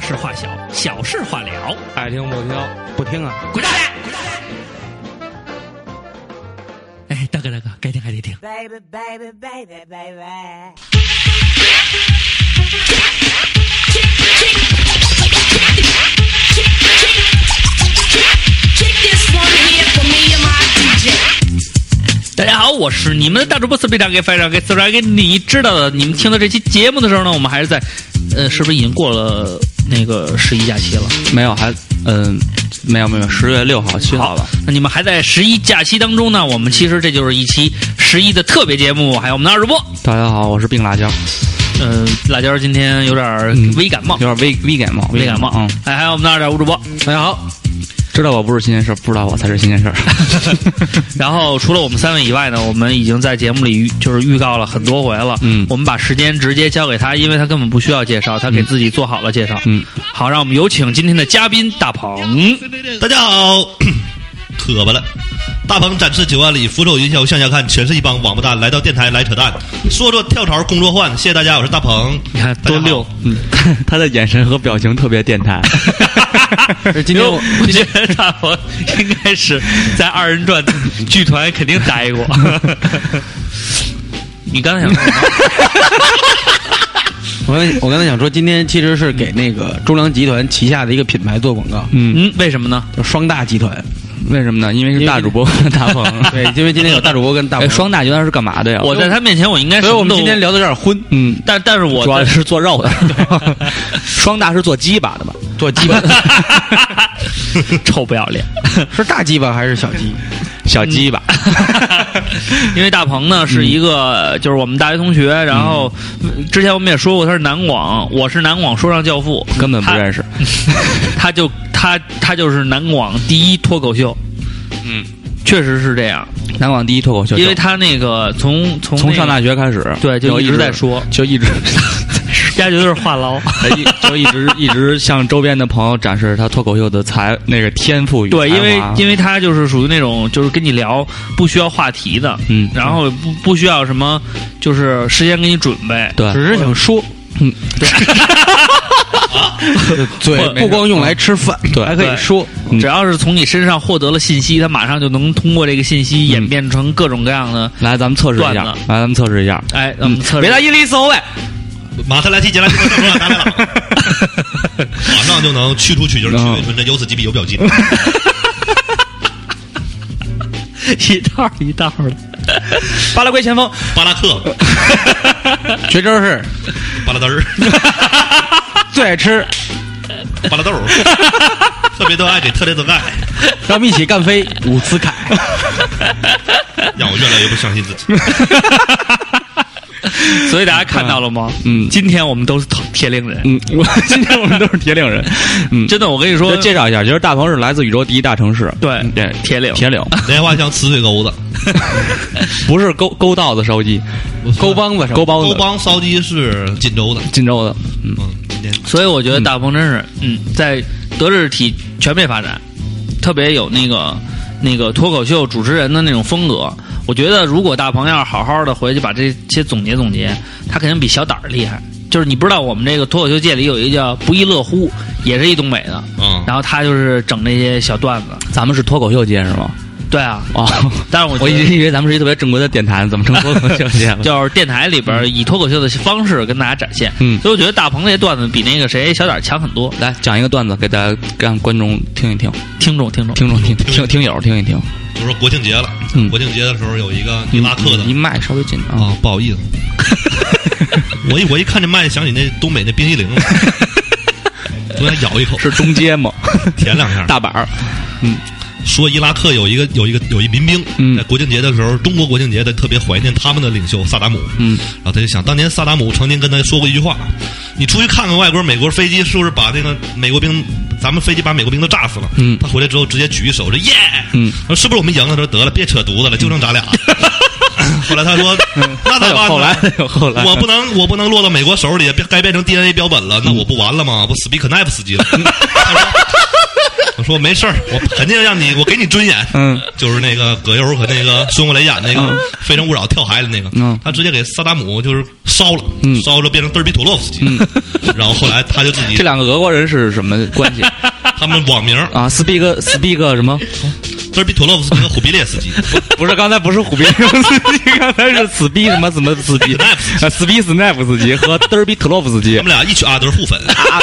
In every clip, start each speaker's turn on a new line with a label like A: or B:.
A: 事化小，小事化了。
B: 爱听不听，不听啊！
A: 滚蛋！哎，大哥大哥，该听还得听。
C: baby, baby, baby, baby.
A: 大家好，我是你们的大主播四队长给非常给四长给你知道的。你们听到这期节目的时候呢，我们还是在，呃，是不是已经过了那个十一假期了？
B: 没有，还嗯、没有没有，十月六号、七号吧。
A: 那你们还在十一假期当中呢？我们其实这就是一期十一的特别节目，还有我们的二主播。
B: 大家好，我是病辣椒，
A: 呃，辣椒今天有点儿
B: 嗯
A: 微感冒
B: 有，点微微感冒，
A: 微感冒。
B: 嗯，
A: 哎，还有我们的二点五主播。
B: 大家好，知道我不是新鲜事儿，不知道我才是新鲜事儿。
A: 然后除了我们三位以外呢，我们已经在节目里预就是预告了很多回了。
B: 嗯
A: 我们把时间直接交给他，因为他根本不需要介绍，他给自己做好了介绍。
B: 嗯，
A: 好，让我们有请今天的嘉宾大鹏。
D: 大家好，渴巴了。大鹏展翅九万里，俯首云霄向下看，全是一帮王八蛋。来到电台来扯淡，说说跳槽工作换。谢谢大家，我是大鹏。
A: 你看多 溜！
B: 嗯，他的眼神和表情特别电台。今天我
A: 我觉得大鹏应该是在二人转剧团肯定待过。 你刚才想说什么？
E: 我跟我刚才想说，今天其实是给那个中粮集团旗下的一个品牌做广告，
B: 嗯，
A: 嗯，为什么呢？
E: 叫双大集团。
B: 为什么呢？因为是大主播 大鹏。
E: 对，因为今天有大主播跟大
B: 哎，
E: 鹏，
B: 双大原来是干嘛的呀？
A: 我在他面前，我应该
E: 所以我们今天
A: 聊，
E: 聊的有点昏，
B: 嗯，
A: 但但是我
B: 主要
A: 在
B: 是做肉的。双大是做鸡巴的吧？
E: 做鸡 巴
A: 臭不要脸。
E: 是大鸡巴还是小鸡？
B: 小鸡巴。
A: 因为大鹏
B: 嗯
A: 呢是一个，就是我们大学同学，然后之前我们也说过他是南广，我是南广说唱教父，
B: 根本不认识，
A: 他就他他就是南广第一脱口秀，
B: 嗯，
A: 确实是这样，
B: 南广第一脱口秀，
A: 因为他那个从从
B: 从
A: 那个
B: 上大学开始，
A: 对就一直在说，
B: 就一直
A: 家觉得是话痨，
B: 哎一就一直一直向周边的朋友展示他脱口秀的才那个天赋与
A: 对，因为
B: 才华啊
A: 因为他就是属于那种就是跟你聊不需要话题的，
B: 嗯，
A: 然后不不需要什么就是事先给你准备，
B: 对
E: 只是想说，
B: 啊 嗯，
E: 嘴
B: 没事
E: 不光用来吃饭，
B: 啊对
E: 还可以说。
B: 嗯
A: 只要是从你身上获得了信息，他马上就能通过这个信息演变成各种各样的。
B: 来咱们测试一下，
A: 段
B: 来
A: 子
B: 咱们测试一下，
A: 哎，我们测试
B: 维达伊利四后卫，
D: 马上来提前来听我说，打打打，马上就能去除曲筋，去伪存真，由此击毙有 表记。
A: 一道一道 的。
B: 巴拉圭前 锋，
D: 巴拉克，
E: 绝招是
D: 巴拉嘚儿，
E: 最爱吃，
D: 巴拉豆儿，特别都爱给特别都爱，
E: 让我们一起干飞伍思凯。
D: 让我越来越不相信自己。
A: 所以大家看到了吗？
B: 嗯
A: 今天我们都是铁岭人。
B: 嗯，我今天我们都是铁岭人，嗯，
A: 真的，我跟你说
B: 就，介绍一下，就是大鹏是来自宇宙第一大城市，
A: 对
B: 对，
A: 铁岭
B: 铁岭，
D: 莲花香呲水钩子，
B: 不是勾勾道子烧鸡，
E: 勾帮子，
B: 勾帮
D: 沟
B: 子，
D: 帮烧鸡是锦州的。
B: 锦州的，嗯，
D: 嗯，今天
A: 所以我觉得大鹏真是，嗯，在德智体全面发展，特别有那个那个脱口秀主持人的那种风格。我觉得如果大鹏要是好好的回去把这些总结总结，他肯定比小胆儿厉害。就是你不知道我们这个脱口秀界里有一个叫不亦乐乎，也是一东北的，
D: 嗯
A: 然后他就是整那些小段子。
B: 咱们是脱口秀界是吗？
A: 对啊，
B: 哦，
A: 但是 我
B: 我
A: 觉
B: 一
A: 得
B: 直以为咱们是一特别正规的电台，怎么成脱口秀界了？
A: 就是电台里边以脱口秀的方式跟大家展现。
B: 嗯
A: 所以我觉得大鹏那些段子比那个谁小胆儿强很多。
B: 来讲一个段子给大家，让观众听一听，
A: 听众，听众，
B: 听众听听听友听一听。
D: 就说国庆节了，
B: 嗯
D: 国庆节的时候有一个伊拉
A: 嗯
D: 克的
B: 一麦稍微紧
D: 啊、
B: 啊，
D: 不好意思，我一我一看这麦，想起那东北那冰激凌了，我想咬一口，
B: 是中街吗？
D: 舔两下。
B: 大板儿，
D: 说伊拉克有一个有一个有一民兵，
B: 嗯
D: 在国庆节的时候，中国国庆节他特别怀念他们的领袖萨达姆，
B: 嗯，
D: 然后他就想，当年萨达姆曾经跟他说过一句话：“你出去看看外国美国飞机是不是把那个美国兵，咱们飞机把美国兵都炸死了。”
B: 嗯
D: 他回来之后直接举一手说：“耶！”
B: 嗯，
D: 说是不是我们赢了？他说：“得了，别扯犊子了，就剩咱俩。” 后来他说：“那咋办呢？”
B: 后来有后来，
D: 我不能，我不能落到美国手 里，该变成 DNA 标本了，那我不完了吗？我死皮可耐不死机了。他说说没事儿，我肯定让你，我给你尊严。
B: 嗯，
D: 就是那个葛优和那个孙红雷演那个《非诚勿扰》跳海里那个，
B: 嗯
D: 他直接给萨达姆就是烧了，
B: 嗯
D: 烧了变成德尔比土洛夫斯基， 然后后来他就自己
B: 这两个俄国人是什么关系
D: 他们网名
B: 啊？Speak Speak 什么？
D: 德尔比土洛夫斯基和虎皮列斯 基，
B: 不是，刚才不是虎鞭斯基，刚才是死逼什么什么死 逼，啊，死逼 snap 斯基和德尔比特洛夫斯基
D: 他，们俩一曲阿德互粉，
B: 啊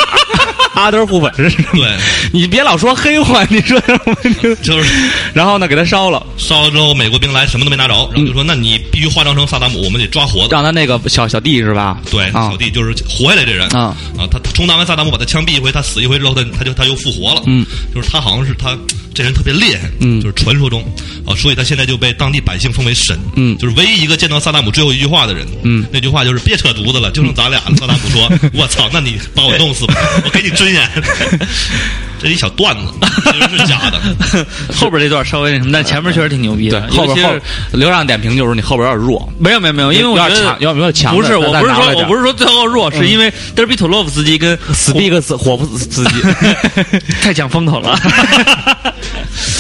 B: 阿德尔互粉是什么？
D: 对，
B: 你别老说黑话，你说什么？
D: 就是
B: 然后呢，给他烧了，
D: 烧了之后美国兵来什么都没拿着，然后就说那你必须化妆成萨达姆，我们得抓活的。
B: 让他那个小小弟是吧？
D: 对，
B: 啊
D: 小弟就是活下来这人
B: 啊
D: 他他充当完萨达姆，把他枪毙一回，他死一回之后，他他就他又复活了。
B: 嗯，
D: 就是他好像是他这人特别厉害，
B: 嗯
D: 就是传说中啊，所以他现在就被当地百姓奉为神，
B: 嗯
D: 就是唯一一个见到萨达姆最后一句话的人，
B: 嗯
D: 那句话就是别扯犊子了，就剩咱俩 了。萨达姆说：“我操，那你把我弄死吧，我给你尊严。” 这一小段子，其实是假的。
A: 后边这段稍微那什么，但前面确实挺牛逼
B: 对
A: 的，，
B: 后
A: 尤其
B: 边后
A: 是
B: 刘让点评就是你后边有点弱，
A: 没有没有没有，因为我
B: 有
A: 觉
B: 点
A: 得
B: 强，有点有点强的。
A: 不是，我不是说我不
B: 是
A: 是说最后弱，
B: 嗯
A: 是因为德尔比土洛夫斯基跟
B: speak 死火不死斯基，
A: 太抢风头了。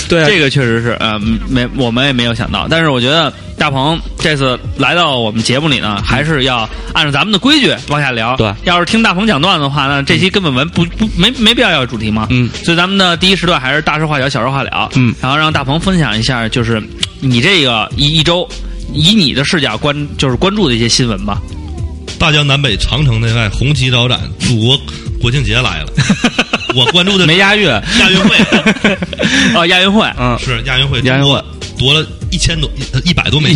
B: 对啊
A: 这个确实是，呃，没我们也没有想到，但是我觉得大鹏这次来到我们节目里呢，还是要按照咱们的规矩往下聊。
B: 对
A: 要是听大鹏讲段子的话呢，这期根本完不不没没必要要主题嘛。
B: 嗯，
A: 所以咱们的第一时段还是大事化小，小事化了。
B: 嗯，
A: 然后让大鹏分享一下，就是你这个一一周。以你的视角关就是关注的一些新闻 吧，
D: 大江南北，长城内外，红旗招展，祖国国庆节 来了。我关注的
B: 没
D: 是
B: 押韵，
D: 亚运会。
A: 哦，亚运会，
B: 嗯，
D: 是亚运会，
B: 亚运会
D: 夺了一千多一呃一百 多枚，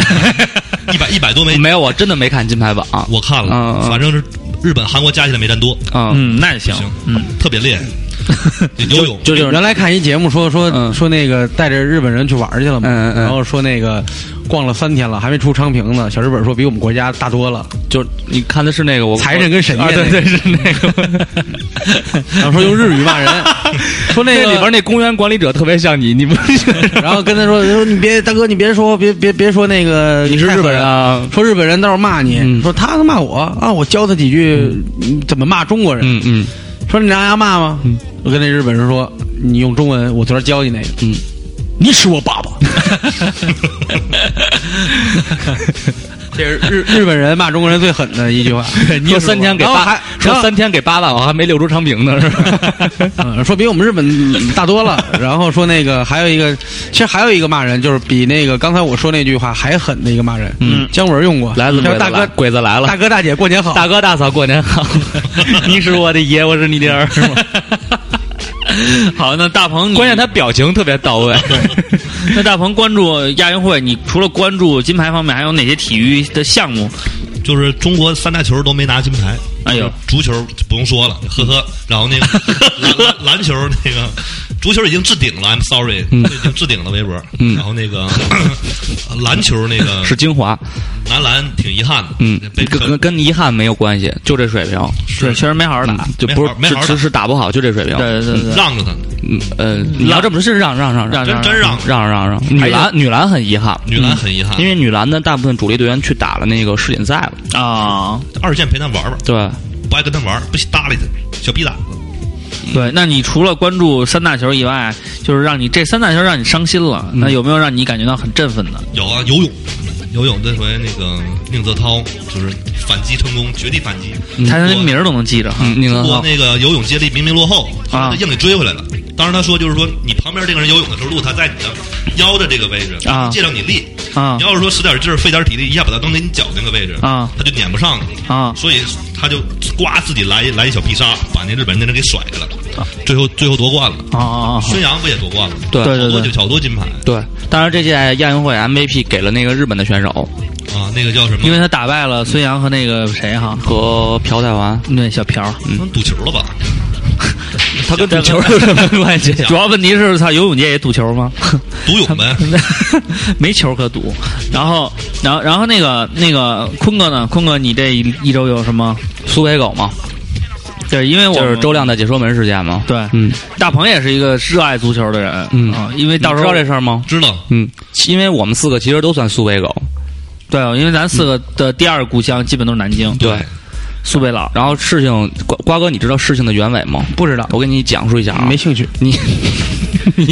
D: 一百一百多枚，
B: 没有，我真的没看金牌榜
D: 我看
B: 嗯
D: 了，
B: 嗯
D: 反正是日本、韩国加起来没咱多，
B: 啊。
A: 嗯，那也行，
D: 行，
A: 嗯，
D: 特 别厉害，游 泳
B: 就是
E: 原来看一节目说说、
B: 嗯
E: 说那个带着日本人去玩去了嘛，
B: 嗯嗯嗯
E: 然后说那个逛了三天了，还没出昌平呢。小日本说比我们国家大多了，
B: 就是你看的是那个我
E: 财神跟神
B: 啊
E: 爷
B: 对
E: 那
B: 对是那个，
E: 然后说用日语骂人，说那个
B: 里边那公园管理者特别像你，你不觉得？
E: 然后跟他说说你别大哥你别说别别别说那个
B: 你是日本人啊？
E: 说日本人到时候骂你，
B: 嗯
E: 说他他骂我啊，我教他几句、嗯怎么骂中国人。
B: 嗯 嗯
E: 说你拿牙骂吗？我跟那日本人说，你用中文，我昨儿教你那个。
B: 嗯，
E: 你是我爸爸。这是日日本人骂中国人最狠的一句话。 你
B: 说三天给八，说三天给八万，我还没溜出昌平呢，是吧？
E: 嗯，说比我们日本大 多了。然后说那个还有一个，其实还有一个骂人，就是比那个刚才我说那句话还狠的一个骂人。
B: 嗯，
E: 姜文用过，
B: 来自
E: 叫
B: 鬼子
E: 大
B: 来
E: 哥
B: 鬼子来
E: 大
B: 了，
E: 哥大姐过年好。
B: 大哥大嫂过年 好，你是我的爷，我是你的 儿。
A: 好，那大鹏你，
B: 关键他表情特别到位，
A: 那大鹏关注亚运会，你除了关注金牌方面，还有哪些体育的项目？
D: 就是中国三大球都没拿金牌，
A: 哎呦，
D: 足球就不用说了，呵
B: 嗯
D: 呵， 然后那个篮篮 篮球那个。足球已经置顶了，I'm sorry，已
B: 嗯
D: 经置顶了微博。然后那个 篮球那 个
B: 是精华，
D: 男篮挺遗憾的，
B: 嗯，
D: 被
B: 跟跟跟遗憾没有关系，就这水平，嗯
A: 对，嗯确实没好好打。
B: 就不是
D: 没好没好打
B: 只是打不好，就这水平。
A: 对对对对，
D: 让着他，
B: 嗯呃，你要这么说，是让让让
A: 让
D: 真真让，
B: 让让让，女篮女篮很遗憾，嗯
D: 女篮很遗憾
B: 因，为女篮的大部分主力队员去打了那个世锦赛了，
A: 啊，
D: 二线陪他玩玩，
B: 对，
D: 不爱跟他玩，不搭理他，小逼崽子。
A: 对。那你除了关注三大球以外，就是让你这三大球让你伤心了，那有没有让你感觉到很振奋的？
D: 有啊，游泳，游泳这回那个宁泽涛就是反击成功，绝地反击。
A: 他连名儿啊都能记着。
B: 嗯，宁
D: 不
B: 泽涛，
D: 啊过那个游泳接力明明落后，
A: 啊
D: 他硬给追回来了。当时他说，就是说你旁边这个人游泳的时候，如果他在你的腰的这个位置，
A: 啊
D: 借着你力，
A: 啊
D: 你要是说使点劲儿、费点体力，一下把他弄到你脚那个位置，
A: 啊
D: 他就撵不上你，
A: 啊
D: 所以他就呱自己来一来一小必杀，把那日本那人给甩开了，最后最后夺冠了。
A: 啊啊啊！
D: 孙杨不也夺冠了？
A: 对
B: 对
D: 好
A: 对
D: 多
A: 对
D: 就好多金牌
B: 对，当然这届亚运会 MVP 给了那个日本的选手
D: 啊！那个叫什么
A: 因？为他打败了孙杨和那个谁哈，
B: 和朴泰完，
A: 那小朴。
D: 能赌球了吧？
B: 他跟赌球有什么关系？
A: 主要问题是，他游泳界也赌球吗？
D: 赌泳呗。
A: 没球可赌。然后，然后，然后那个那个坤哥呢？坤哥，你这一一周有什么？
B: 苏北狗嘛，
A: 对，因为我
B: 就是周亮的解说门事件嘛，
A: 对
B: 嗯，
A: 大鹏也是一个热爱足球的人，
B: 嗯
A: 啊，因为
B: 你
A: 到时
B: 知
A: 候
B: 道这事儿吗？
D: 知道，
B: 嗯，因为我们四个其实都算苏北狗，
A: 对，因为咱四个的第二故乡基本都是南京，
B: 嗯对。
A: 苏北佬，
B: 然后事情瓜瓜哥，你知道事情的原委吗？
E: 不知道，
B: 我给你讲述一下啊，
E: 没兴趣。
B: 你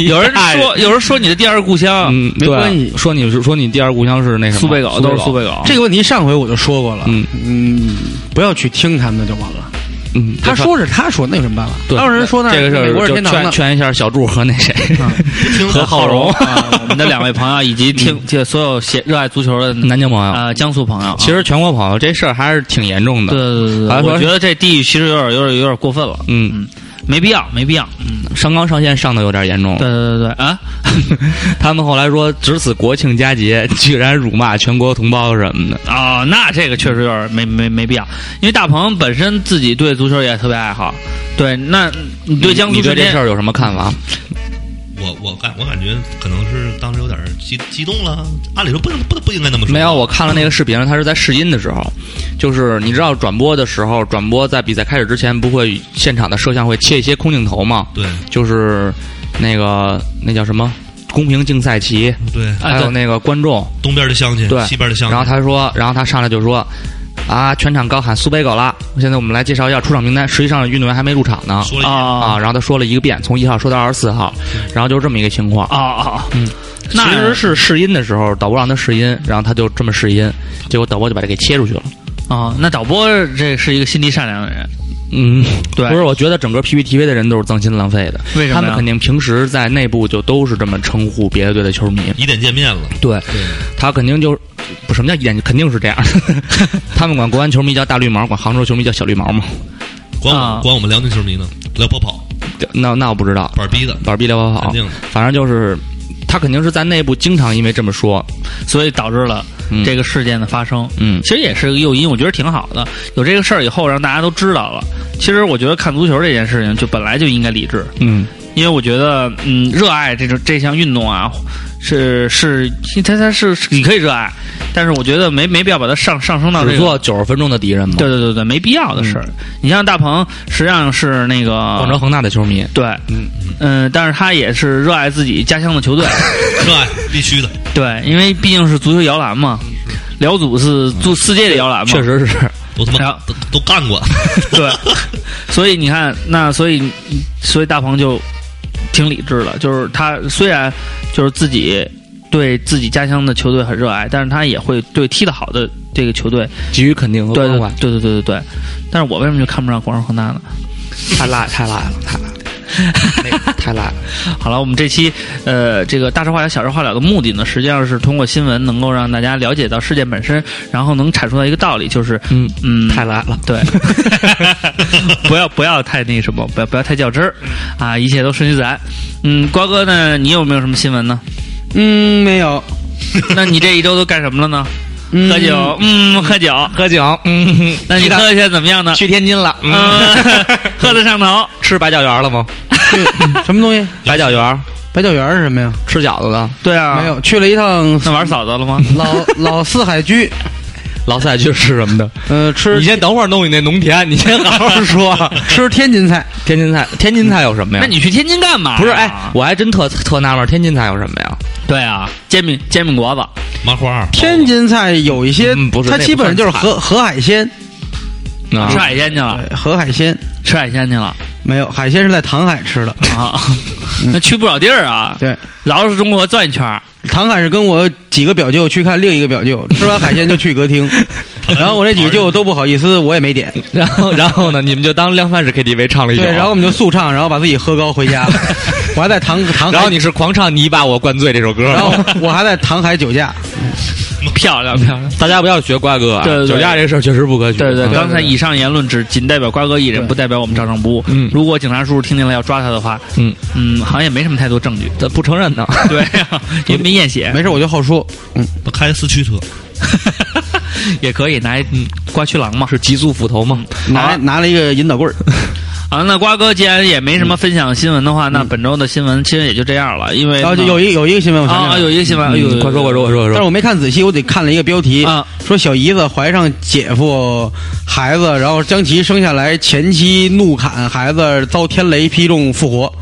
A: 有人说，有人说你的第二故乡，
B: 嗯，
E: 没
B: 对
E: 关系
B: 说你是说你第二故乡是那什么？
A: 苏北狗都是苏
B: 北
A: 北 狗。
E: 这个问题上回我就说过了，
B: 啊嗯
E: 嗯，不要去听他们的就完了。
B: 嗯，
E: 他说是他说，那有什么办法？
B: 对，
E: 还有人说那
B: 这个事
E: 美
B: 儿
E: 国是
B: 就
E: 天堂
B: 劝
E: 呢，
B: 劝一下小柱和那谁
D: 听
B: 和 浩荣，嗯
A: 啊，我们的两位 朋友以及听这所有写热爱足球的
B: 南京朋友。
A: 啊江苏朋友啊，
B: 其实全国朋友这事儿还是挺严重的。
A: 对对对
B: 还
A: 对，
B: 说
A: 我觉得这地域其实有点有点有点过分了，
B: 嗯，
A: 没必要，没必要。嗯，
B: 上纲上线上的有点严重。
A: 对对对对啊，
B: 他们后来说，值此国庆佳节，居然辱骂全国同胞什么的。
A: 哦，那这个确实有点没没没必要，因为大鹏本身自己对足球也特别爱好，对，那你对江苏
B: 你对
A: 这
B: 这
A: 边
B: 事儿有什么看法？
D: 我我感我感觉可能是当时有点激激动了，按理说不能不不应该那么说。
B: 没有，我看了那个视频，他是在试音的时候，就是你知道转播的时候，转播在比赛开始之前，不会现场的摄像会切一些空镜头吗？
D: 对
B: 就是那个那叫什么公平竞赛旗，
D: 对，
A: 啊
B: 还有
A: 对
B: 那个观众。
D: 东边的乡亲，
B: 对
D: 西边的乡亲，
B: 然后他说，然后他上来就说。啊！全场高喊苏北狗啦！现在我们来介绍一下出场名单。实际上，运动员还没入场呢。
D: 说了一遍
A: 啊
B: 啊，然后他说了一个遍，从一号说到二十四号，然后就是这么一个情况。
A: 啊啊，
B: 嗯，
A: 那
B: 其实是试音的时候，导播让他试音，然后他就这么试音，结果导播就把他给切出去了。
A: 啊，那导播这是一个心地善良的人，
B: 嗯，
A: 对
B: 不是，我觉得整个 PPTV 的人都是脏心浪肺的，
A: 为什么呀
B: 他们肯定平时在内部就都是这么称呼别的队的球迷。
D: 疑点见面了，
B: 对，他肯定就不什么叫一点，肯定是这样 的。他们管国安球迷叫大绿毛，管杭州球迷叫小绿毛嘛。
D: 管我、
A: 啊
D: 管我们辽宁球迷呢，辽跑跑
B: 那那我不知道，
D: 板儿逼的，
B: 板儿逼聊跑
D: 肯
B: 跑
D: 定的，
B: 啊反正就是他肯定是在内部经常因为这么说。
A: 所以导致了
B: 嗯
A: 这个事件的发生。
B: 嗯
A: 其实也是个诱因，我觉得挺好的。有这个事儿以后，让大家都知道了。其实我觉得看足球这件事情，就本来就应该理智，
B: 嗯，
A: 因为我觉得，嗯，热爱这种这项运动啊，是是，它它是你可以热爱，但是我觉得没没必要把它上上升到这
B: 只
A: 个。
B: 做九十分钟的敌人嘛。
A: 对，对对对，没必要的事儿。你像大鹏，实际上是那个
B: 广啊州恒大的球迷，
A: 对，
B: 嗯
A: 嗯，但是他也是热爱自己家乡的球 队，
D: 热爱必须的，
A: 对，因为毕竟是足球摇篮嘛，辽足是足世界的摇篮嘛，
B: 嗯确实是。
D: 都他
A: 还
D: 妈
A: 有
D: 都都干过，
A: 对，所以你看，那所以所以大鹏就挺理智的，就是他虽然就是自己对自己家乡的球队很热爱，但是他也会对踢得好的这个球队，
B: 给予肯定和
A: 对
B: 关
A: 对
B: 怀。
A: 对对对对对。但是我为什么就看不上广州恒大呢？
B: 太辣，太辣了，太辣了，那个 太辣了。
A: 好了，我们这期呃这个大事化小、小事化了的目的呢，实际上是通过新闻能够让大家了解到事件本身，然后能阐述到一个道理，就是
B: 嗯，
A: 嗯，
B: 太辣了。
A: 对， 不要不要太那什么，不要不要太较真儿啊！一切都顺其自然。嗯，瓜哥呢？你有没有什么新 闻呢？
E: 嗯，没有，
A: 那你这一周都干什么了呢？
E: 嗯
A: 喝酒，嗯，喝酒。
B: 喝酒，嗯，
A: 那你喝的现在怎么样呢？
B: 去天津了，
A: 嗯， 喝的上头。
B: 吃白饺圆了吗？
E: 去
B: 嗯
E: 什么东西？
B: 白饺圆，
E: 白饺园是什么呀？
B: 吃饺子的。
A: 对啊，
E: 没。有，去了一趟
A: 那玩嫂子了吗？
E: 老老四海居，
B: 老赛去吃什么的？
E: 呃，吃
B: 你先等会儿弄你那农田，你先好好说。 哦
E: 吃天津菜，
B: 天津菜，天津菜有什么呀？
A: 那你啊去天津干嘛呀？
B: 不是？哎，我还真特特纳闷，天津菜有什么呀？
A: 对啊，煎饼煎饼果子
D: 麻花
E: 天津菜有一些
B: 嗯不，是
E: 它
B: 那不
E: 基本上就是
B: 算
E: 河河海鲜，
B: 啊
A: 吃海鲜去了，
E: 对河海鲜
A: 吃海鲜去了
E: 没有，海鲜是在唐海 吃的。
A: 啊！那去不少地儿啊，
E: 对，
A: 绕着中国转一圈儿。
E: 唐海是跟我几个表舅去看另一个表舅，吃完海鲜就去歌厅，然后我这几个舅都不好意思，我也没点，
B: 然后， 然后呢？你们就当量贩式 KTV 唱了一宿。
E: 对，然后我们就速唱，然后把自己喝高回家，我还在唐唐海，
B: 然后你是狂唱《你把我灌醉》这首歌。
E: 然后我还在唐海酒驾，
A: 漂亮漂亮。
B: 大家不要学瓜哥啊
A: 对对对
B: 酒驾这事儿确实不可取。
A: 对对，
B: 嗯
A: 刚才以上言论只仅代表瓜哥一人，不代表我们照常不误。
B: 嗯
A: 如果警察叔叔听见了要抓他的话，
B: 嗯，
A: 嗯，好像也没什么太多证据。
B: 他不承认呢。
A: 对呀、也没验血，
E: 没事我就好说，嗯，
D: 我开四驱车，
A: 也可以拿一嗯刮去狼嘛。
B: 是急速斧头吗？
E: 拿拿了一个引导棍儿，
A: 啊，那瓜哥既然也没什么分享新闻的话，
B: 嗯
A: 那本周的新闻其实也就这样了，因为
E: 然后就有一有一个新闻我想起
A: 啊
E: 来
A: 哎啊
E: 了
A: 有一个新闻，哎呦，
B: 嗯快说快说 快说快
E: 但是
B: 说！
E: 我没看仔细，我得看了一个标题
A: 啊，
E: 说小姨子怀上姐夫孩子，然后将其生下来，前妻怒砍孩子，遭天雷劈中复活。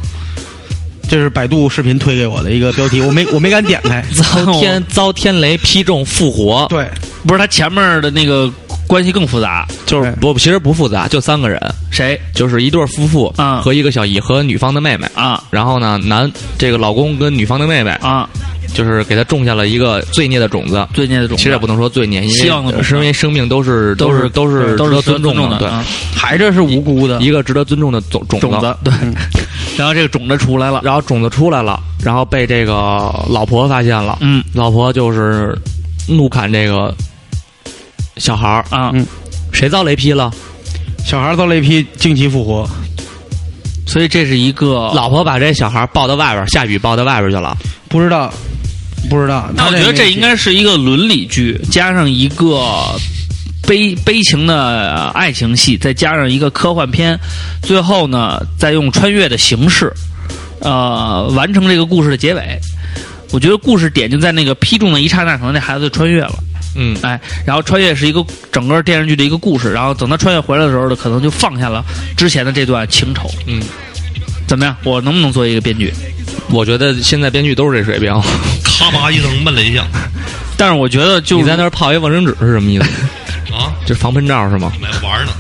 E: 这是百度视频推给我的一个标题，我没我没敢点 开。
B: 遭天遭天雷劈中复活，
E: 对，
A: 不是他前面的那个关系更复杂。
B: 就是
E: 对
B: 不，其实不复杂，就三个人，
A: 谁
B: 就是一对夫妇
A: 啊
B: 和一个小姨和女方的妹妹。
A: 啊
B: 然后呢，男这个老公跟女方的妹妹，
A: 啊？
B: 就是给他种下了一个罪孽的种子。
A: 最近的种
B: 其实也不能说罪孽，
A: 希望的
B: 因
A: 种子
B: 为是因为生命都是
A: 都
B: 是
A: 是
B: 都
A: 对都
B: 值得
A: 值得
B: 尊重
A: 重
B: 对，
A: 啊
E: 孩子是无辜的，
B: 一个值得尊重的种种
A: 种
B: 子。
A: 子嗯对。 然后这个种子出来了，
B: 然后种子出来了，然后被这个老婆发现了，
A: 嗯
B: 老婆就是怒砍这个小孩儿，
A: 啊，
E: 嗯
B: 谁遭雷劈了？
E: 小孩遭雷劈，惊奇复活，
A: 所以这是一个
B: 老婆把这小孩抱到外边儿，下雨抱到外边儿去了。
E: 不知道，不知道。
A: 那我觉得这应
E: 是
A: 该是一个伦理剧，加上一个悲悲情的呃爱情戏，再加上一个科幻片，最后呢，再用穿越的形式，呃，完成这个故事的结尾。我觉得故事点就在那个劈中的一刹那，可能那孩子就穿越了，
B: 嗯，
A: 哎，然后穿越是一个整个电视剧的一个故事，然后等他穿越回来的时候呢，可能就放下了之前的这段情仇。
B: 嗯，
A: 怎么样？我能不能做一个编剧？
B: 我觉得现在编剧都是这水平。
D: 咔吧一声闷了一下
A: 但是我觉得 就
B: 你在那儿泡一卫生纸是什么意思？
D: 啊，
B: 就是防喷罩是吗？
D: 买玩儿呢。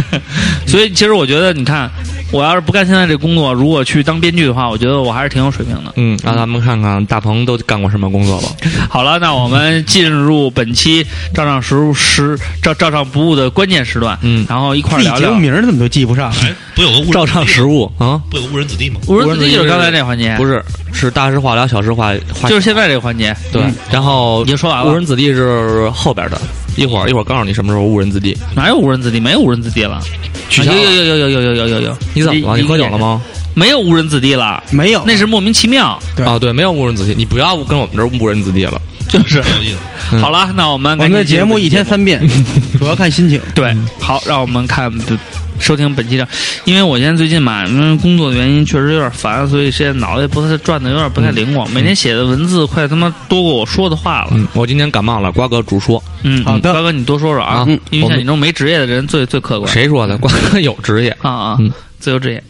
A: 所以其实我觉得，你看，我要是不干现在这工作，如果去当编剧的话，我觉得我还是挺有水平的。
B: 嗯，让咱们看看大鹏都干过什么工作吧。
A: 好了，那我们进入本期照上实务时照照上不误的关键时段，
B: 嗯
A: 然后一块儿
E: 你
A: 聊
E: 节目
A: 聊
E: 名儿怎么都记不上？
D: 哎，不有个误人
B: 照唱
D: 子弟
B: 实
D: 吗
B: 务啊，
D: 不有个误人子弟吗？
A: 无人自己就是刚才这环节，
B: 不
A: 是，
B: 是，是大事化了，小事化化。
A: 哎就是现在这个环节。
B: 对，然后
A: 已经说完
B: 误
A: 了，
B: 人子弟是后边的，一会儿一会儿告诉你什么时候误人子弟。
A: 哪有无人子弟？没有无人子弟了，
B: 取消
A: 有
B: 了
A: 有有有有有有有有有，
B: 你怎么了？
A: 一
B: 你喝酒了？吗？
A: 一没有无人子弟了，
E: 没有，
A: 那是莫名其妙。
E: 对
B: 啊，对，没有误人子弟，你不要跟我们这儿误人子弟了。
A: 就是
D: 不好意思，
B: 嗯
A: 好了，那我们
E: 我们的节目一
A: 天。
E: 天三遍，主要看心情。
A: 对，
B: 嗯
A: 好，让我们看本收听本期的，因为我现在最近嘛，因为工作的原因确实有点烦，所以现在脑袋不太转的有点不太灵光，每天写的文字快他妈多过我说的话了。
B: 嗯，我今天感冒了，瓜哥主说，
A: 嗯，
E: 好的
A: 瓜哥你多说说啊
B: 啊，
A: 因为
B: 我
A: 像
B: 们
A: 你这种没职业的人最最客观。
B: 谁说的？瓜哥有职业，
A: 啊啊
B: 嗯，
A: 自由职业，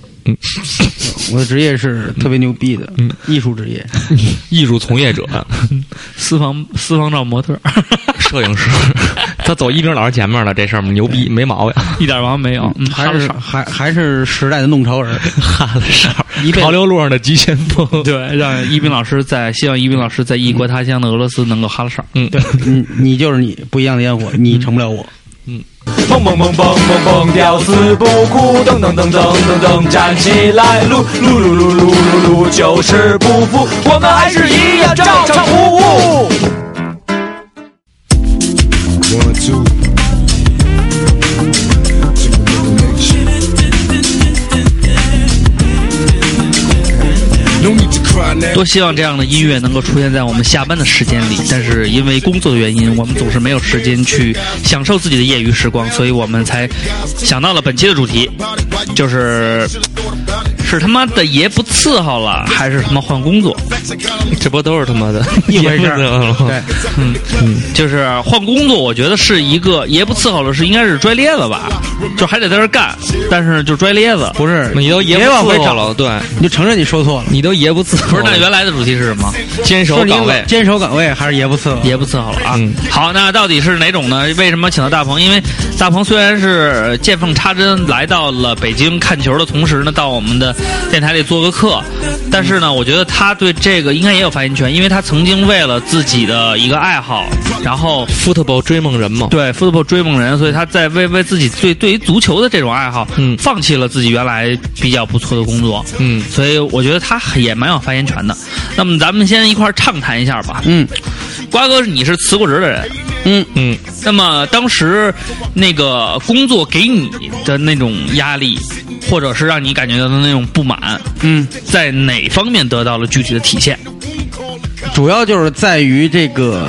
E: 我的职业是特别牛逼的
B: 嗯
E: 艺术职业，
B: 艺术从业 者，
A: 私房私房照模特，
B: 摄影师，他走一鸣老师前面了，这事儿牛逼，没毛 病。
A: 一点毛病没有，嗯
E: 还是
A: 哈
E: 还还是时代的弄潮儿，
B: 哈的事儿，
E: 一辈
B: 潮
E: 子
B: 流路上的急先锋。
A: 士对，让一斌老师在希望一斌老师在异国他乡的俄罗斯能够哈拉少。
B: 嗯，对，
E: 你你就是你，不一样的烟火，你成不了我。
F: 蹦蹦蹦蹦蹦蹦，屌丝不哭，噔噔噔噔噔噔，站起来，撸撸撸撸撸撸撸，就是不服，我们还是一样照常服务。
G: One, two. Check the recollection. No need to cry now.
A: 多希望这样的音乐能够出现在我们下班的时间里，但是因为工作的原因，我们总是没有时间去享受自己的业余时光，所以我们才想到了本期的主题，就是是他妈的爷不伺候了，还是他妈换工作？
B: 这不都是他 妈的
E: 一回事儿
B: 对，
E: 对，
A: 就是换工作，我觉得是一个爷不伺候了，是应该是拽咧子吧，就还得在这儿干，但是就拽咧子。
E: 不是
B: 你都爷不
E: 别往回
B: 伺候
E: 找
B: 了，对，
E: 你就承认你说错了。
B: 你都爷不伺候了。
A: 不是，那原来的主题是什么？
B: 坚守
E: 是
B: 岗位
E: 你，坚守岗位还是爷不伺候？
A: 也不伺候了啊。
B: 嗯
A: 好，那到底是哪种呢？为什么请到大鹏？因为大鹏虽然是见缝插针来到了北京看球的同时呢，到我们的电台里做个客，但是呢，我觉得他对这个应该也有发言权，因为他曾经为了自己的一个爱好，然后
B: football 追梦人嘛，
A: 对 football 追梦人，所以他在为为自己对对于足球的这种爱好，
B: 嗯
A: 放弃了自己原来比较不错的工作，
B: 嗯，
A: 所以我觉得他也蛮有发言权的。那么咱们先一块儿畅谈一下吧。
E: 嗯
A: 瓜哥，你是辞过职的人，
E: 嗯，
B: 嗯，
A: 那么当时那个工作给你的那种压力，或者是让你感觉到的那种不满，
E: 嗯，
A: 在哪方面得到了具体的体现？
E: 主要就是在于这个，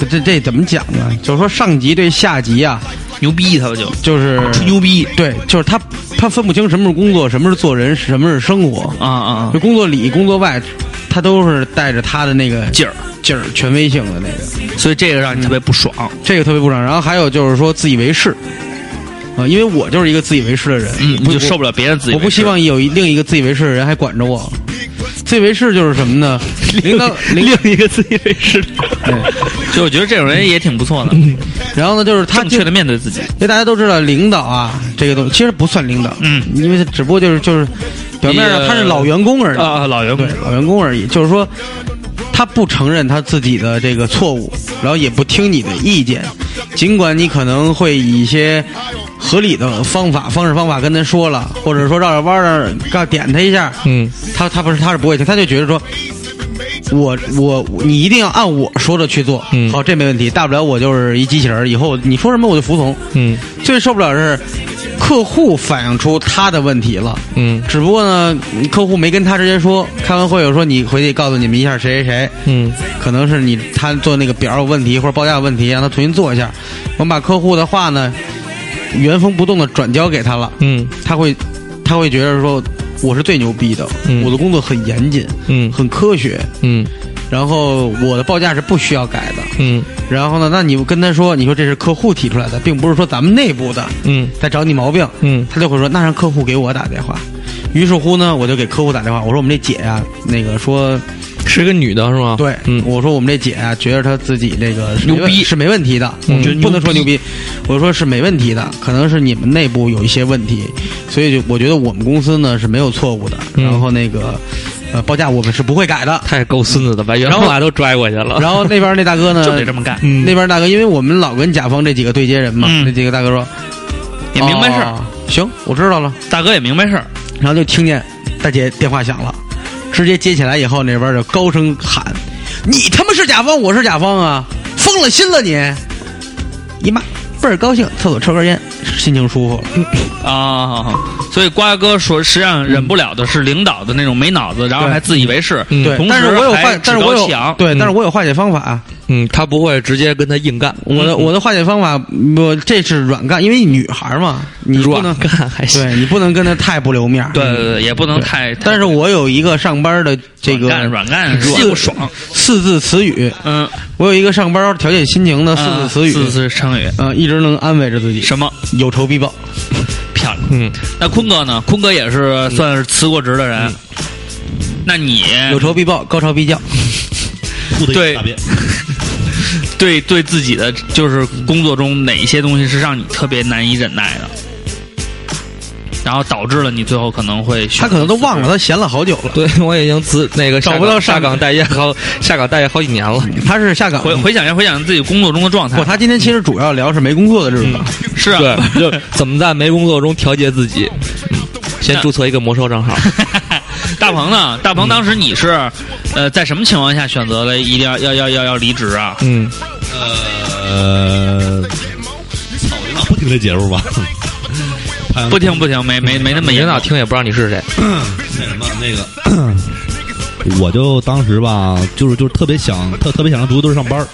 E: 这这这怎么讲呢？就是说上级对下级啊，
A: 牛逼，他就
E: 就是
A: 吹牛逼
E: 对，就是他他分不清什么是工作，什么是做人，什么是生活。
A: 啊啊
E: 就工作里、工作外，他都是带着他的那个
A: 劲儿，
E: 劲儿、权威性的那个，
A: 所以这个让你特别不爽。
E: 这个特别不爽。然后还有就是说自以为是，啊、因为我就是一个自以为是的人，
A: 嗯，你
E: 不
A: 就受不了别人自己。
E: 我不希望有一另一个自以为是的人还管着我，自以为是就是什 么呢？领导领
B: 另一个自以为是的，
E: 嗯
A: 就我觉得这种人也挺不错的，
E: 然后呢，就是嗯他
A: 正确的面对自己。
E: 因为大家都知道领导啊，这个东西其实不算领导，
A: 嗯，
E: 因为他只不过就是就是表面上
A: 一个
E: 他是老员工而已，
A: 啊，老员工
E: 对，老员工而已，就是说他不承认他自己的这个错误，然后也不听你的意见，尽管你可能会以一些合理的方法、方式、方法跟他说了，或者说绕着弯儿告点他一下，
B: 嗯，
E: 他他不是他是不会听，他就觉得说。我我你一定要按我说的去做，
B: 嗯
E: 好，这没问题，大不了我就是一机器人儿，以后你说什么我就服从，
B: 嗯
E: 最受不了的是客户反映出他的问题了，
B: 嗯
E: 只不过呢，客户没跟他直接说，开完会我说你回去告诉你们一下谁谁谁，
B: 嗯
E: 可能是你他做那个表有问题或者报价有问题，让他重新做一下。我们把客户的话呢原封不动的转交给他了，
B: 嗯
E: 他会他会觉得说我是最牛逼的，
B: 嗯
E: 我的工作很严谨，
B: 嗯
E: 很科学，
B: 嗯
E: 然后我的报价是不需要改的。
B: 嗯
E: 然后呢，那你跟他说，你说这是客户提出来的，并不是说咱们内部的，
B: 嗯
E: 他找你毛病，
B: 嗯
E: 他就会说那让客户给我打电话。于是乎呢，我就给客户打电话，我说我们这姐呀、那个说，
B: 是个女的是
A: 啊
B: 吗？
E: 对，
B: 嗯
E: 我说我们这姐啊，觉得她自己这个是没
B: 牛逼
E: 是没问题的，
B: 嗯
E: 我觉得不能说牛逼，我说是没问题的，可能是你们内部有一些问题，所以就我觉得我们公司呢是没有错误的，
B: 嗯
E: 然后那个呃报价我们是不会 改的，
B: 太够孙子的，把原
E: 然后
B: 话都拽过去了。
E: 然后那边那大哥呢
A: 就得这么干，
B: 嗯
E: 那边大哥，因为我们老跟甲方这几个对接人嘛，
A: 嗯
E: 那几个大哥说
A: 也明白事儿，
E: 哦行，我知道了。
A: 大哥也明白事儿，
E: 然后就听见大姐电话响了，直接接起来以后，那边就高声喊：“你他妈是甲方，我是甲方啊！疯了心了你！”姨妈倍儿高兴，厕所抽根烟，心情舒服了。哦
A: 啊、好好所以瓜哥说，实际上
E: 嗯
A: 忍不了的是领导的那种没脑子，然后还自以为是。
B: 嗯
E: 对，
A: 同
E: 但
A: 时
E: 是我有化
A: 还，
E: 但
A: 趾
E: 是
A: 高
E: 我有
A: 气昂
E: 对，
B: 嗯
E: 但是我有化解方法。啊
B: 嗯，他不会直接跟他硬干，
A: 嗯
E: 我的我的化解方法，我这是软干，因为女孩嘛，你不能
B: 软干还行。
E: 对你不能跟她太不留面儿。
A: 对对对，也不能
E: 对
A: 太。
E: 但是我有一个上班的这个
A: 软干软干
E: 四
A: 不爽，
E: 四字词语，
A: 嗯，
E: 我有一个上班调节心情的四字
A: 啊
E: 词语，
A: 四字成语，
E: 呃，一直能安慰着自己，
A: 什么
E: 有仇必报。
A: 漂亮？
B: 嗯，
A: 那坤哥呢？坤哥也是算是辞过职的人。那你
E: 嗯有仇必报，高潮必叫。
D: 吐的一
A: 对
D: 大便。
A: 对对自己的就是工作中哪一些东西是让你特别难以忍耐的，然后导致了你最后可能会选
E: 他可能都忘了，他闲了好久了。
B: 对，我已经辞那个
E: 找
B: 下
E: 不
B: 岗
E: 到
B: 下
E: 上
B: 岗待业好下岗待业好几年了。
E: 他是下岗哎
A: 回回想一下，回想自己工作中的状态
E: 不，。他今天其实主要聊是没工作的日子。
A: 是啊，
B: 对，就怎么在没工作中调节自己？嗯先注册一个魔兽账号。
A: 大鹏呢？大鹏当时你是，呃，在什么情况下选择了一定要要要要要离职啊？
B: 嗯
D: 呃，操，领导不听这节目 吧？拍完
A: 不听不听，没没没那么
B: 你
A: 严
B: 领导
A: 重。
B: 听也不知道你是谁。
D: 那什么那个，我就当时吧，就是就是特别想特特别想让足球队上班儿。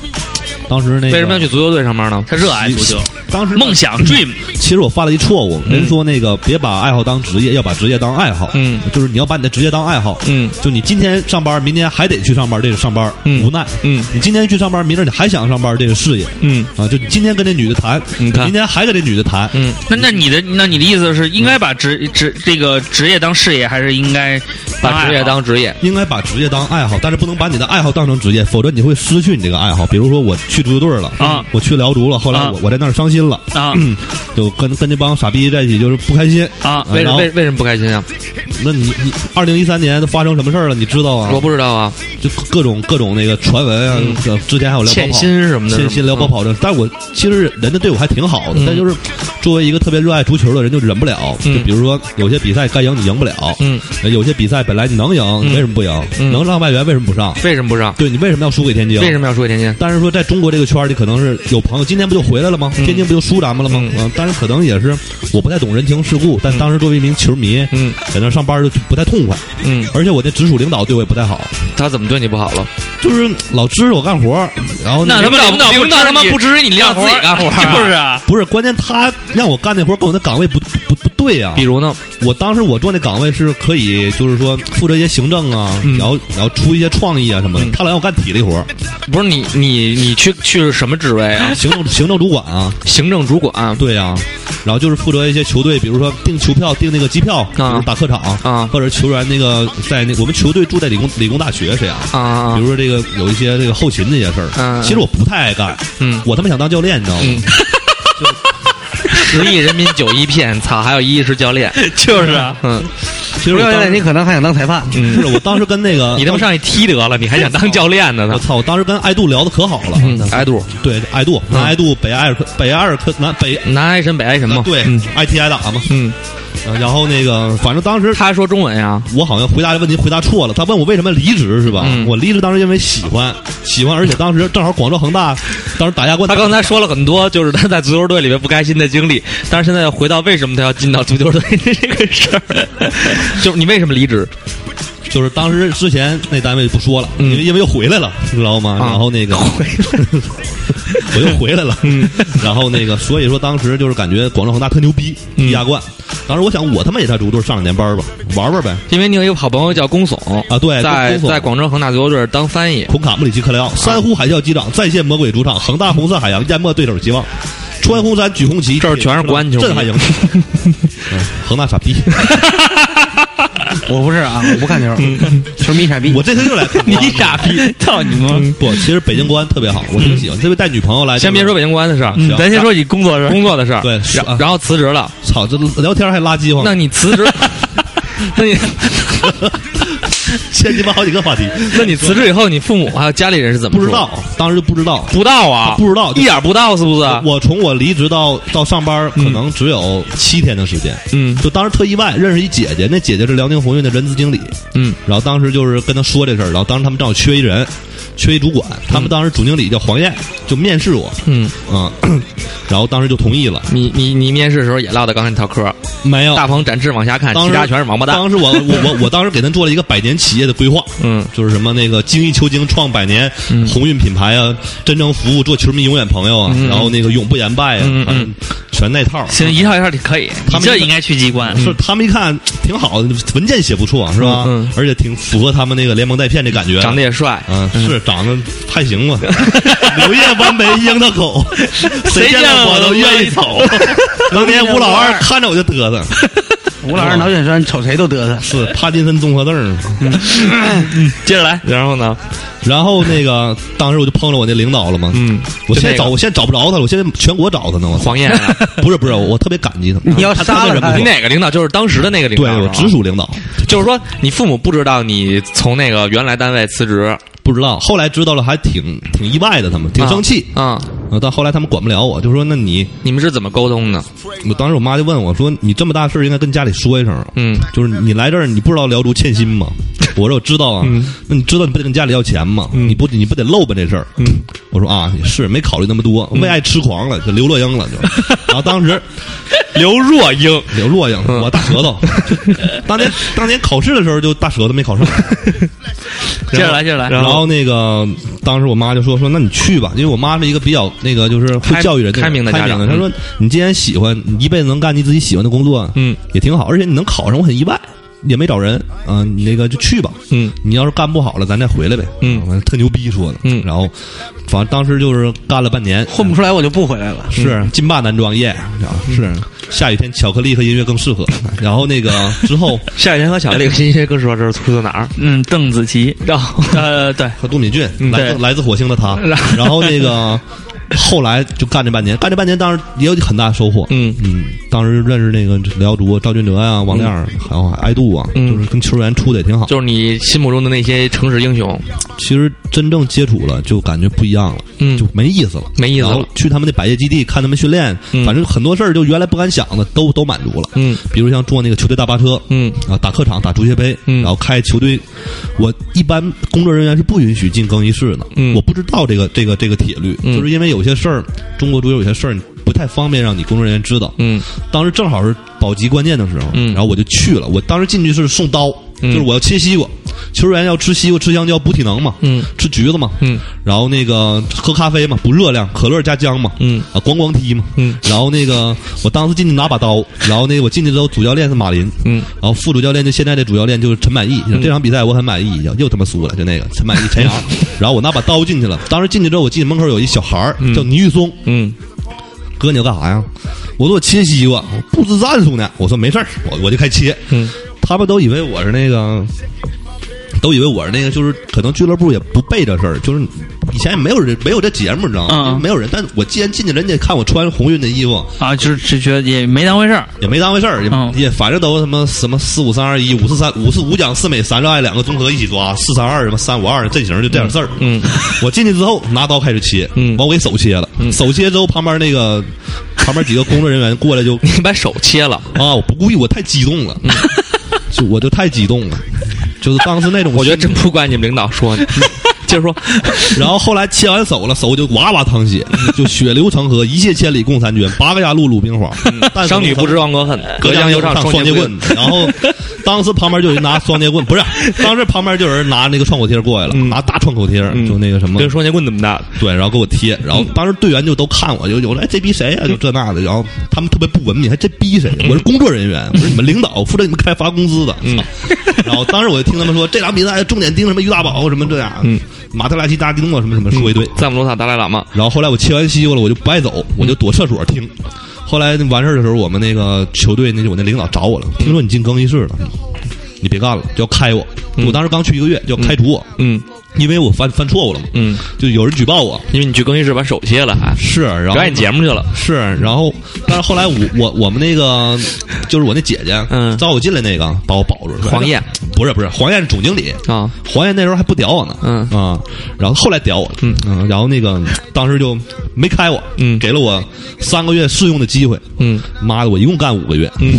D: 当时那个
B: 为什么要去足球队上班呢？
A: 他热爱足球，
D: 当时
A: 梦想 dream
D: 其实我犯了一错误，人
B: 嗯
D: 说那个别把爱好当职业，要把职业当爱好。
B: 嗯，
D: 就是你要把你的职业当爱好。
B: 嗯
D: 就你今天上班，明天还得去上班，这是上班。
B: 嗯
D: 无奈。
B: 嗯
D: 你今天去上班，明天你还想上班，这是事业。
B: 嗯
D: 啊，就你今天跟这女的谈，
B: 你看
D: 明天还跟这女的谈。
B: 嗯，
A: 那那你的那你的意思是应该把职职这个职业当事业，还是应该啊
B: 把职业
A: 爱好
B: 当职业。
D: 应该把职业当爱好，但是不能把你的爱好当成职业，否则你会失去你这个爱好。比如说，我去足球队了
A: 啊
D: 我去辽足了，后来
A: 啊
D: 我我在那儿伤心了，嗯
A: 啊
D: 就跟跟那帮傻逼在一起，就是不开心。
A: 啊？
B: 为什么
D: 然后
B: 为为什么不开心啊？
D: 那你你二零一三年都发生什么事儿了？你知道啊？
B: 我不知道啊，
D: 就各种各种那个传闻啊，呃之前还有聊
B: 欠
D: 跑跑
B: 薪嗯什么的是吗，
D: 欠薪聊跑跑的，但我其实人家对我还挺好的，但就是作为一个特别热爱足球的人，就忍不了。就
B: 嗯
D: 比如说有些比赛该赢你赢不了，
B: 嗯，
D: 呃有些比赛本来你能赢，你为什么不赢？
B: 嗯
D: 能上外援为什么不上？
B: 为什么不上？
D: 对你为什么要输给天津？
B: 为什么要输给天津？
D: 但是说，在中国这个圈儿里，可能是有朋友今天不就回来了吗？
B: 嗯
D: 天津不就输咱们了吗？
B: 嗯
D: 啊但是可能也是我不太懂人情世故，但当时作为一名球迷，
B: 嗯
D: 在那上班就不太痛快，
B: 嗯，
D: 而且我那直属领导对我也不太好，
B: 他怎么对你不好了？
D: 就是老支持我干活儿，然后
A: 那他
D: 个
A: 妈领导
B: 领导他妈不支持你
A: 你
B: 干活，
A: 不是啊？
D: 不是关键他让我干那活儿跟我的岗位不不不不对呀、
B: 比如呢，
D: 我当时我做那岗位是可以，就是说负责一些行政啊，
B: 嗯
D: 然后然后出一些创意啊什么的。他老让我干体力活 儿，
B: 不是你你你去去什么职位啊？
D: 行政行政主管啊，
B: 行政主管啊
D: 对呀、然后就是负责一些球队，比如说订球票、订那个机票，比如打客场
B: 啊
D: 或者球员那个在那我们球队住在理工理工大学沈阳。
B: 啊
D: 比
B: 啊
D: 如说这个有一些这个后勤这些事儿，
B: 嗯
D: 其实我不太爱干，
B: 嗯
D: 我他妈想当教练，你知道吗？
B: 嗯，十亿人民九亿骗， 操，还有一亿是教练，
A: 就是啊，
B: 嗯
D: 其实
E: 不
D: 我
E: 要
D: 当时
E: 脸，你可能还想当裁判。
D: 不
B: 嗯，
D: 是我当时跟那个
B: 你他妈上去踢得了，你还想当教练呢？
D: 我
B: 呢？
D: 操！我当时跟爱杜聊的可好了，
B: 嗯，爱杜，
D: 对，爱杜，
B: 嗯
D: 南爱杜，北艾尔克，北艾尔克，南北，
B: 南挨神北挨神嘛，
D: 啊对
B: 嗯
D: ，ITI 打嘛。
B: 嗯，
D: 呃然后那个，反正当时
B: 他说中文啊呀，
D: 我好像回答的问题回答错了，他问我为什么离职是吧？
B: 嗯
D: 我离职当时因为喜欢，喜欢，而且当时正好广州恒大当时打亚冠，
B: 他刚才说了很多，就是他在足球队里面不开心的经历，但是现在要回到为什么他要进到足球队 这个事儿， 就是你为什么离职？
D: 就是当时之前那单位不说了，
B: 嗯
D: 因为因为又回来了，你知道吗？
B: 啊
D: 然 后那个我又回来了，
B: 嗯
D: 然后那个所以说当时就是感觉广州恒大特牛逼，
B: 嗯
D: 亚冠。当时我想我他妈也在足球队上两年班吧，玩玩呗。
B: 因为你有一个好朋友叫龚总，
D: 啊，对，
B: 在
D: 龚总
B: 在广州恒大足球队当翻译，
D: 孔卡穆里奇克莱奥，珊瑚海啸机长再现魔鬼主场，恒大红色海洋淹没对手希望，穿红衫举红旗，
B: 这儿全是国安球迷
D: 震撼赢。嗯 恒大傻逼，
E: 我不是啊，我不看球，球迷傻逼。
D: 我这次又来 看
A: 你傻逼，操你妈！
D: 不，其实北京国安特别好，我挺喜欢。这回带女朋友来，
B: 先别说北京国安的事儿，
D: 嗯
A: 咱先说你工作是
B: 工作的事儿，
D: 对是啊嗯
B: 然然后辞职了，
D: 操，这聊天还拉饥荒，
B: 那你辞 职，那你
D: 先鸡巴好几个话题，
B: 那你辞职以后，你父母还有家里人是怎么
D: 不
B: 说
D: 知道，当时就不知道，
B: 不到啊，
D: 不知道
B: 一点不到是不是？
D: 我从我离职到到上班，可能只有七天的时间。
B: 嗯
D: 就当时特意外认识一姐姐，那姐姐是辽宁鸿运的人资经理，
B: 嗯
D: 然后当时就是跟他说这事儿，然后当时他们正好缺一人，缺一主管，他们当时总经理叫黄燕，就面试我，
B: 嗯，
D: 嗯， 然后当时就同意了，
B: 你你你面试的时候也落到刚才那套嗑儿，
D: 没有。
B: 大鹏展翅往下看，
D: 嗯当
B: 其
D: 时
B: 他全是王八蛋。
D: 当时我我我我当时给他做了一个百年企业的规划，
B: 嗯
D: 就是什么那个精益求精创百年，
B: 嗯
D: 鸿运品牌啊，真诚服务做球迷永远朋友啊，
B: 嗯嗯
D: 然后那个永不言败啊，
B: 嗯嗯
D: 反正全那套。
A: 行，一套一套的可以，
D: 他
A: 你
D: 们
A: 这应该去机关。
B: 嗯
D: 是他们一看挺好的，文件写不错是吧？
B: 嗯嗯
D: 而且挺符合他们那个联盟带片这感觉。
B: 长得也帅，
D: 嗯，是长得还 行吧。柳叶弯眉樱桃口，谁见了我都愿意瞅。 当年吴老 二看着我就嘚瑟，
E: 吴老师、脑血栓，瞅谁都嘚瑟。
D: 是帕金森综合症嘛。
B: 接着
D: 哎
B: 来，然后呢？
D: 然后那个当时我就碰着我那领导了嘛，
B: 嗯，
D: 我
B: 就
D: 现在
B: 那
D: 找
B: 个
D: 我现在找不着他了，我现在全国找 他呢。我操
B: 黄燕啊，
D: 不是不是，我特别感激他。
B: 啊
E: 你要
D: 他
E: 杀了
B: 你
D: 他们
E: 他
D: 人不错
B: 哪个领导？就是当时的那个领导，
D: 哎对我直，属领导，
B: 就是说你父母不知道你从那个原来单位辞职，
D: 不知道啊后来知道了，还挺挺意外的，他们挺生气。
B: 啊。
D: 呃，到后来他们管不了我，就说那你，
B: 你们是怎么沟通的？
D: 我当时我妈就问我说，你这么大事儿应该跟家里说一声啊，
B: 嗯
D: 就是你来这儿你不知道辽足欠薪吗？我说我知道啊，
B: 嗯
D: 那你知道你不得跟家里要钱吗？你不你不得漏吧这事儿？
B: 嗯
D: 我说啊也是没考虑那么多，为爱痴狂了，就刘若英了就，然后当时
B: 刘若英，
D: 刘若英，
B: 嗯
D: 我大舌 头，当年当年考试的时候就大舌头没考上，
A: 接着来，接着来。
D: 然后那个，当时我妈就说说，那你去吧，因为我妈是一个比较那个就是会
B: 开
D: 教育人的人、
B: 开明的家长
D: 她说你既然喜欢，你一辈子能干你自己喜欢的工作，
B: 嗯，
D: 也挺好，而且你能考上，我很意外，也没找人，啊、你那个就去吧，
B: 嗯
D: 你要是干不好了，咱再回来呗，
B: 嗯
D: 啊特牛逼说的，
B: 嗯
D: 然后反正当时就是干了半年，
E: 混不出来我就不回来了。
D: 是劲霸男装耶，然后是
B: 嗯
D: 下雨天巧克力和音乐更适合，然后那个之后
B: 夏雨天和小丽新些更说这是出自哪儿？
A: 嗯，邓紫 棋，
B: 然后
A: 呃，对，
D: 和杜敏俊，
A: 嗯
D: 来自
A: 对
D: 来自火星 的他，然后那个后来就干这半年，干这半年当然也有很大收获，
B: 嗯
D: 嗯，当时认识那个辽足赵俊哲呀、王亮儿，还有爱杜啊，
B: 嗯
D: 就是跟球员处的也挺好。
B: 就是你心目中的那些城市英雄，
D: 其实真正接触了，就感觉不一样了，
B: 嗯
D: 就没意思了，
B: 没意思
D: 然后
B: 了。
D: 去他们那百业基地看他们训练，
B: 嗯
D: 反正很多事儿就原来不敢想的都都满足了，
B: 嗯
D: 比如像坐那个球队大巴车，
B: 嗯
D: 啊，打客场、打足协杯，
B: 嗯
D: 然后开球队，我一般工作人员是不允许进更衣室的。
B: 嗯
D: 我不知道这个这个这个铁律，
B: 嗯
D: 就是因为有些事儿，中国足球有些事儿不太方便让你工作人员知道。
B: 嗯
D: 当时正好是保级关键的时候，
B: 嗯
D: 然后我就去了。我当时进去是送刀，
B: 嗯
D: 就是我要切西瓜，球员要吃西瓜、吃香蕉补体能嘛，
H: 嗯
D: 吃橘子嘛，
H: 嗯
D: 然后那个喝咖啡嘛，补热量，可乐加姜嘛，
H: 嗯
D: 啊，咣咣踢嘛，
H: 嗯
D: 然后那个我当时进去拿把刀，然后那个我进去之后，主教练是马林，
H: 嗯，
D: 然后副主教练就现在的主教练就是陈满意，这场比赛我很满意，又他妈输了，就那个陈满意陈阳， 然后我拿把刀进去了，当时进去之后，我记得门口有一小孩儿叫倪玉松，
H: 嗯
D: 哥你要干啥呀？我说我切西瓜，我不知战术呢，我说没事儿，我我就开切，
H: 嗯
D: 他们都以为我是那个，都以为我是那个，就是可能俱乐部也不备这事儿，就是以前也没有人没有这节目，你知道吗？
A: 嗯嗯
D: 没有人，但是我既然进去，人家看我穿红运的衣服，
A: 啊，就是就觉得也没当回事儿，
D: 也没当回事儿，也、
A: 嗯
D: 也反正都他妈什么四五三二一，五四三五四五讲四美三热爱两个综合一起抓，四三二什么三五二阵型就这点事儿。
H: 嗯
D: 我进去之后拿刀开始切，
H: 嗯
D: 把我给手切了，手切之后旁边那个旁边几个工作人员过来就
B: 你把手切了，
D: 啊，我不故意，我太激动
B: 嗯
D: 了， 就我就太激动了，就是当时那种，
B: 我觉得真。不怪你们领导说 你，接着说，
D: 然后后来切完手了，手就哇哇淌血，
B: 嗯
D: 就血流成河，一泻千里共婵娟，八个鸭绿鲁冰花，但
B: 嗯商女不知亡国恨，隔江犹唱
D: 双
B: 截
D: 棍。。然后当时旁边就有人拿双截棍，不是，当时旁边就有人拿那个创口贴过来了，拿大创口贴，就那个什么
B: 嗯
H: 跟。双截棍怎么大的？
D: 对，然后给我贴，然后当时队员就都看我，就有哎来这逼谁呀、就这那的，然后他们特别不文明，还哎这逼谁？我是工作人员，我是你们领导，我负责你们开发工资的。操然后当时我就听他们说，这场比赛哎重点盯什么于大宝什么这样，马特拉齐达丁诺什么什么说一堆。
B: 赞姆罗塔达赖喇嘛，
D: 然后后来我切完西瓜了，我就不爱走，我就躲厕所听。后来完事儿的时候，我们那个球队那就我那领导找我了，听说你进更衣室了，你别干了，就要开我。我当时刚去一个月，就要开除我，
B: 嗯
D: 因为我犯犯错误了嘛，
B: 嗯，
D: 就有人举报我。
B: 因为你去更衣室把手切了，还
D: 是，然后
B: 表演节目去了，
D: 是，然后但是后来我我我们那个就是我那姐姐，
B: 嗯
D: 招我进来那个把我保住了。
B: 黄燕
D: 不是不是，黄燕是总经理
B: 啊，
D: 黄燕那时候还不屌我呢，
B: 嗯
D: 啊，然后后来屌我了，嗯然后那个当时就没开我，
H: 嗯
D: 给了我三个月试用的机会，
H: 嗯
D: 妈的，我一共干五个月，
H: 嗯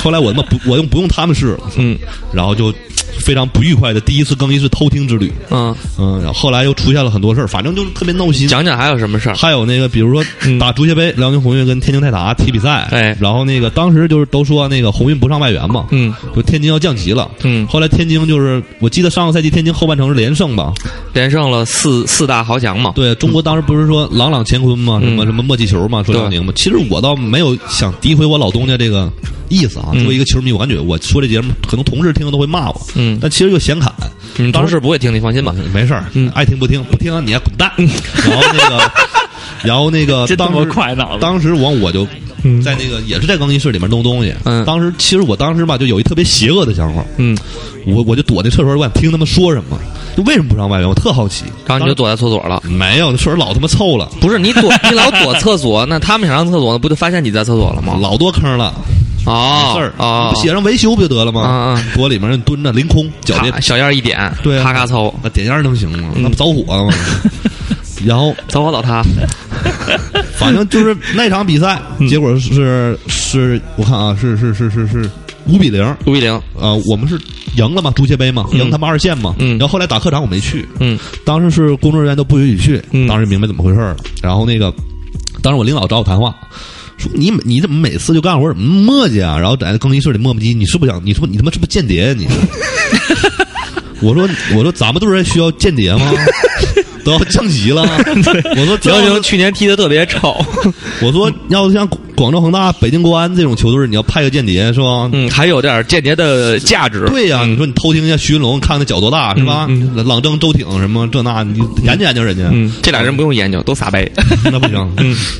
D: 后来我他妈不我用不用他们试了，
H: 嗯
D: 然后就非常不愉快的第一次更衣室偷听之旅，
B: 嗯，
D: 嗯，然后后来又出现了很多事儿，反正就是特别闹心，
B: 讲讲还有什么事儿？
D: 还有那个，比如说
H: 嗯
D: 打足协杯，辽宁宏运跟天津泰达踢比赛，
B: 哎
D: 然后那个当时就是都说那个宏运不上外援嘛，
H: 嗯，
D: 就天津要降级了，
H: 嗯
D: 后来天津就是我记得上个赛季天津后半程是连胜吧，
B: 连胜了四四大豪强嘛，
D: 对中国当时不是说朗朗乾坤嘛，什么
B: 嗯
D: 什么莫记球嘛，说辽宁嘛，其实我倒没有想诋毁我老东家这个意思啊，作为一个球迷，我感觉我说这节目可能同事听了都会骂我，
B: 嗯
D: 但其实就显侃，
B: 你嗯们同事不会听，你放心吧。
D: 没事儿，爱听不听，不听你还滚蛋，然后那个。然后那个
A: 真他
D: 当
A: 妈
D: 时
A: 快脑子。
D: 当时我我就
H: 嗯
D: 在那个也是在更衣室里面弄东西。
B: 嗯
D: 当时其实我当时吧就有一特别邪恶的想法，
B: 嗯，
D: 我我就躲那厕所，我想听他们说什么，就为什么不上外援，我特好奇。
B: 然后你就躲在厕所了。
D: 当时没有，那厕所老他妈臭了，
B: 不是你躲，你老躲厕所，那他们想上厕所，不就发现你在厕所了吗？
D: 老多坑了，
B: 哦，
D: 没事儿
B: 哦，
D: 不写上维修不就得了
B: 嗯
D: 吗
B: 嗯？
D: 躲里面蹲着凌空，脚
B: 咔
D: 别
B: 小样一点，
D: 对啊
B: 咔咔抽，
D: 那点烟能行吗？那不着火了吗？然后
B: 走我老他，
D: 反 正就是那场比赛，
B: 嗯
D: 结果是是，我看啊，是是是是是五比零，
B: 五比零，
D: 呃，我们是赢了嘛，足协杯嘛，赢他们二线嘛。
B: 嗯
D: 然后后来打客场我没去，
B: 嗯，
D: 当时是工作人员都不允许去，
H: 嗯
D: 当时明白怎么回事了。然后那个，当时我领导找我谈话，说你每你怎么每次就干活怎么磨叽啊？然后在那更衣室里磨磨唧，你是不是想你是不是你他妈是不是间谍呀、啊你？ 我说我说咱们队儿还需要间谍吗？ 都要降级了， 我说
B: 辽
D: 要
B: 宁去年踢的特别臭，
D: 我说要是像广广州恒大、北京国安这种球队，你要派个间谍是 吧？
B: 嗯，还有点间谍的价值，嗯
D: 对呀、你说你偷听一下徐云龙，看看那脚多大是吧？
H: 嗯
D: 朗征、周挺什么这那，你研究研究人家，
H: 嗯
B: 这俩人不用研究，都撒杯，
D: 那不行，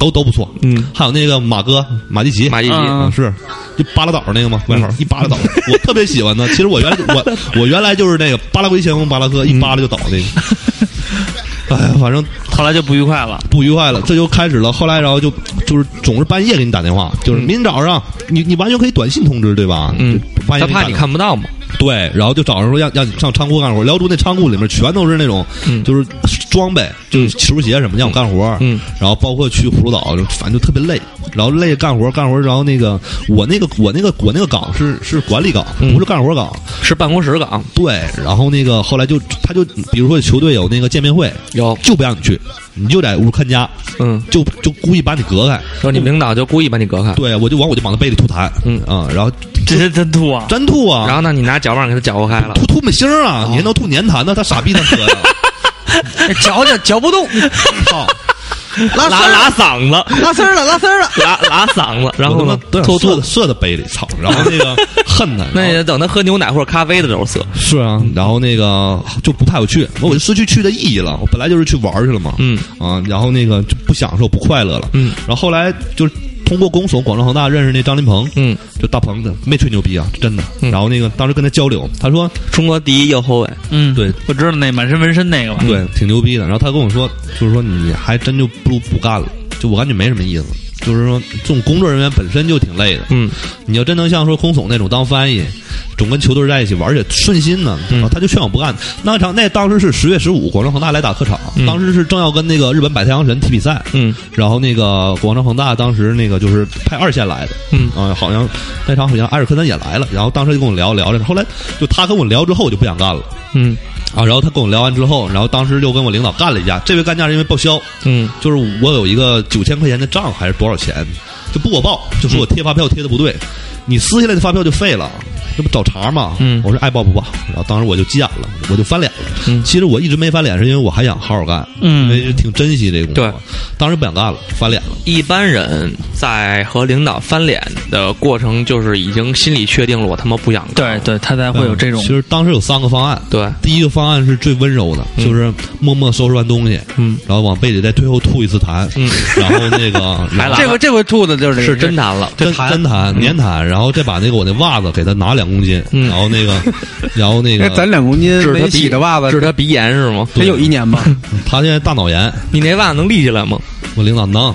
D: 都都不错。
H: 嗯
D: 还有那个马哥马蒂奇，
B: 马一奇，
A: 嗯
D: 啊是，就巴拉岛那个嘛，外号、一巴拉倒，我特别喜欢他。其实我原来我我原来就是那个巴拉圭前锋巴拉克，一巴拉就倒那个。 哎呀，反正
A: 后来就不愉快了，
D: 不愉快了，这就开始了。后来，然后就就是总是半夜给你打电话，就是
A: 嗯
D: 明天早上，你你完全可以短信通知，对吧？
B: 嗯
D: 就半
B: 他
D: 夜给打
B: 怕你
D: 电话
B: 看不到嘛，
A: 嗯
D: 对，然后就找人说让让你上仓库干活，辽中那仓库里面全都是那种，就是装备，就是球鞋什么，让我干活，
H: 嗯，
D: 然后包括去葫芦岛，就反正就特别累，然后累干活干活，然后那个我那个我那个我那个岗是是管理岗，
B: 嗯
D: 不是干活岗，
B: 是办公室岗，
D: 对，然后那个后来就他就比如说球队有那个见面会，
B: 有，
D: 就不让你去，你就在屋看家，
B: 嗯，
D: 就就故意把你隔开，
B: 说你领导就故意把你隔开，
D: 对我就往我就往他背里吐痰，
B: 嗯
D: 啊，然后
A: 这是真吐啊！
D: 真吐啊，
B: 然后哦呢，你拿脚腕给他搅和开了，
D: 吐吐沫星儿啊，你还能吐粘痰呢？他傻逼他咳呀，
E: 嚼嚼嚼不动，
D: 操！啊
E: 拉丝
B: 拉
E: 儿
B: 拉
E: 了，
B: 嗓子，
E: 拉丝儿了，拉丝儿了。
B: 拉拉嗓子， 然后
D: 我
B: 呢
D: 他妈，都想
B: 偷
D: 射
B: 吐
D: 他，射他杯里，操！然后那个恨他，
B: 那
D: 然后
B: 也等他喝牛奶或者咖啡的时候瑟，
D: 是啊，然后那个就不派我去，我就失去去的意义了。我本来就是去玩儿去了嘛，
B: 嗯
D: 啊，然后那个就不享受、不快乐了，
B: 嗯。
D: 然后后来就是通过公所广州恒大认识那张林鹏，
B: 嗯，
D: 就大鹏的，没吹牛逼啊，真的。
B: 嗯
D: 然后那个当时跟他交流，他说
B: 中国第一右后卫，
A: 嗯，
D: 对，
A: 我知道那满身纹身那个
B: 嗯
A: 吧？
D: 对，挺牛逼的。然后他跟我说，就是说你还真就不如不干了，就我感觉没什么意思。就是说，这种工作人员本身就挺累的，
B: 嗯，
D: 你要真能像说空总那种当翻译，总跟球队在一起玩，而且顺心呢，
B: 嗯
D: 啊他就劝我不干。那场那当时是十月十五，广州恒大来打客场，
B: 嗯
D: 当时是正要跟那个日本百太阳神踢比赛，
B: 嗯
D: 然后那个广州恒大当时那个就是派二线来的，
B: 嗯
D: 啊、好像那场好像埃尔克森也来了，然后当时就跟我聊聊着，后来就他跟我聊之后，我就不想干了。
B: 嗯
D: 啊，然后他跟我聊完之后，然后当时就跟我领导干了一架。这回干架是因为报销，
B: 嗯
D: 就是我有一个九千块钱的账还是多少钱，就不给我报，就说我贴发票贴的不对，你撕下来的发票就废了，这不找茬吗？
B: 嗯
D: 我说爱报不报，然后当时我就急眼了，我就翻脸了。
B: 嗯
D: 其实我一直没翻脸，是因为我还想好好干，因
A: 嗯，
D: 为挺珍惜这个工
B: 对
D: 作。当时不想干了，翻脸了。
B: 一般人在和领导翻脸的过程，就是已经心里确定了，我他妈不想干
A: 对
B: 了。
A: 对，他才会有这种
D: 其实当时有三个方案，
B: 对，
D: 第一个方案是最温柔的，
B: 嗯
D: 就是默默收拾完东西，
B: 嗯，
D: 然后往被里再最后吐一次痰，
B: 嗯
D: 然后 那个
B: 还来
E: 这回这回吐的就是这个
B: 是真谈了。
E: 这
D: 真
E: 痰
D: 真痰粘痰，然后再把那个我那袜子给他拿两公斤，
B: 嗯
D: 然后那个，然后那
E: 哎
D: 个，
E: 咱两公斤
B: 治他
E: 没
B: 鼻
E: 洗的袜
B: 治
E: 子，
B: 他鼻炎是吗？
E: 得有一年吧？
D: 他现在大脑炎，
B: 你那袜子能立起来吗？
D: 我领 导能，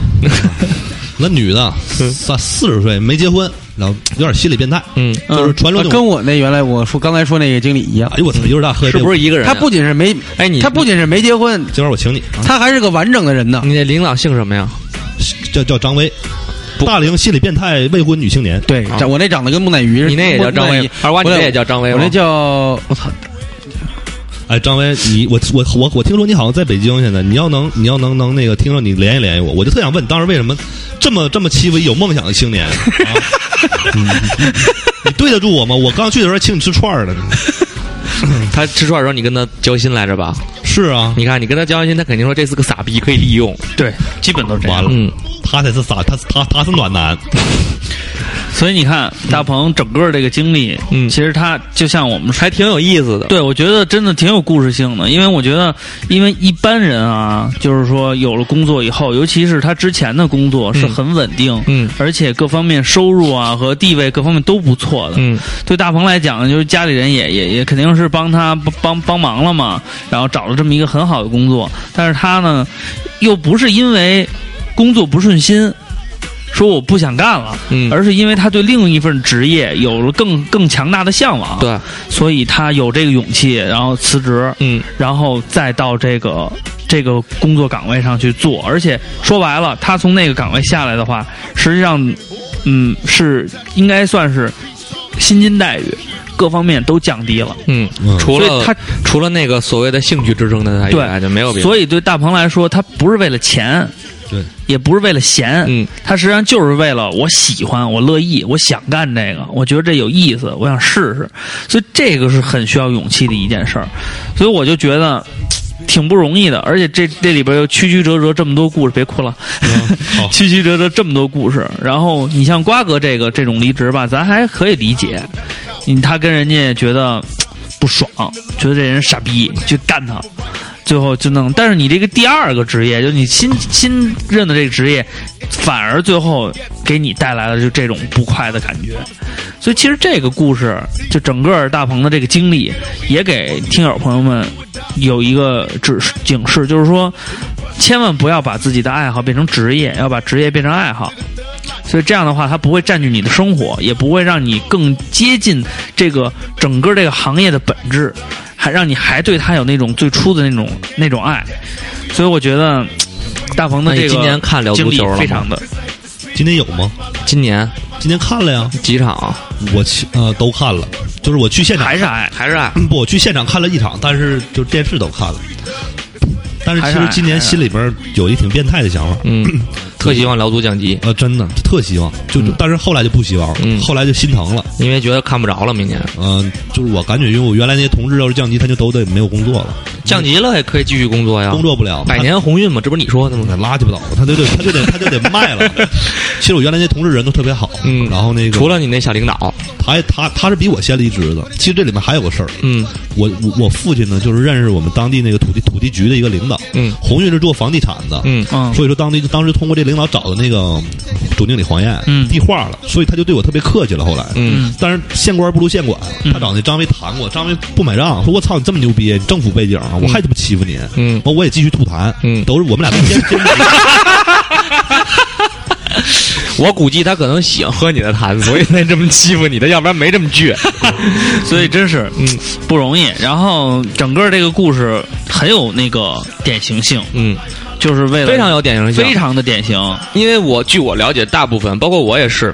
D: 那女的三四十岁没结婚，然后有点心理变态，
B: 嗯，
D: 就是传说
E: 嗯
D: 中
E: 跟我那原来我说刚才说那个经理一样
D: 哎，呦我操，一会儿大喝一
B: 是
D: 杯，
B: 不是一个人啊？
E: 他不仅是没
B: 哎你
E: 他不仅是没结婚，
D: 今晚我请你，啊
E: 他还是个完整的人呢。
B: 你那领导姓什么呀？
D: 叫叫张威，大龄心理变态未婚女青年，
E: 对，
B: 啊
E: 长我那长得跟木乃鱼似的，
B: 你那也叫张
E: 木乃
B: 威啊
E: 伊，
B: 二瓜，你
E: 我
B: 那也叫张威
E: 我
B: 吗
E: 那叫我操，
D: 哎，张威，你我我我我听说你好像在北京现在，你要能你要能能那个听说你联系联系我，我就特想问，当时为什么这么这么欺负一有梦想的 青年？啊嗯你你对得住我吗？我刚去的时候请你吃串儿呢。
B: 他吃串的时候你跟他交心来着吧？
D: 是啊，
B: 你看你跟他交心，他肯定说这是个傻逼，可以利用。
A: 对，基本都是这啊
D: 完
A: 样。
D: 了，
B: 嗯
D: 他才是傻，他他他是暖男。
A: 所以你看，大鹏整个这个经历，
B: 嗯
A: 其实他就像我们说
B: 还挺有意思的。
A: 对，我觉得真的挺有故事性的，因为我觉得，因为一般人啊，就是说有了工作以后，尤其是他之前的工作是
B: 嗯
A: 很稳定，
B: 嗯
A: 而且各方面收入啊和地位各方面都不错的，
B: 嗯
A: 对大鹏来讲，就是家里人也也也肯定是帮他帮帮帮忙了嘛，然后找了这么一个很好的工作，但是他呢，又不是因为工作不顺心，说我不想干了，
B: 嗯，
A: 而是因为他对另一份职业有了更更强大的向往，，
B: 对，
A: 所以他有这个勇气，然后辞职，
B: 嗯
A: 然后再到这个这个工作岗位上去做。而且说白了，他从那个岗位下来的话，实际上，嗯，是应该算是薪金待遇各方面都降低了。
B: 嗯，
D: 嗯
A: 所
B: 除了
A: 以他
B: 除了那个所谓的兴趣支撑的他以外，就没有别的。
A: 所以对大鹏来说，他不是为了钱，
D: 对，
A: 也不是为了闲，
B: 嗯，
A: 他实际上就是为了我喜欢，我乐意，我想干这个，我觉得这有意思，我想试试，所以这个是很需要勇气的一件事儿，所以我就觉得。挺不容易的，而且这这里边又曲曲折折这么多故事，别哭了，
D: 好
A: 曲曲折折这么多故事。然后你像瓜哥这个这种离职吧，咱还可以理解，你他跟人家觉得不爽，觉得这人傻逼，去干他，最后就弄。但是你这个第二个职业，就是你新新任的这个职业，反而最后给你带来了就这种不快的感觉。所以其实这个故事，就整个大鹏的这个经历，也给听友朋友们有一个指示警示，就是说，千万不要把自己的爱好变成职业，要把职业变成爱好。所以这样的话，它不会占据你的生活，也不会让你更接近这个整个这个行业的本质，还让你还对它有那种最初的那种那种爱。所以我觉得大鹏的
B: 那
A: 这
B: 你
A: 个
B: 今年看了
A: 经
B: 足
A: 历
B: 球了吗
A: 非常的
D: 今天有吗？
B: 今年
D: 今天看了呀，
B: 几场啊
D: 我去呃都看了，就是我去现场
A: 还是矮，
B: 还是爱
D: 嗯不，我去现场看了一场，但是就电视都看了。但是其
A: 还
D: 实
A: 是
D: 今年心里边有一挺变态的想法，
B: 嗯，特希望辽足降级，
D: 呃，真的特希望，就就但是后来就不希望了，
B: 嗯
D: 后来就心疼了，
B: 因为觉得看不着了，明年
D: 嗯、就是我感觉，因为我原来那些同志要是降级，他就都得没有工作了，
B: 降级了也可以继续工作呀，
D: 工作不了，
B: 啊百年鸿运嘛，这不是你说的吗？
D: 他拉鸡巴倒了，他就得他就得他就得卖了。 其实我原来那些同志人都特别好，
B: 嗯
D: 然后那个
B: 除了你那小领导，
D: 他他他是比我先离职的。其实这里面还有个事儿，
B: 嗯
D: 我我我父亲呢，就是认识我们当地那个土地土地局的一个领导，
B: 嗯
D: 鸿运是做房地产的，
B: 嗯
A: 嗯
D: 所以说当地当时通过这领导找的那个总经理黄燕，
A: 嗯
D: 递话了，所以他就对我特别客气了。后来，
B: 嗯，
D: 但是县官不如县管，
A: 嗯
D: 他找那张威谈过，张威不买账，说我操你这么牛逼，你政府背景啊，我还他妈欺负你，
B: 嗯
D: 完我也继续吐痰，
B: 嗯
D: 都是我们俩 先先
B: 我估计他可能喜欢喝你的痰，所以才这么欺负你的，要不然没这么倔。
A: 所以真是嗯不容易。然后整个这个故事很有那个典型性，
B: 嗯，
A: 就是为了
B: 非常有典型性，
A: 非常的典型，
B: 因为我据我了解，大部分包括我也是，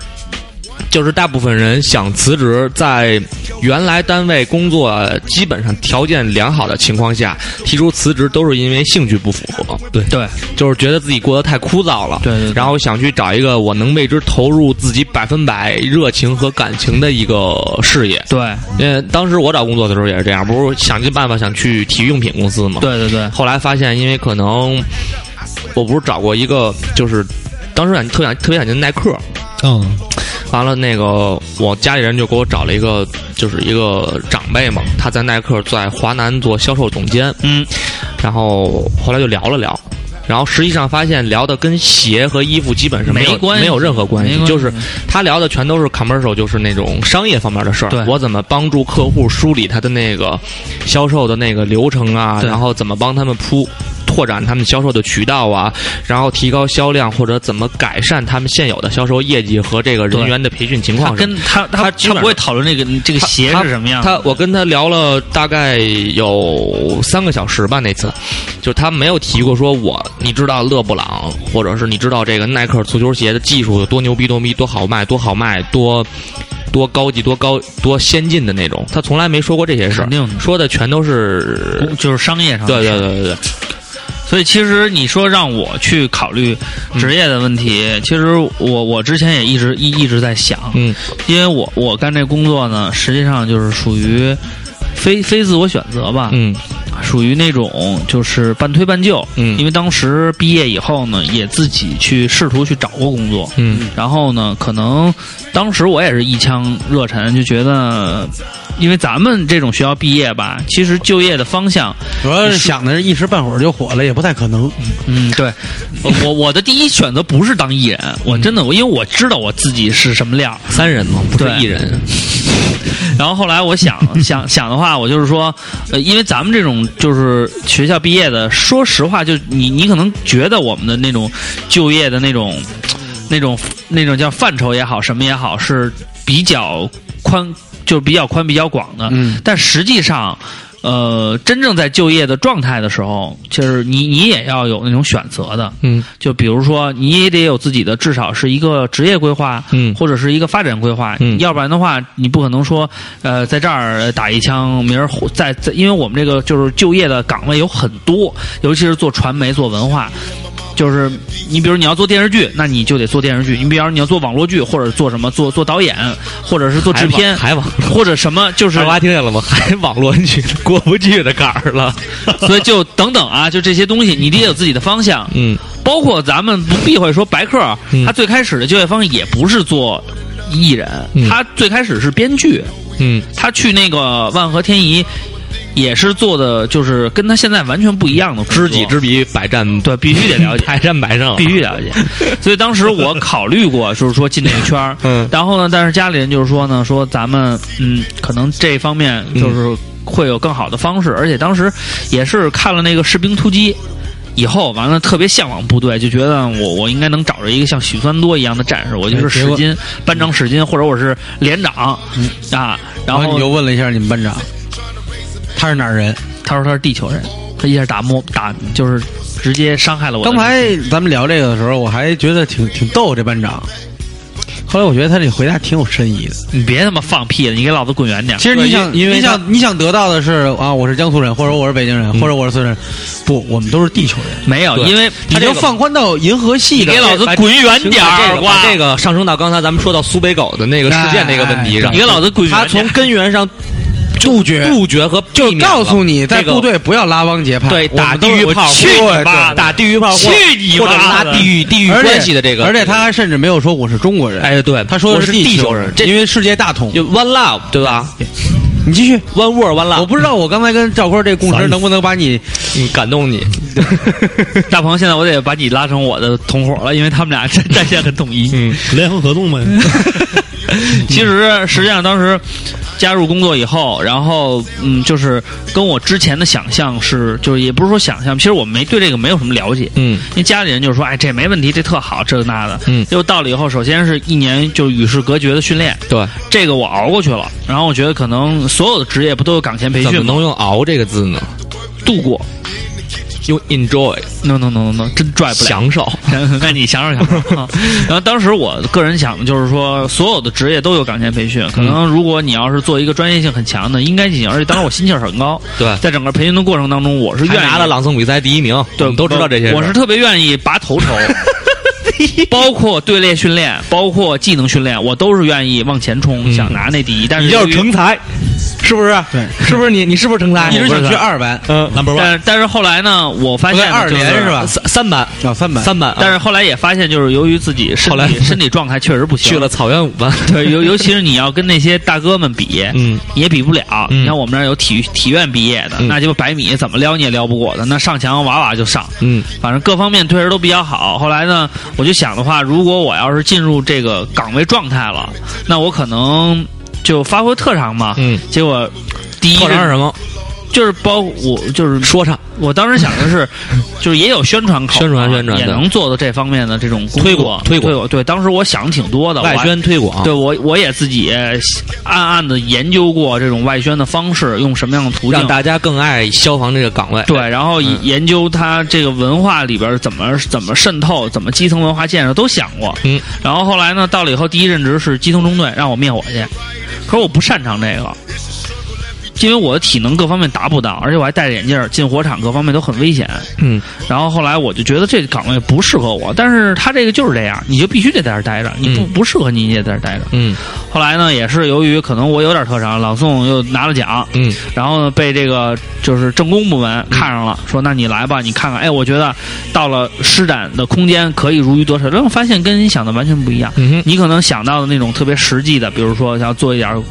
B: 就是大部分人想辞职，在原来单位工作基本上条件良好的情况下提出辞职，都是因为兴趣不符合，
D: 对
A: 对
B: 就是觉得自己过得太枯燥了，
A: 对对对
B: 然后想去找一个我能为之投入自己百分百热情和感情的一个事业。
A: 对
B: 因为当时我找工作的时候也是这样，不是想尽办法想去体育用品公司嘛，
A: 对对对，
B: 后来发现，因为可能我不是找过一个，就是当时想特想特别想进耐克，
D: 嗯
B: 完了那个我家里人就给我找了一个，就是一个长辈嘛，他在耐克在华南做销售总监，
A: 嗯
B: 然后后来就聊了聊。然后实际上发现聊的跟鞋和衣服基本是没有
A: 没关系
B: 有任何关
A: 没
B: 系，
A: 关系
B: 就是他聊的全都是 commercial，就是那种商业方面的事
A: 对
B: 儿。我怎么帮助客户梳理他的那个销售的那个流程啊，
A: 对
B: 然后怎么帮他们铺拓展他们销售的渠道啊，然后提高销量或者怎么改善他们现有的销售业绩和这个人
A: 对
B: 员的培训情
A: 他
B: 况什么的。
A: 跟他
B: 他
A: 他
B: 基本
A: 不会讨论这个这个鞋
B: 他
A: 是什么样的，
B: 他我跟他聊了大概有三个小时吧，那次，就是他没有提过说我，你知道勒布朗，或者是你知道这个耐克足球鞋的技术有多牛逼、多牛逼、多好卖、多好卖、多多高级、多高、多先进的那种，他从来没说过这些事儿
A: 肯定的，
B: 说的全都是
A: 不，就是商业上的
B: 对
A: 事
B: 对
A: 儿
B: 对对对，
A: 所以其实你说让我去考虑职业的问题，其实我我之前也一直一一直在想，
B: 嗯
A: 因为我我干这工作呢，实际上就是属于非非自我选择吧，
B: 嗯
A: 属于那种就是半推半就。
B: 嗯
A: 因为当时毕业以后呢，也自己去试图去找过工作，
B: 嗯
A: 然后呢，可能当时我也是一腔热忱，就觉得，因为咱们这种学校毕业吧，其实就业的方向
E: 主要是想的是一时半会儿就火了，也不太可能。
A: 嗯，对，我我我的第一选择不是当艺人，
B: 嗯
A: 我真的，我因为我知道我自己是什么料儿。
B: 三人嘛，不是
A: 对
B: 一人，
A: 然后后来我想想想的话，我就是说，呃，因为咱们这种就是学校毕业的，说实话，就你你可能觉得我们的那种就业的那种那种那种叫范畴也好，什么也好，是比较宽，就是比较宽比较广的。
E: 嗯，
A: 但实际上，呃，真正在就业的状态的时候，就是你你也要有那种选择的。
B: 嗯
A: 就比如说，你也得有自己的，至少是一个职业规划，
B: 嗯
A: 或者是一个发展规划，
B: 嗯
A: 要不然的话，你不可能说，呃，在这儿打一枪，明儿火在在，因为我们这个就是就业的岗位有很多，尤其是做传媒、做文化。就是你，比如你要做电视剧，那你就得做电视剧；你比方说你要做网络剧，或者做什么，做做导演，或者是做制片，
B: 还网。
A: 或者什么， 就是
B: 大妈听见了吗？还网络剧过不去的坎儿了。
A: 所以就等等啊，就这些东西，你得有自己的方向。
B: 嗯
A: 包括咱们不避讳说白客儿，
B: 嗯
A: 他最开始的就业方也不是做艺人，
B: 嗯
A: 他最开始是编剧，
B: 嗯
A: 他去那个万和天宜也是做的，就是跟他现在完全不一样的工作
B: 知己知彼，百战
A: 对，必须得了解。
B: 百战百胜，
A: 必须了解，所以当时我考虑过，就是说进这个圈儿，
B: 嗯
A: 然后呢，但是家里人就是说呢，说咱们嗯，可能这方面就是会有更好的方式，而且当时也是看了那个《士兵突击》。以后完了，特别向往部队，就觉得我我应该能找着一个像许三多一样的战士，我就是
E: 哎结
A: 史
E: 果
A: 金班长史金，或者我是连长、啊。然
E: 你
A: 后
E: 就问了一下你们班长，他是哪儿人？
A: 他说他是地球人，他一下打摸打就是直接伤害了我的
E: 刚才咱们聊这个的时候，我还觉得挺挺逗这班长，后来我觉得他这回答挺有深意的。
A: 你别他妈放屁了，你给老子滚远点！
E: 其实你想，
B: 对因因为
E: 你
B: 他
E: 想你想得到的是啊，我是江苏人，或者我是北京人，或者我是四川人，不，我们都是地球人。
A: 没有，
B: 对
A: 因为
E: 你
A: 他这
E: 就
A: 个
E: 放宽到银河系
A: 你
E: 的，
A: 给老子滚远点
B: 把这
A: 儿，
B: 个
A: 瓜
B: 把这个上升到刚才咱们说到苏北狗的那个事件那个问题上，
A: 哎你给老子滚
B: 他
A: 远点
B: 从
A: 儿！
B: 根源上
E: 杜绝，
B: 杜绝和
E: 就
B: 避免了
E: 告诉你，在
B: 这个
E: 部队不要拉帮结派，
B: 对
E: 我们
B: 打地
E: 都是
B: 狱炮，
E: 我去
B: 或
E: 你
B: 者
E: 妈的
B: 打地狱炮，或者
A: 去你妈
B: 或者拉
A: 的
B: 地狱地狱
E: 而且
B: 关系的这个，
E: 而且他还甚至没有说我是中国人，
B: 哎对，
E: 他说
B: 我
E: 的
B: 是
E: 地
B: 球
E: 人
B: 人，，这
E: 因为世界大同。
B: 就啊 one love 对吧
E: 你继续，
B: ？one word one
E: 我
B: love，
E: 不知道我刚才跟赵哥这共识能不能把你
B: 嗯感动你，
A: 大鹏，现在我得把你拉成我的同伙了，因为他们俩战战线很统一。
B: 嗯，
D: 联合合 纵呗。
A: 其实实际上当时加入工作以后，然后嗯，就是跟我之前的想象是，就是也不是说想象，其实我没对这个没有什么了解。
B: 嗯，
A: 因为家里人就说，哎，这没问题，这特好，这那的。
B: 嗯
A: 结果到了以后，首先是一年就与世隔绝的训练，
B: 对，
A: 这个我熬过去了。然后我觉得可能所有的职业不都有岗前培
B: 怎么
A: 训吗？
B: 能用熬这个字呢？
A: 度过
B: 用 enjoy
A: ？No No No No No，真拽哎不了。
B: 享受，
A: 那哎你想想想啊。然后当时我个人想的就是说，所有的职业都有岗前培训。可
B: 嗯
A: 能如果你要是做一个专业性很强的，应该进行。而且当时我心气儿很高，
B: 对
A: 在整个培训的过程当中，我是愿
B: 还
A: 意
B: 拿了朗诵比赛第一名，我
A: 对，
B: 们都知道这些事儿，
A: 我是特别愿意拔 头筹，包括队列训练，包括技能训练，我都是愿意往前冲，想拿那第一。但是
B: 嗯你就
A: 由
B: 是
A: 于
B: 成才，是不是？
E: 对，
B: 是不是你？你是不是成才？
E: 一直
B: 我不
E: 想
B: 是
E: 去二班，
B: 嗯，
D: Number one，
A: 但但是后来呢，我发
E: 不对，
A: 现
E: 二
A: 就
E: 连是？吧？
B: 三三班，
E: 啊，三班，
B: 三班啊，
A: 但是后来也发现，就是由于自己身
B: 后来
A: 体身体状态确实不行，
B: 去了草原舞班，
A: 对，尤尤其是你要跟那些大哥们比，
B: 嗯，
A: 也比不了。
B: 嗯
A: 你看我们那儿有体育体院毕业的，
B: 嗯
A: 那鸡巴百米怎么撩你也撩不过的，那上墙哇哇就上，
B: 嗯，
A: 反正各方面确实都比较好。后来呢，我就想的话，如果我要是进入这个岗位状态了，那我可能就发挥特长嘛。
B: 嗯，
A: 结果啊第一
B: 特长是
A: 是
B: 什么？
A: 就是包我就是
B: 说唱，
A: 我当时想的 是，就是也有宣传口嘛，啊
B: 宣传宣传
A: 也
B: 对
A: 能做到这方面的这种工作
B: 推广推广
A: 对，当时我想挺多的，我
B: 外
A: 还
B: 宣推广，
A: 对我我也自己暗暗的研究过这种外宣的方式，用什么样的途
B: 让
A: 径。
B: 大家更爱消防这个岗位。
A: 对，然后
B: 嗯
A: 研究它这个文化里边怎么怎么渗透，怎么基层文化建设都想过。
B: 嗯，
A: 然后后来呢，到了以后第一任职是基层中队，让我灭火去，可是我不擅长这个，因为我的体能各方面达不到，而且我还戴着眼镜儿，进火场各方面都很危险。
B: 嗯，
A: 然后后来我就觉得这个岗位不适合我，但是他这个就是这样，你就必须得在这儿待着，你不、
B: 嗯
A: 不适合你，你也在这儿待着。
B: 嗯
A: 后来呢，也是由于可能我有点特长，朗诵又拿了奖，
B: 嗯
A: 然后呢被这个就是政工部门看上了，说那你来吧，你看看，哎，我觉得到了施展的空间可以如鱼得水，然后发现跟你想的完全不一样。
B: 嗯哼
A: 你可能想到的那种特别实际的，比如说要做一点儿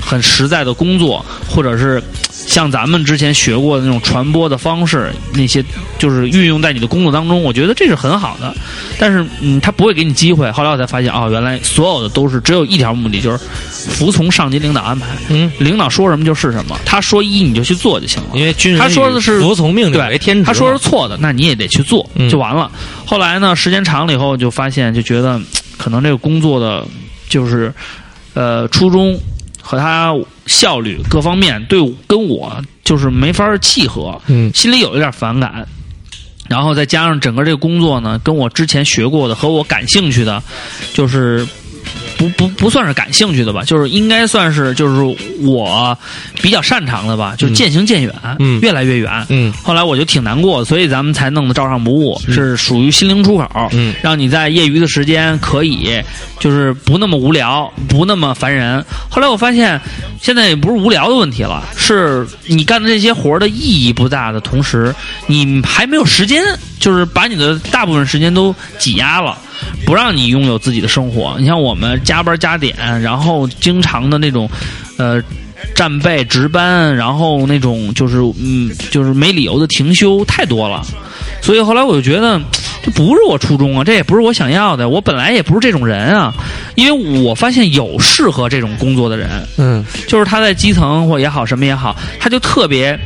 A: 很实在的工作，或者是像咱们之前学过的那种传播的方式，那些就是运用在你的工作当中，我觉得这是很好的。但是，嗯，他不会给你机会。后来我才发现，哦，原来所有的都是只有一条目的，就是服从上级领导安排，
B: 嗯，
A: 领导说什么就是什么，他说一你就去做就行了。
B: 因为军人
A: 他说的是
B: 以服从命令
A: 对
B: 为天职嘛，
A: 他说是错的，那你也得去做
B: 嗯，
A: 就完了。后来呢，时间长了以后，就发现就觉得嘖可能这个工作的，就是呃初衷和他效率各方面对我跟我就是没法儿契合，
B: 嗯
A: 心里有一点反感。然后再加上整个这个工作呢，跟我之前学过的和我感兴趣的，就是不不不算是感兴趣的吧，就是应该算是就是我比较擅长的吧，就是渐行渐远，
B: 嗯
A: 越来越远，
B: 嗯
A: 后来我就挺难过，所以咱们才弄的照上不误，是属于心灵出口，
B: 嗯
A: 让你在业余的时间可以就是不那么无聊，不那么烦人。后来我发现，现在也不是无聊的问题了，是你干的这些活儿的意义不大的同时，你还没有时间，就是把你的大部分时间都挤压了。不让你拥有自己的生活。你像我们加班加点，然后经常的那种，呃。站背值班，然后那种就是嗯，就是没理由的停休太多了，所以后来我就觉得这不是我初衷啊，这也不是我想要的，我本来也不是这种人啊，因为我发现有适合这种工作的人，
B: 嗯
A: 就是他在基层或也好什么也好，他就特别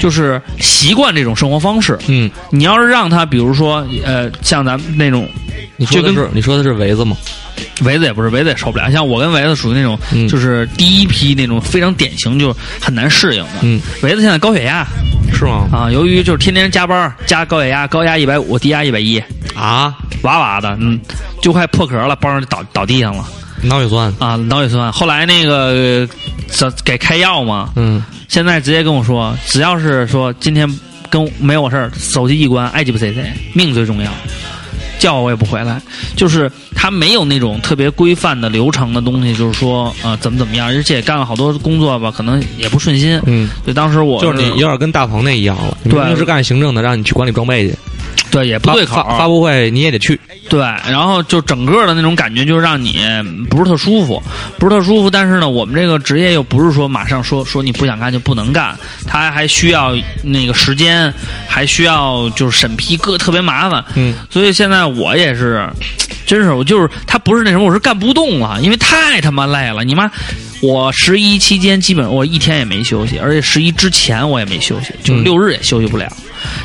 A: 就是习惯这种生活方式。
B: 嗯，
A: 你要是让他，比如说呃，像咱们那种
B: 你说的
A: 就跟
B: 是你说的是围子吗？
A: 维子也不是，维子也受不了。像我跟维子属于那种，
B: 嗯
A: 就是第一批那种非常典型，就很难适应的。
B: 嗯，
A: 维子现在高血压，
B: 是吗？
A: 啊，由于就是天天加班，加高血压，高压一百五，低压一百一，
B: 啊，
A: 哇哇的，嗯，就快破壳了，帮着倒倒地上了
B: 脑血栓，
A: 啊，脑血栓。后来那个呃这给开药嘛，
B: 嗯，
A: 现在直接跟我说，只要是说今天跟没我事儿，手机一关，爱鸡巴谁谁，命最重要。叫我我也不回来，就是他没有那种特别规范的流程的东西，就是说呃怎么怎么样，而且干了好多工作吧，可能也不顺心。
B: 嗯，
A: 就当时我
B: 就是你有点跟大鹏那一样了，你明明
A: 对
B: 是干行政的，让你去管理装备去，
A: 对也不
B: 发
A: 对口
B: 发发布会你也得去，
A: 对，然后就整个的那种感觉，就是让你不是特舒服，不是特舒服。但是呢，我们这个职业又不是说马上说说你不想干就不能干，它还需要那个时间，还需要就是审批各特别麻烦。
B: 嗯，
A: 所以现在我也是，真是我就是他不是那什么，我是干不动了，因为太他妈累了。你妈，我十一期间基本我一天也没休息，而且十一之前我也没休息，就是
B: 嗯
A: 六日也休息不了。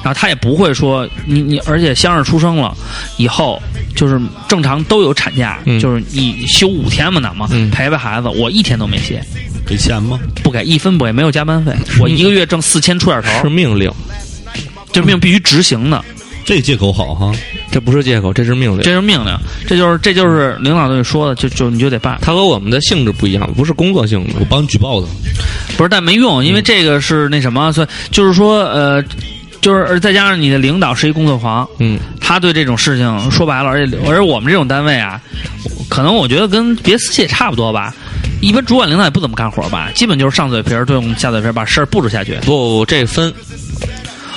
A: 然后他也不会说你你，而且香儿出生了以后，就是正常都有产假，
B: 嗯
A: 就是你休五天嘛，咱们、
B: 嗯
A: 陪陪孩子，我一天都没歇，
D: 给钱吗？
A: 不给一分不给，没有加 班费，我一个月挣四千出点头
B: 是嗯
A: 儿，
B: 命令，
A: 这命必须执行的。
D: 这借口好哈，
B: 这不是借口，这是命令。
A: 这就是命令，这就是这就是领导对你说的，就就你就得办。
B: 它和我们的性质不一样，不是工作性质
D: 我。帮你举报他。
A: 不是，但没用，
B: 嗯
A: 因为这个是那什么，所以就是说，呃，就是而再加上你的领导是一工作狂，
B: 嗯，
A: 他对这种事情说白了，而且而我们这种单位啊，可能我觉得跟别的私企也差不多吧。一般主管领导也不怎么干活吧，基本就是上嘴皮儿对用下嘴皮儿把事儿布置下去。
B: 不不不，这分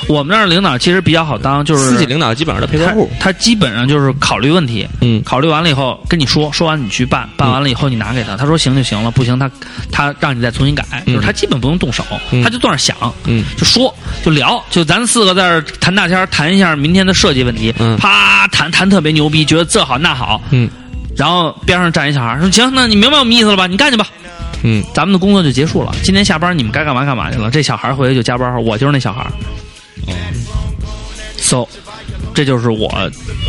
A: 我们那儿领导其实比较好当，就是
B: 私企领导基本上都陪客
A: 他
B: 户。
A: 他基本上就是考虑问题，
B: 嗯
A: 考虑完了以后跟你说，说完你去办，办完了以后你拿给他，他说行就行了，不行他他让你再重新改，
B: 嗯
A: 就是他基本不用动手，
B: 嗯
A: 他就坐那儿想，
B: 嗯
A: 就说就聊，就咱四个在这儿谈大天儿，谈一下明天的设计问题，
B: 嗯
A: 啪谈谈特别牛逼，觉得这好那好，
B: 嗯
A: 然后边上站一小孩儿说行，那你明白我们意思了吧？你干去吧，
B: 嗯，
A: 咱们的工作就结束了，今天下班你们该干嘛干嘛去了，这小孩儿回去就加班，我就是那小孩儿
D: 哦，
A: ，so。这就是我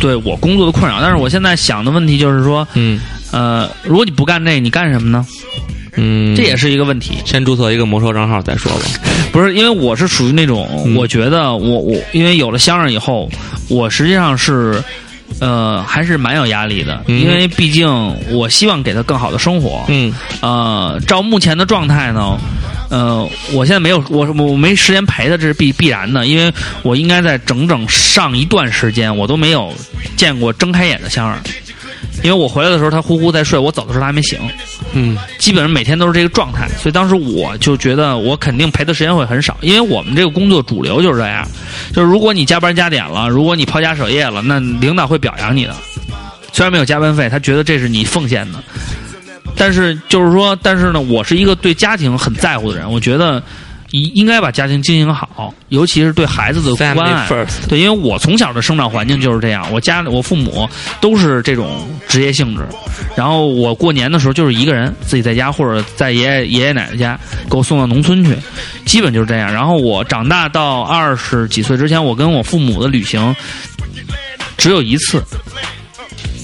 A: 对我工作的困扰，但是我现在想的问题就是说，
B: 嗯
A: 呃，如果你不干这，你干什么呢？
B: 嗯，
A: 这也是一个问题。
B: 先注册一个魔兽账号再说吧。
A: 不是，因为我是属于那种，
B: 嗯
A: 我觉得我我因为有了相声以后，我实际上是。呃，还是蛮有压力的，
B: 嗯
A: 因为毕竟我希望给他更好的生活。
B: 嗯
A: 呃，照目前的状态呢，呃，我现在没有我我没时间陪他，这是必必然的，因为我应该在整整上一段时间，我都没有见过睁开眼的香儿，因为我回来的时候他呼呼在睡，我走的时候他还没醒，
B: 嗯
A: 基本上每天都是这个状态，所以当时我就觉得我肯定陪的时间会很少，因为我们这个工作主流就是这样，就是如果你加班加点了，如果你抛家舍业了，那领导会表扬你的，虽然没有加班费，他觉得这是你奉献的，但是就是说，但是呢，我是一个对家庭很在乎的人，我觉得应应该把家庭经营好，尤其是对孩子的关
B: ，Family
A: 爱。
B: first。
A: 对，因为我从小的生长环境就是这样，我家里我父母都是这种职业性质，然后我过年的时候就是一个人自己在家或者在爷爷爷爷奶奶家给我送到农村去，基本就是这样。然后我长大到二十几岁之前，我跟我父母的旅行只有一次。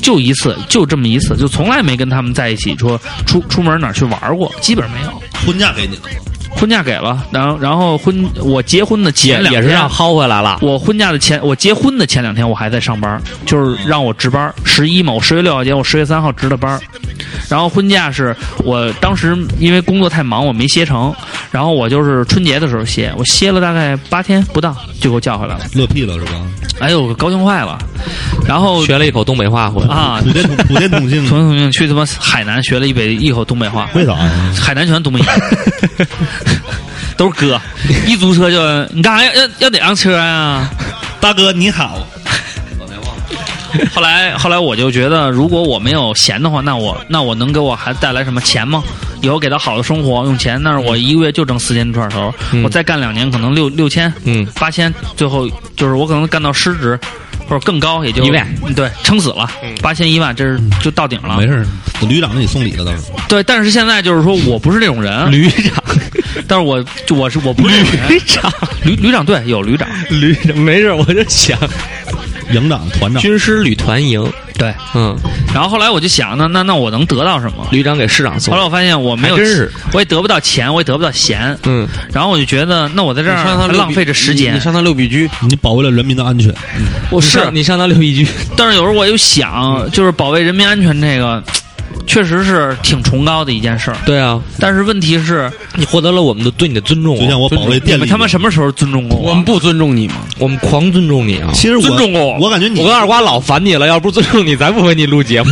A: 就一次，就这么一次，就从来没跟他们在一起说出出门哪儿去玩过，基本没有。
D: 婚假给你了吗？
A: 婚假给了，然后然后婚我结婚的前
B: 也
A: 两
B: 也是
A: 天
B: 让薅回来了，
A: 我婚假的前，我结婚的前两天我还在上班，就是让我值班。十一嘛，我十月六号结，我十月三号值的班。然后婚假是我当时因为工作太忙，我没歇成。然后我就是春节的时候歇，我歇了大概八天不到，就给我叫回来了。
D: 乐屁了是吧？
A: 哎呦，高兴坏了。然后
B: 学了一口东北话回来。
A: 啊，
D: 普天同普天同庆
A: 重，庆同庆去他妈海南学了一北一口东北话，
D: 为啥呀？
A: 海南全东北人，都是哥。一租车就你干啥要要要哪辆车啊？
D: 大哥你好，
A: 后来，后来我就觉得，如果我没有闲的话，那我那我能给我孩子带来什么钱吗？以后给他好的生活用钱，但是我一个月就挣四千出头，
B: 嗯
A: 我再干两年可能六六千、
B: 嗯
A: 八千，最后就是我可能干到失职或者更高，也就
B: 一万，嗯
A: 对，撑死了，八千一万，这是就到顶了
D: 没。事儿，我旅长给你送礼了，当时
A: 对，但是现在就是说我不是这种人，
B: 旅长，
A: 但是我就我是我不是旅长，旅旅长
B: 嗯
A: 对有旅长，
B: 旅长，没事，我就想啊
D: 营长团长
B: 军师旅团营，
A: 对，
B: 嗯，
A: 然后后来我就想，那那那我能得到什么？
B: 旅长给市长送
A: 后来，我发现我没有，
B: 还真是
A: 我也得不到钱，我也得不到闲，
B: 嗯，
A: 然后我就觉得，那我在这儿还浪费着时
E: 你
A: 间。
E: 上他六比居，
D: 你保卫了人民的安全，
B: 我是你上当六一局，
A: 但是有时候我又
B: 嗯
A: 想，就是保卫人民安全这个，确实是挺崇高的一件事儿。
B: 对啊，
A: 但是问题是，
B: 你获得了我们的对你的尊重啊，
D: 就像我
B: 尊
D: 保卫
A: 你
D: 电力
A: 们他妈什么时候尊重过
E: 我们不尊重你吗？
B: 我们狂尊重你啊！
D: 其实我
A: 尊重过我
D: 我感觉你
B: 我跟二瓜老烦你了，要不尊重你，咱不为你录节目。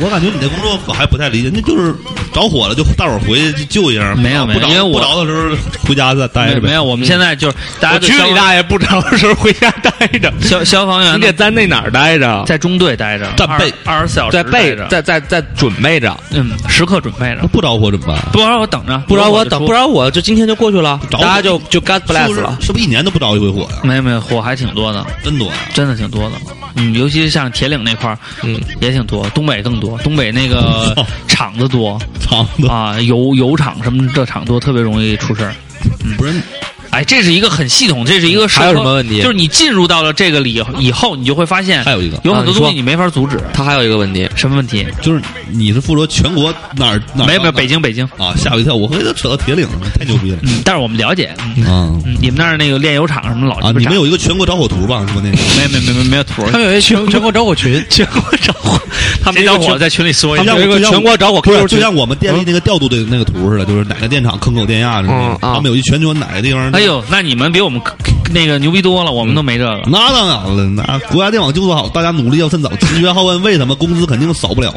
D: 我感觉你的工作我还不太理解，那就是着火了就大伙儿回去救一下，
A: 没有没有
D: 不着
A: 因为我
D: 不着的时候回家再待
A: 没
D: 着呗。
A: 没有，我们现在就是大家对
B: 嗯去
A: 消
B: 你 大爷！不着的时候回家待着，
A: 消消防员
B: 你
A: 呢
B: 得在那哪儿待着？
A: 在中队待着，
D: 在备
A: 二十四小时
B: 在备
A: 待
B: 在在在准备着，
A: 嗯，时刻准备着
D: 那，不着火怎么办？
A: 不让我等着，
B: 不然我
A: 就
B: 等，
A: 出
B: 不然我就今天就过去了，
D: 着
B: 大家就就 God
D: 是
B: bless
D: 不是
B: 了。
D: 是不是一年都不着一回火呀？
A: 没有没有，火还挺多的，
D: 真多呀！
A: 真的挺多的。嗯，尤其是像铁岭那块儿，
B: 嗯，
A: 也挺多，东北更多，东北那个厂子多
D: 藏的
A: 啊，油油厂什么这厂多，特别容易出事儿。
D: 不是
A: 哎，这是一个很系统，这是一个社
B: 还有
A: 科
B: 什么问题
A: 就是你进入到了这个里以后，你就会发现
D: 还有一个
A: 有很
B: 啊你
A: 多
B: 说
A: 东西你没法阻止。
B: 他还有一个问题，
A: 什么问题？
D: 就是你是负责全国哪儿哪儿？
A: 没有没
D: 哪
A: 有，
D: 儿
A: 北京北京。
D: 啊！吓我一跳，我回头扯到铁岭了，太牛逼了
A: 嗯，但是我们了解，嗯，
D: 啊！
A: 嗯你们那儿那个炼油厂什么老
D: 啊，
A: 鸡巴
D: 你们
A: 炸
D: 有一个全国着火图吧？是吧？那个
A: 没有没有没有没有没有图儿，
E: 他们有一全全国着火群，
A: 全国着火，他们着火在群里说一
D: 就
A: 下
D: 像。
B: 有一个
D: 就像
B: 全国着火
D: 不是
B: QQ 群
D: 就像我们电力那个调度的那个图似的，就是哪个电厂坑口电压什么
B: 嗯
D: 的，
B: 啊
D: 他们有一全国哪个地方？
A: 哎，呦，那你们比我们那个牛逼多了，我们都没这个。
D: 那当然了，那国家电网就做好，大家努力要趁早。七月号问为什么工资肯定少不了，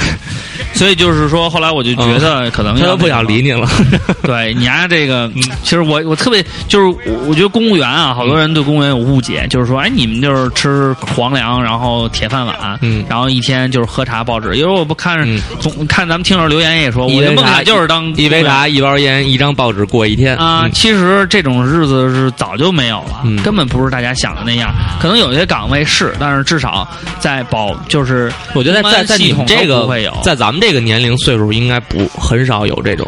A: 所以就是说，后来我就觉得可能
B: 嗯他都不想嗯理
A: 你。
B: 你了。
A: 对你丫、这个，其实我我特别就是我我觉得公务员啊，好多人对公务员有误解，就是说，哎，你们就是吃皇粮，然后铁饭碗，
B: 嗯
A: 然后一天就是喝茶报纸。因为我不看
B: 嗯
A: 总看咱们听友留言也说，
B: 一
A: 我的
B: 杯
A: 梦
B: 茶
A: 想就是当
B: 一
A: 公
B: 杯
A: 务员
B: 茶，一包烟，一张报纸过一天
A: 啊，其实这种日子是早就没有了，
B: 嗯
A: 根本不是大家想的那样。可能有些岗位是，但是至少在保就是
B: 我觉得在在在
A: 系
B: 你
A: 统
B: 们
A: 都
B: 这个
A: 不会有，
B: 在咱们这个年龄岁数，应该不很少有这种。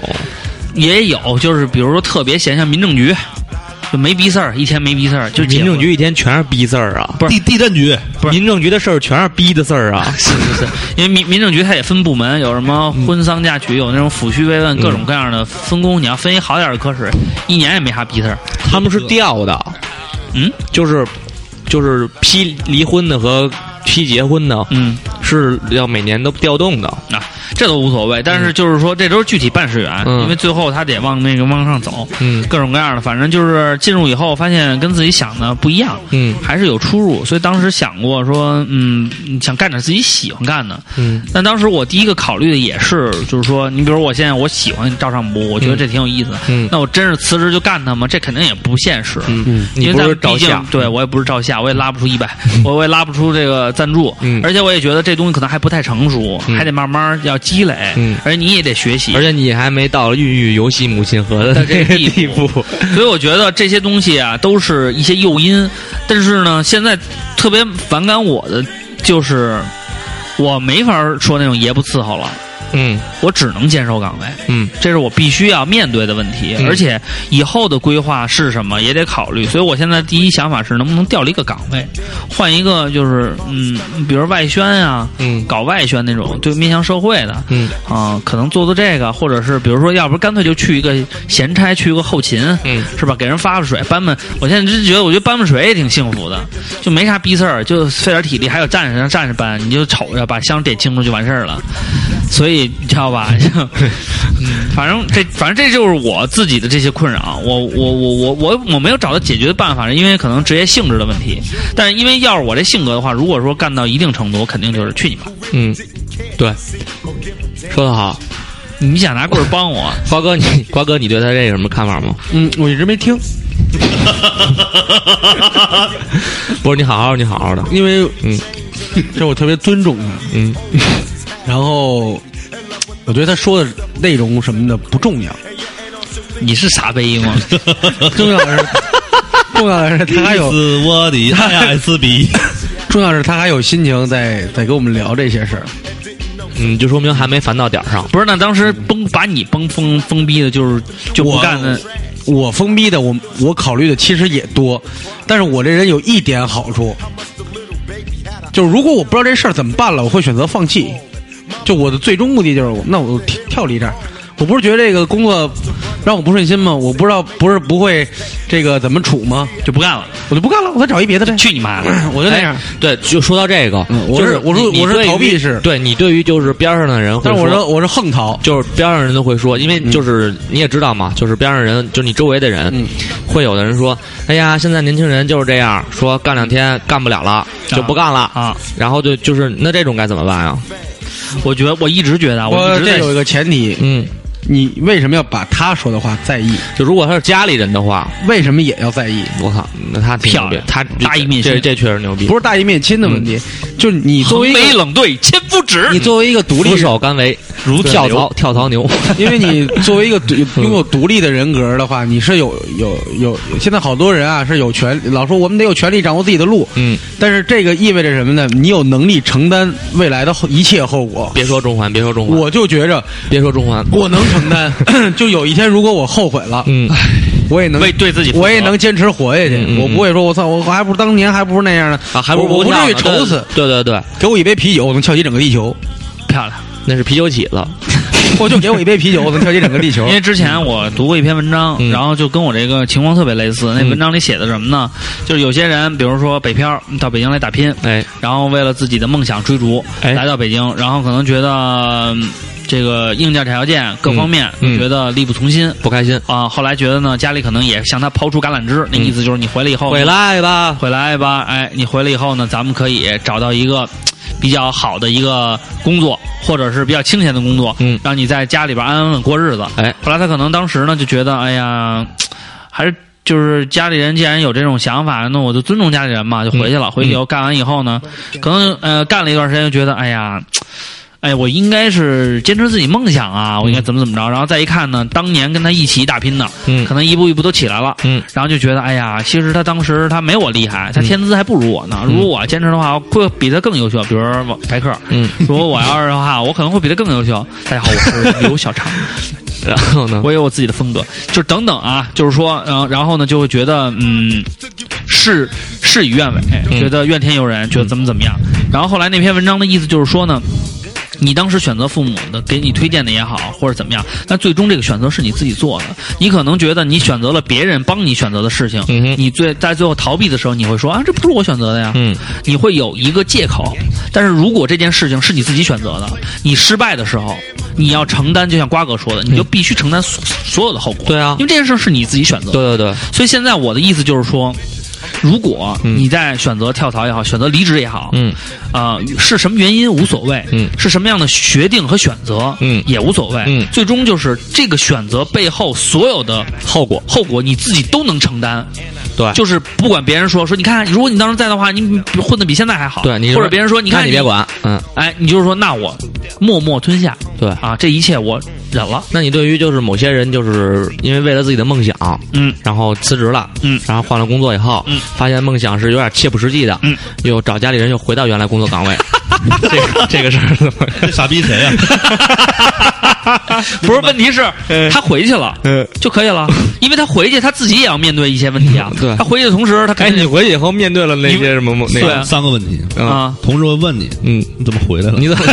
A: 也有就是比如说特别闲，像民政局就没逼事儿，一天没逼事儿，就
B: 民政
A: 结婚
B: 局一天全是逼字儿啊，
A: 不是
D: 地地震局
A: 不是
B: 民政局的事儿全是逼的事儿啊。
A: 是是是，因为民民政局它也分部门，有什么
B: 嗯
A: 婚丧嫁娶，有那种抚恤慰问，各种各样的分工。你要分一好点儿的科室，一年也没啥逼事儿。
B: 他们是调的，
A: 嗯，
B: 就是就是批离婚的和批结婚的，
A: 嗯，
B: 是要每年都调动的。
A: 啊，这都无所谓，但是就是说，这都是具体办事员，
B: 嗯
A: 因为最后他得往那个往上走，
B: 嗯
A: 各种各样的，反正就是进入以后发现跟自己想的不一样，
B: 嗯
A: 还是有出入，所以当时想过说，嗯，想干点自己喜欢干的。
B: 嗯
A: 但当时我第一个考虑的也是，就是说，你比如我现在我喜欢照相部，我觉得这挺有意思的，
B: 嗯
A: 那我真是辞职就干它吗？这肯定也不现实，
B: 嗯，你
A: 因
B: 不
A: 为咱
B: 是嗯
A: 们
B: 照
A: 毕竟
B: 相，
A: 对我也不是照相，我也拉不出一百，我我也拉不出这个赞助，
B: 嗯
A: 而且我也觉得这东西可能还不太成熟，
B: 嗯
A: 还得慢慢要积累，
B: 嗯
A: 而且你也得学习
B: 而。且你还没到孕育游戏母亲河的
A: 到这
B: 这个
A: 个
B: 地
A: 地
B: 步
A: 步。所以我觉得这些东西啊，都是一些诱因。但是呢，现在特别反感我的就是，我没法说那种爷不伺候了，
B: 嗯
A: 我只能坚守岗位。
B: 嗯，
A: 这是我必须要面对的问题，
B: 嗯
A: 而且以后的规划是什么也得考虑。所以我现在第一想法是，能不能调离一个岗位，换一个就是嗯，比如外宣啊，
B: 嗯
A: 搞外宣那种，就面向社会的，
B: 嗯
A: 啊、可能做做这个，或者是比如说，要不干脆就去一个闲差，去一个后勤，
B: 嗯，
A: 是吧？给人发发水，搬搬。我现在真觉得，我觉得搬搬水也挺幸福的，就没啥逼事儿，就费点体力，还有站着让站着搬，你就瞅着把箱点清楚就完事儿了。所以你知道吧？ 就嗯反正这反正这就是我自己的这些困扰，啊我我我我我我没有找到解决的办法，因为可能职业性质的问题。但是因为要是我这性格的话，如果说干到一定程度，我肯定就是去你妈！
B: 嗯，对，说得好，
A: 你想拿棍儿帮我，
B: 瓜哥你 瓜哥你对他这有什么看法吗？
E: 嗯，我一直没听，
B: 不是你好好你好好的，
E: 因为
B: 嗯
E: 这我特别尊重他。
B: 嗯
E: 然后我觉得他说的内容什么的不重要，
A: 你是傻贝一吗？
E: 呃重要的是重要的是他还有
D: 是 我的爱爱斯比，
E: 重要的是他还有心情在在跟我们聊这些事儿。
B: 嗯，就说明还没烦到点儿上。
A: 不是，那当时崩把你崩疯疯逼的，就是就不
E: 我
A: 干的。
E: 我封闭的，我我考虑的其实也多，但是我这人有一点好处，就是如果我不知道这事儿怎么办了，我会选择放弃。就我的最终目的就是我，那我跳跳离这儿。我不是觉得这个工作让我不顺心吗？我不知道不是不会这个怎么处吗？
A: 就不干了，
E: 我就不干了，我再找一别的呗。
A: 去你妈的！
E: 我就那样
B: 哎。对，就说到这个，
E: 我
B: 就是
E: 我说
B: 你
E: 我
B: 你
E: 是
B: 对于
E: 逃避式
B: 对你对于就是边上的人会，
E: 但是我说我是横逃，
B: 就是边上人都会说，因为就是你也知道嘛，就是边上人，就是你周围的人，
E: 嗯
B: 会有的人说，哎呀，现在年轻人就是这样，说干两天干不了了就不干了，
A: 啊！
B: 然后就就是那这种该怎么办啊？
A: 我觉得我一直觉得啊，
E: 我
A: 一直
E: 这
A: 在
E: 有一个前提，
B: 嗯，
E: 你为什么要把他说的话在意？
B: 就如果他是家里人的话，
E: 为什么也要在意？
B: 我靠，那他挺牛
A: 漂
B: 逼
A: 亮，
B: 他
A: 大义灭亲
B: 这这确实牛逼，
E: 不是大义灭亲的问题，就是你作为
A: 横
E: 一
A: 眉
E: 个
A: 冷对千夫指，
E: 你作为一个独立
B: 俯
E: 人，
B: 首甘为，
A: 如此
B: 跳
A: 流
B: 槽跳槽牛，
E: 因为你作为一个独拥有独立的人格的话，你是有有有，现在好多人啊是有权，老说我们得有权利掌握自己的路，
B: 嗯，
E: 但是这个意味着什么呢？你有能力承担未来的后一切后果。
B: 别说中环，别说中环，
E: 我就觉着
B: 别说中环，
E: 我能承担，就有一天如果我后悔了，
B: 嗯，
E: 我也能
A: 为对自己负责
E: 我也能坚持活下去，
B: 嗯嗯嗯
E: 我不会说我操，我还不如当年还不如那样呢，
B: 啊，还不如
E: 我我不
B: 跳
E: 至于
B: 呢
E: 愁死，，
B: 对对对对，
E: 给我一杯啤酒，我能跳起整个地球，
A: 漂亮。
B: 那是啤酒起子，
E: 我就给我一杯啤酒，我能跳起整个地 球
A: 因。为之前我读过一篇文章，
B: 嗯
A: 然后就跟我这个情况特别类似。那
B: 嗯
A: 文章里写的什么呢？就是有些人，比如说北漂到北京来打拼，
B: 哎，
A: 然后为了自己的梦想追逐，
B: 哎
A: 来到北京，然后可能觉得嗯这个硬件条件各方面、
B: 嗯嗯
A: 觉得力不从心。
B: 不开心，
A: 啊，后来觉得呢，家里可能也向他抛出橄榄枝，那
B: 嗯
A: 意思就是你回来以后，
B: 回来吧，
A: 回来吧，哎，你回来以后呢，咱们可以找到一个嘖比较好的一个工作，或者是比较清闲的工作，
B: 嗯
A: 让你在家里边安安稳稳过日子。
B: 哎，
A: 后来他可能当时呢就觉得，哎呀，嘖还是就是家里人既然有这种想法，那我就尊重家里人
B: 嗯
A: 嘛，就回去了。回去以后干完以后呢，可能呃干了一段时间，就觉得，哎呀。嘖哎，我应该是坚持自己梦想啊！我应该怎么怎么着？然后再一看呢，当年跟他一起打拼的，
B: 嗯
A: 可能一步一步都起来了。
B: 嗯，
A: 然后就觉得，哎呀，其实他当时他没我厉害，他
B: 嗯
A: 天资还不如我呢。
B: 嗯
A: 如果我坚持的话，我会比他更优秀。比如说王白客，
B: 嗯，
A: 如果我要是的话，我可能会比他更优秀。大家好，我是 刘小畅，
B: 然后呢，
A: 我也有我自己的风格，就是等等啊，就是说，嗯、然后呢，就会觉得，嗯，事事与愿违，
B: 嗯
A: 觉得怨天尤人，觉得怎么怎么样。然后后来那篇文章的意思就是说呢。你当时选择父母的给你推荐的也好，或者怎么样，但最终这个选择是你自己做的。你可能觉得你选择了别人帮你选择的事情，
B: 嗯哼
A: 你最在最后逃避的时候，你会说啊，这不是我选择的呀，
B: 嗯，
A: 你会有一个借口。但是如果这件事情是你自己选择的，你失败的时候，你要承担，就像瓜哥说的，你就必须承担所所有的后果。
B: 对啊
A: 因为这件事是你自己选择的。
B: 对对对，
A: 所以现在我的意思就是说，如果
B: 嗯
A: 你在选择跳槽也好，选择离职也好，
B: 嗯，
A: 啊、是什么原因无所谓，
B: 嗯
A: 是什么样的决定和选择，
B: 嗯
A: 也无所谓，
B: 嗯
A: 最终就是这个选择背后所有的后果，后果你自己都能承担，
B: 对
A: 就是不管别人说说，你看，如果你当时在的话，你混的比现在还好，
B: 对，你
A: 或者别人说，你
B: 看
A: 看
B: 你别，管，嗯，
A: 哎，你就是说，那我默默吞下
B: 对。
A: 啊，这一切我忍 了，
B: 那你对于就是某些人，就是因为为了自己的梦想，
A: 嗯
B: 然后辞职了，
A: 嗯
B: 然后换了工作以后，
A: 嗯
B: 发现梦想是有点切不实际的，
A: 嗯，
B: 又找家里人又回到原来工作岗 位，这个这个事儿怎么
D: 这傻逼谁呀、啊
A: 不是，问题是，
B: 呃
A: 他回去了，就可以 了，因为他回去他自己也要面对一些问题啊。
B: 对
A: 他回去的同时，他
B: 哎，
A: 肯
B: 你
A: 定
B: 回去以后面对了那些什么
A: 对
B: 那个，
A: 啊
D: 三个问题，
A: 啊，
D: 同事会问你，
B: 嗯，
D: 你怎么回来了？
B: 你怎么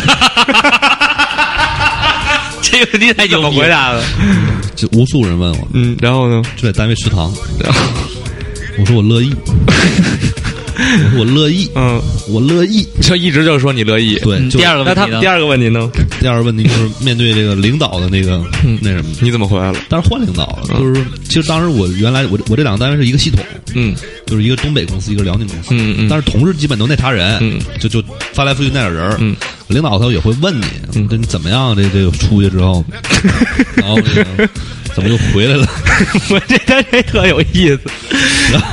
A: 这个你太牛逼了。
B: 答的？
D: 就无数人问我，
B: 嗯，然后呢？
D: 就在单位食堂，
A: 啊
D: 我说 我乐意，我说我乐意，
B: 嗯，
D: 我乐意。
B: 就一直就说你乐意。
D: 对，
A: 嗯
D: 就
A: 第二个
B: 那
A: 问
B: 他
A: 题呢
B: 第？二个问题呢？
D: 第二个问题就是面对这个领导的那个
A: 嗯
D: 那什么，
B: 你怎么回来了？
D: 但是换领导了，就是其实当时我原来我这我这两个单位是一个系统，
B: 嗯
D: 就是一个东北公司，一个辽宁公司，
B: 嗯嗯
D: 但是同事基本都那茬人，
B: 嗯
D: 就就翻来覆去那点人儿，
B: 嗯
D: 领导他也会问你，
B: 嗯
D: 这你怎么样？这这个出去之 后，然后那个怎么又回来了？
B: 我这单位特有意思。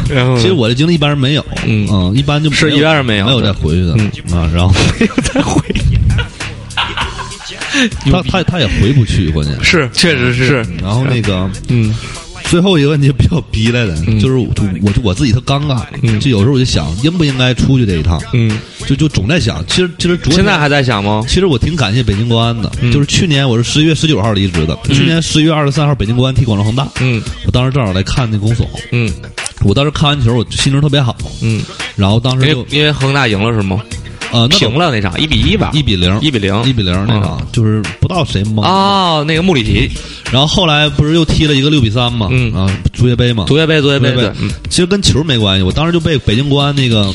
B: 然后呢
D: 其实我这经历一般人没有，
B: 嗯
D: 一般就没有
B: 是一般人没有
D: 没有再回去的、
B: 嗯
D: 啊。 然后
B: 又再回
D: 他他他也回不去，关键是。
B: 是，确实是，
D: 然后那个
B: 嗯
D: 最后一个问题比较逼来的，
B: 嗯
D: 就是我我我自己特尴尬，
B: 嗯
D: 就有时候我就想应不应该出去这一趟，
B: 嗯。
D: 就就总在想，其实其实昨天
B: 现在还在想吗？
D: 其实我挺感谢北京国安的，
B: 嗯
D: 就是去年我是十一月十九号离职的，去年十一月二十三号北京国安踢广州恒大，
B: 嗯
D: 我当时正好来看那公所，
B: 嗯
D: 我当时看完球我心情特别好，
B: 嗯，
D: 然后当
B: 因
D: 时就
B: 为因为恒大赢了是吗？
D: 呃，那
B: 平了那场一比一吧，
D: 一比零，
B: 一比零嗯
D: 一比零那场，就是不知道谁蒙。
B: 哦，那个穆里奇
D: 然后后来不是又踢了一个六比三嘛，
B: 嗯
D: 啊，足协杯嘛，
B: 足协杯，足协
D: 对
B: 杯，
D: 对
B: 对，嗯
D: 其实跟球没关系，我当时就被北京国安那个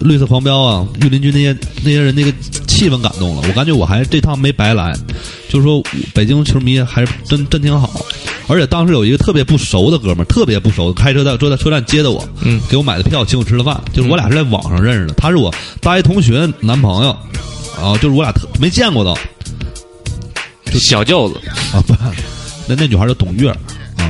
D: 绿色狂飙啊、御林军那些那些人那个气氛感动了。我感觉我还这趟没白来，就是说北京球迷还是真真挺好。而且当时有一个特别不熟的哥们儿，特别不熟，开车在车在车站接的我，
B: 嗯
D: 给我买的票，请我吃的饭，就是我俩是在网上认识的，他是我大学同学男朋友，啊，就是我俩特没见过都，
B: 小舅子
D: 啊不，那那女孩叫董月啊，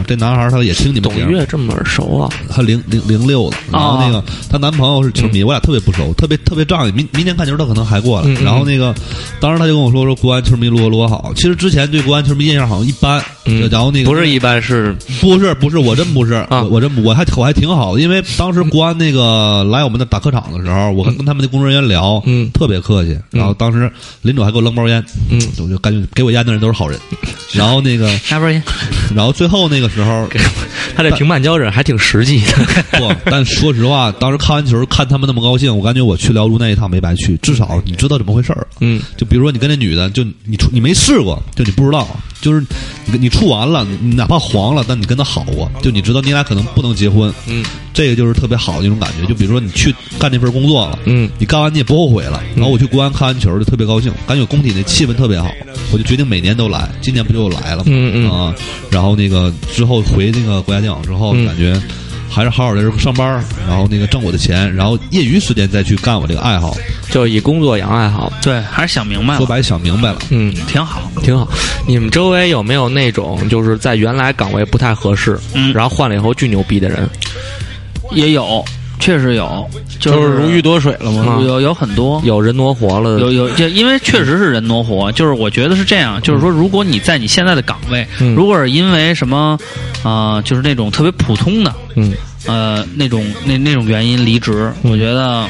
D: 这男孩儿他也听你们
B: 董
D: 节目
B: 月这么耳熟啊，
D: 她零零零六的，
B: 哦
D: 然后那个她男朋友是球迷，我俩特别不熟，特别特别仗义。明明年看球，她可能还过来
B: 嗯。嗯
D: 然后那个，当时她就跟我说说国安球迷罗罗好。其实之前对国安球迷印象好像一般，
B: 嗯
D: 然后那个
B: 不是一般是
D: 不是不是，我真不是，
B: 啊
D: 我我真不我还我还挺好的，因为当时国安那个来我们那打客场的时候，我跟跟他们的工作人员聊，
B: 嗯
D: 特别客气。然后当时林总还给我扔包烟，
B: 嗯
D: 我就感觉给我烟的人都是好 人。然后那个，
A: 拿包烟，
D: 然后最后那个时候，
B: 他这评判标准还挺实际的，
D: 不，但说实话，当时看完球看他们那么高兴，我感觉我去辽足那一趟没白去，至少你知道怎么回事儿。
B: 嗯，
D: 就比如说你跟那女的，就你处你没试过，就你不知道，就是你你处完了，你哪怕黄了，但你跟她好过，就你知道你俩可能不能结婚。
B: 嗯，
D: 这个就是特别好的一种感觉。就比如说你去干这份工作了，
B: 嗯，
D: 你干完你也不后悔了。然后我去国安看完球就特别高兴，感觉工体那气氛特别好，我就决定每年都来，今年不就来了吗？
B: 嗯嗯
D: 啊，然后那个之后回那个国家电网之后，
B: 嗯
D: 感觉。还是好好在这上班儿，然后那个挣我的钱，然后业余时间再去干我这个爱好。
B: 就以工作养爱好，
A: 对，还是想明
B: 啊
A: 白
D: 说
A: 了，
D: 白想明白了，
B: 嗯，
A: 挺好。
B: 挺好。你们周围有没有那种就是在原来岗位不太合适，
A: 嗯
B: 然后换了以后巨牛逼的人？
A: 也有，确实有，就
E: 就是是如鱼得水了嘛。
A: 有有有很多，
B: 有人挪活了的，
A: 有有，这因为确实是人挪活，就是我觉得是这样，就是说，如果你在你现在的岗位，
B: 嗯
A: 如果是因为什么，啊，就是那种特别普通的，
B: 嗯
A: 呃，那种那那种原因离职，
B: 嗯
A: 我觉得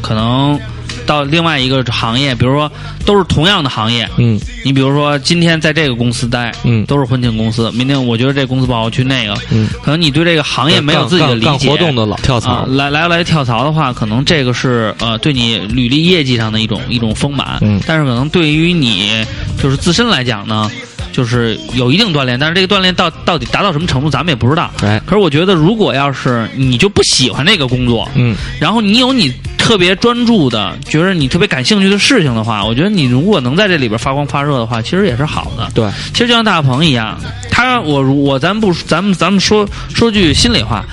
A: 可能到另外一个行业，比如说都是同样的行业，
B: 嗯
A: 你比如说今天在这个公司待，
B: 嗯
A: 都是婚庆公司，明天我觉得这公司不好，我去那个，
B: 嗯，
A: 可能你对这个行业没有自己的理
B: 干
A: 解，
B: 干活动的老跳
A: 啊
B: 槽，，
A: 来来来跳槽的话，可能这个是呃对你履历业绩上的一种一种丰满，
B: 嗯
A: 但是可能对于你就是自身来讲呢，就是有一定锻炼，但是这个锻炼到到底达到什么程度，咱们也不知道。
B: 哎，
A: 可是我觉得，如果要是你就不喜欢这个工作，
B: 嗯
A: 然后你有你特别专注的，觉得你特别感兴趣的事情的话，我觉得你如果能在这里边发光发热的话，其实也是好的。
B: 对，
A: 其实就像大鹏一样，他我我咱不咱们咱们说说句心里话，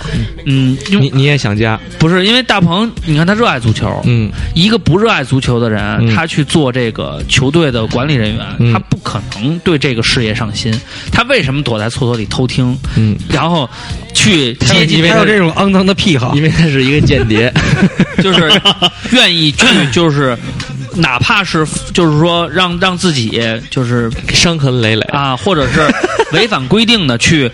A: 嗯，因为
B: 你你也想家，
A: 不是因为大鹏，你看他热爱足球，
B: 嗯
A: 一个不热爱足球的人，
B: 嗯
A: 他去做这个球队的管理人员，
B: 嗯
A: 他不可能对这个事业上心。他为什么躲在厕所里偷听，
B: 嗯，
A: 然后去
B: 他
A: 接近
B: 因为
E: 还
B: 他
E: 有
B: 是
E: 这种肮脏的癖好
B: 因，为他是一个间谍，
A: 就是愿意去，就是哪怕是就是说让让自己就是
B: 伤痕累累，
A: 啊，或者是违反规定的去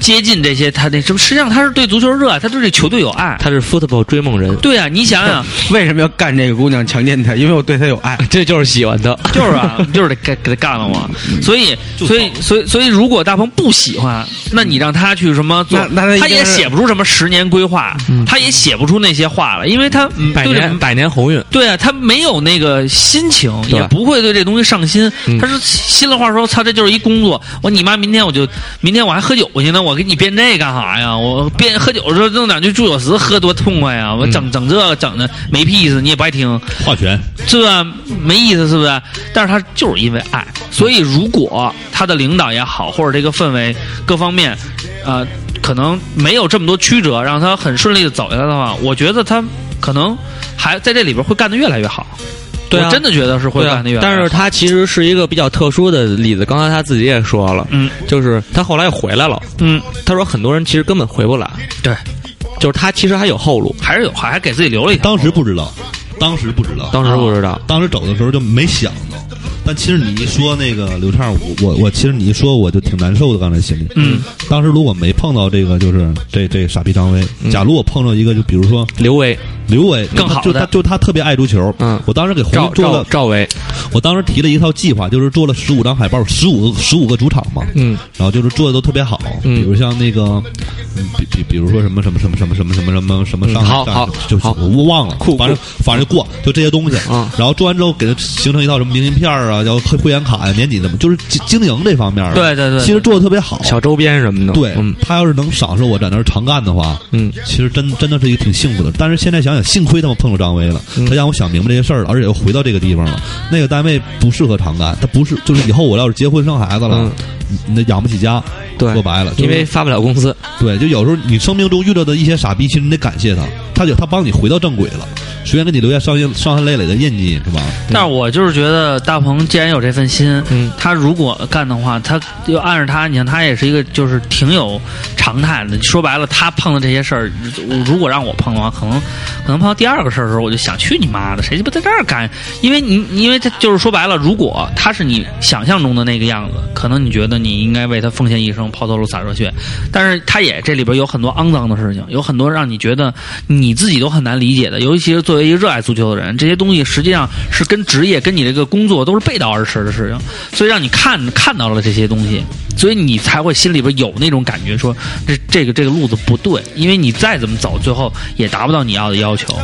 A: 接近这些他那什么，实际上他是对足球热爱，他对这球队有爱。
B: 他是 football 追梦人，
A: 对啊，你想想，
E: 为什么要干这个姑娘强奸她？因为我对她有 爱。
B: 这就是喜欢他，
A: 就是啊，就是得给给他干了嘛。
B: 嗯
A: 所以，所以，所以，所以，如果大鹏不喜欢，那你让他去什么做？
B: 嗯
E: 那那他
A: 他
E: 一定
A: 也
E: 是
A: 写不出什么十年规划，他也写不出那些话了，因为他嗯
B: 百
A: 对这
B: 年百年鸿运，
A: 对啊，他没有那个心情，
B: 对
A: 也不会对这东西上心
B: 嗯。
A: 他是心里话说：“操，这就是一工作。我你妈明天我就明天我还喝酒去呢，我给你编这干啥呀？我编喝酒的时候弄两句祝酒词，喝多痛快呀！我
B: 嗯
A: 整整这整的没屁思，你也不爱听。
D: 化权
A: 这没意思，是不是？但是他就是因为爱，所以如果他的领导也好，或者这个氛围各方面，呃，可能没有这么多曲折，让他很顺利的走下来的话，我觉得他可能还在这里边会干得越来越好。
B: 对啊
A: 我真的觉得是会
B: 对啊
A: 干得越，来越
B: 但
A: 好。
B: 是他其实是一个比较特殊的例子。刚才他自己也说了，
A: 嗯
B: 就是他后来又回来了。
A: 嗯，
B: 他说很多人其实根本回不来，
A: 对，
B: 就是他其实还有后路。
A: 还是有，还还给自己留了一条。
D: 当时不知道，当时不知道，
B: 当时不知道，
A: 啊
D: 当时走的时候就没想到。但其实你一说那个刘畅，我我我其实你一说我就挺难受的，刚才心里。
A: 嗯，
D: 当时如果没碰到这个，就是这这傻逼张威，假如我碰到一个，就比如说
B: 刘维、
D: 刘伟，
A: 嗯更好
D: 就
A: 的
D: 他就他特别爱足球。
B: 嗯
D: 我当时给红
B: 赵
D: 做
B: 赵
D: 了，
B: 赵维，
D: 我当时提了一套计划，就是做了十五张海报，十五个十五个主场嘛。
B: 嗯
D: 然后就是做的都特别好，
B: 嗯
D: 比如像那个比比比如说什么什么什么什么什么什么什么什么
B: 嗯
D: 上海
B: 好
D: 站，
B: 好
D: 就
B: 好
D: 我忘了，
B: 酷
D: 反正反正过就这些东西
B: 嗯，
D: 然后做完之后给它形成一套什么明信片儿啊，叫会会员卡呀、年底怎么，就是经经营这方面儿，
A: 对对对对
D: 其实做的特别好，
B: 小周边什么的，
D: 对
B: 嗯
D: 他要是能赏识我在那儿常干的话，
B: 嗯，
D: 其实真真的是一个挺幸福的。但是现在想想，幸亏他们碰着张威了，他让我想明白这些事儿了，而且又回到这个地方了。那个单位不适合常干，他不是就是以后我要是结婚生孩子了，那养不起家，
B: 对
D: 说白了，就是
B: 因为发不了工资，
D: 对，就有时候你生命中遇到的一些傻逼，其实你得感谢他，他就他帮你回到正轨了，虽然给你留下伤心伤痕累累的印记，是吧？
A: 但是我就是觉得大鹏既然有这份心，
B: 嗯
A: 他如果干的话，他就按着他，你看他也是一个就是挺有常态的。说白了，他碰的这些事儿，如果让我碰的话，可能可能碰到第二个事儿的时候，我就想去你妈的，谁鸡巴在这儿干？因为你因为他就是说白了，如果他是你想象中的那个样子，可能你觉得你应该为他奉献一生，抛头颅洒热血，但是他也这里边有很多肮脏的事情，有很多让你觉得你自己都很难理解的。尤其是作为一个热爱足球的人，这些东西实际上是跟职业、跟你这个工作都是背道而驰的事情，所以让你看看到了这些东西，所以你才会心里边有那种感觉说，这这个这个路子不对，因为你再怎么走，最后也达不到你要的要求。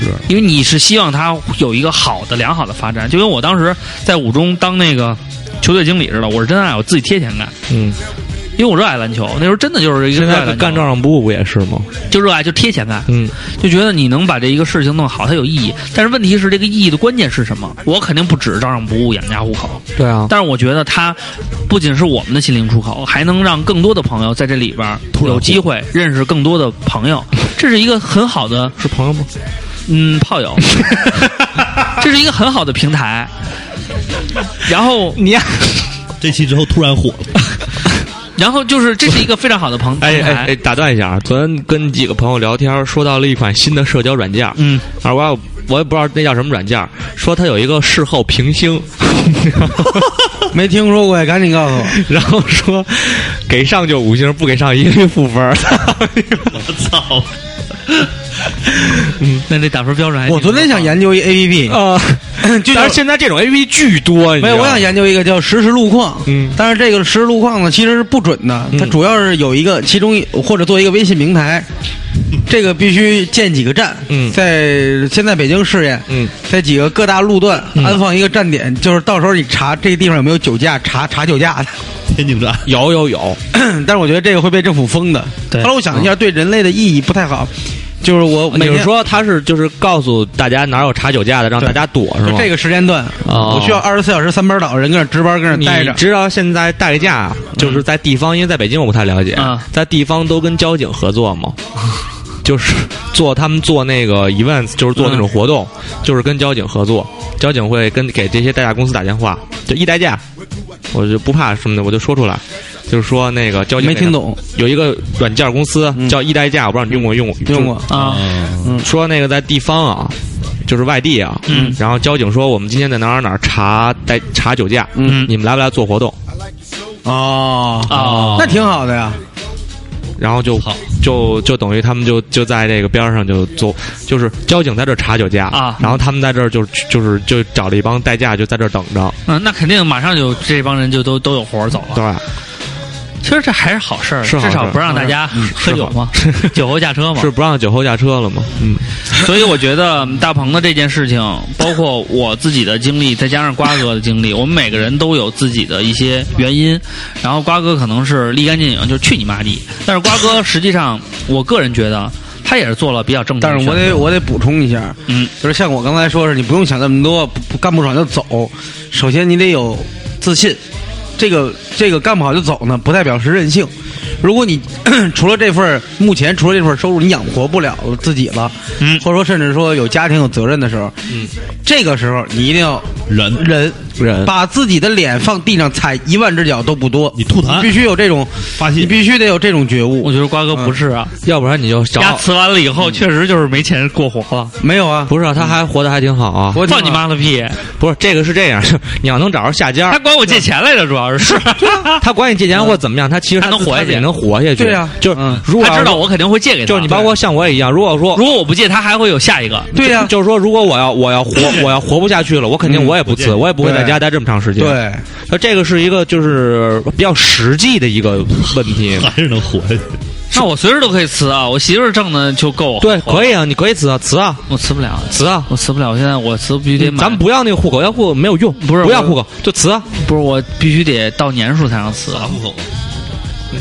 A: 是因为你是希望他有一个好的、良好的发展，就跟我当时在五中当那个球队经理似的，我是真爱，我自己贴钱干。
B: 嗯，
A: 因为我热爱篮球，那时候真的就是一个
B: 现
A: 热爱
B: 在
A: 篮球
B: 干照账部不也是吗？
A: 就热爱就贴钱干，
B: 嗯，
A: 就觉得你能把这一个事情弄好，它有意义。但是问题是，这个意义的关键是什么？我肯定不止照样不误养家糊口，
B: 对啊，
A: 但是我觉得它不仅是我们的心灵出口，还能让更多的朋友在这里边儿有机会认识更多的朋 友，这是一个很好的
B: 是朋友吗？
A: 嗯炮 友，这是一个很好的平台。然后
B: 你呀，
D: 这期之后突然火了，
A: 然后就是这是一个非常好的朋
B: 哎
A: 平
B: 哎哎，
A: 台，
B: 打断一下啊，昨天跟几个朋友聊天，说到了一款新的社交软件，
A: 嗯，
B: 二瓜，我也不知道那叫什么软件，说它有一个事后评星，
E: 没听说过，赶紧告诉我。
B: 然后说给上就五星，不给上一律负 分。
D: 操！
A: 那这打分标准还
E: 我昨天想研究一 A P P，
B: 啊！
E: 就
B: 但
E: 叫
B: 是现在这种 A P P 巨多，你知道
E: 没有，
B: 吗
E: 我想研究一个叫实时路况，
B: 嗯
E: 但是这个实时路况呢，其实是不准的，它
B: 嗯
E: 主要是有一个，其中一或者做一个微信平台，这个必须建几个站，
B: 嗯
E: 在先在北京试验，
B: 嗯，
E: 在几个各大路段安放一个站点，就是到时候你查这个地方有没有酒驾，查查酒驾 的。
D: 天津站
B: 有有有，
E: 但是我觉得这个会被政府封的。
A: 对
E: 后来我想了一下，对人类的意义不太好，就是我
B: 嗯你
E: 每
B: 是
E: 天
B: 说它是就是告诉大家哪有查酒驾的，让大家躲是
E: 就
B: 吗？
E: 这个时间段，
B: 哦
E: 我需要二十四小时三班倒，人跟那值班跟那
B: 你
E: 待着。嗯
B: 知道现在代驾就是在地方，因为在北京我不太了解
A: 啊，
B: 在地方都跟交警合作嘛， 就是做他们做那个 events，就是做那种活动，
E: 嗯
B: 就是跟交警合作，交警会跟给这些代驾公司打电话，就一代驾，我就不怕什么的，我就说出来，就是说那个交警
E: 没
B: 那个
E: 听懂，
B: 有一个软件公司
E: 嗯
B: 叫一代驾，我不知道你用过用过
E: 用过，
A: 啊，
D: 啊，
B: 说那个在地方啊，就是外地啊，
A: 嗯
B: 然后交警说我们今天在哪儿哪儿查代查酒驾，
E: 嗯
B: 你们来不来做活动？
E: 哦
A: 哦
E: 那挺好的呀。
B: 然后就就就等于他们就就在这个边儿上就做，就是交警在这儿查酒驾
A: 啊
B: 然后他们在这儿就就是就找了一帮代驾就在这儿等着，
A: 嗯，那肯定马上就这帮人就都都有活儿走了
B: 对。吧？
A: 其实这还是好事儿，
B: 是好事
A: 至
B: 儿嗯
A: 少不让大家喝酒嘛，酒后驾车嘛。
B: 是不让酒后驾车了吗？嗯，
A: 所以我觉得大鹏的这件事情，包括我自己的经历，再加上瓜哥的经历，我们每个人都有自己的一些原因。然后瓜哥可能是立竿见影，就是去你妈的！但是瓜哥实际上，我个人觉得他也是做了比较正确的
E: 但
A: 选
E: 是
A: 择。
E: 我得我得补充一下，
A: 嗯，
E: 就是像我刚才说是，你不用想那么多，不不干不爽就走。首先你得有自信，这个这个干不好就走呢，不代表是任性。如果你 除了这份儿目前除了这份儿收入，你养活不了了自己了，
A: 嗯
E: 或者说甚至说有家庭有责任的时候，嗯，这个时候你一定要
D: 人
E: 忍
B: 忍
E: 把自己的脸放地上踩一万只脚都不多，
D: 你吐痰
E: 必须有这种
D: 发泄
E: 你必须得有这种觉
A: 我
E: 悟。
A: 觉得瓜哥不是啊，
B: 要不然你就
A: 牙
B: 嗯找嗯
A: 辞完了以后，确实就是没钱过活了。
E: 没有啊，
B: 不是啊他
A: 嗯
B: 还活得还挺好啊，
E: 我
A: 放你妈了屁！
B: 不是这个是这样， 你要能找着下家
A: 他
B: 儿。
A: 管我借钱来着，主要是
B: 他管你借钱或怎么样，他其实
A: 他能活下去
B: 自己能活下去。
E: 对啊
B: 就是
E: 嗯
B: 如果要
A: 他
B: 是
A: 知道，我啊肯定会借给他。
B: 就是你包括像我也一样，如果说
A: 如果我不借，他还会有下一个。
E: 对呀、
B: 就是说，如果我要我要活我要活不下去了，我肯
A: 嗯
B: 定我也不辞，我也不会在家待这么长时间。，
E: 对。
B: 那这个是一个就是比较实际的一个问题。
D: 还是能活下去。
A: 那我随时都可以辞啊，我媳妇儿挣的就够。
B: 对，可以啊，你可以辞啊，辞啊，
A: 我辞不了，
B: 辞啊。
A: 我辞不了。我现在我辞必须得买，
B: 嗯咱们不要那个户口，要户口没有用，
A: 不是
B: 不要
A: 我
B: 户口就辞啊。
A: 不是我必须得到年数才能辞。啊
D: 户口，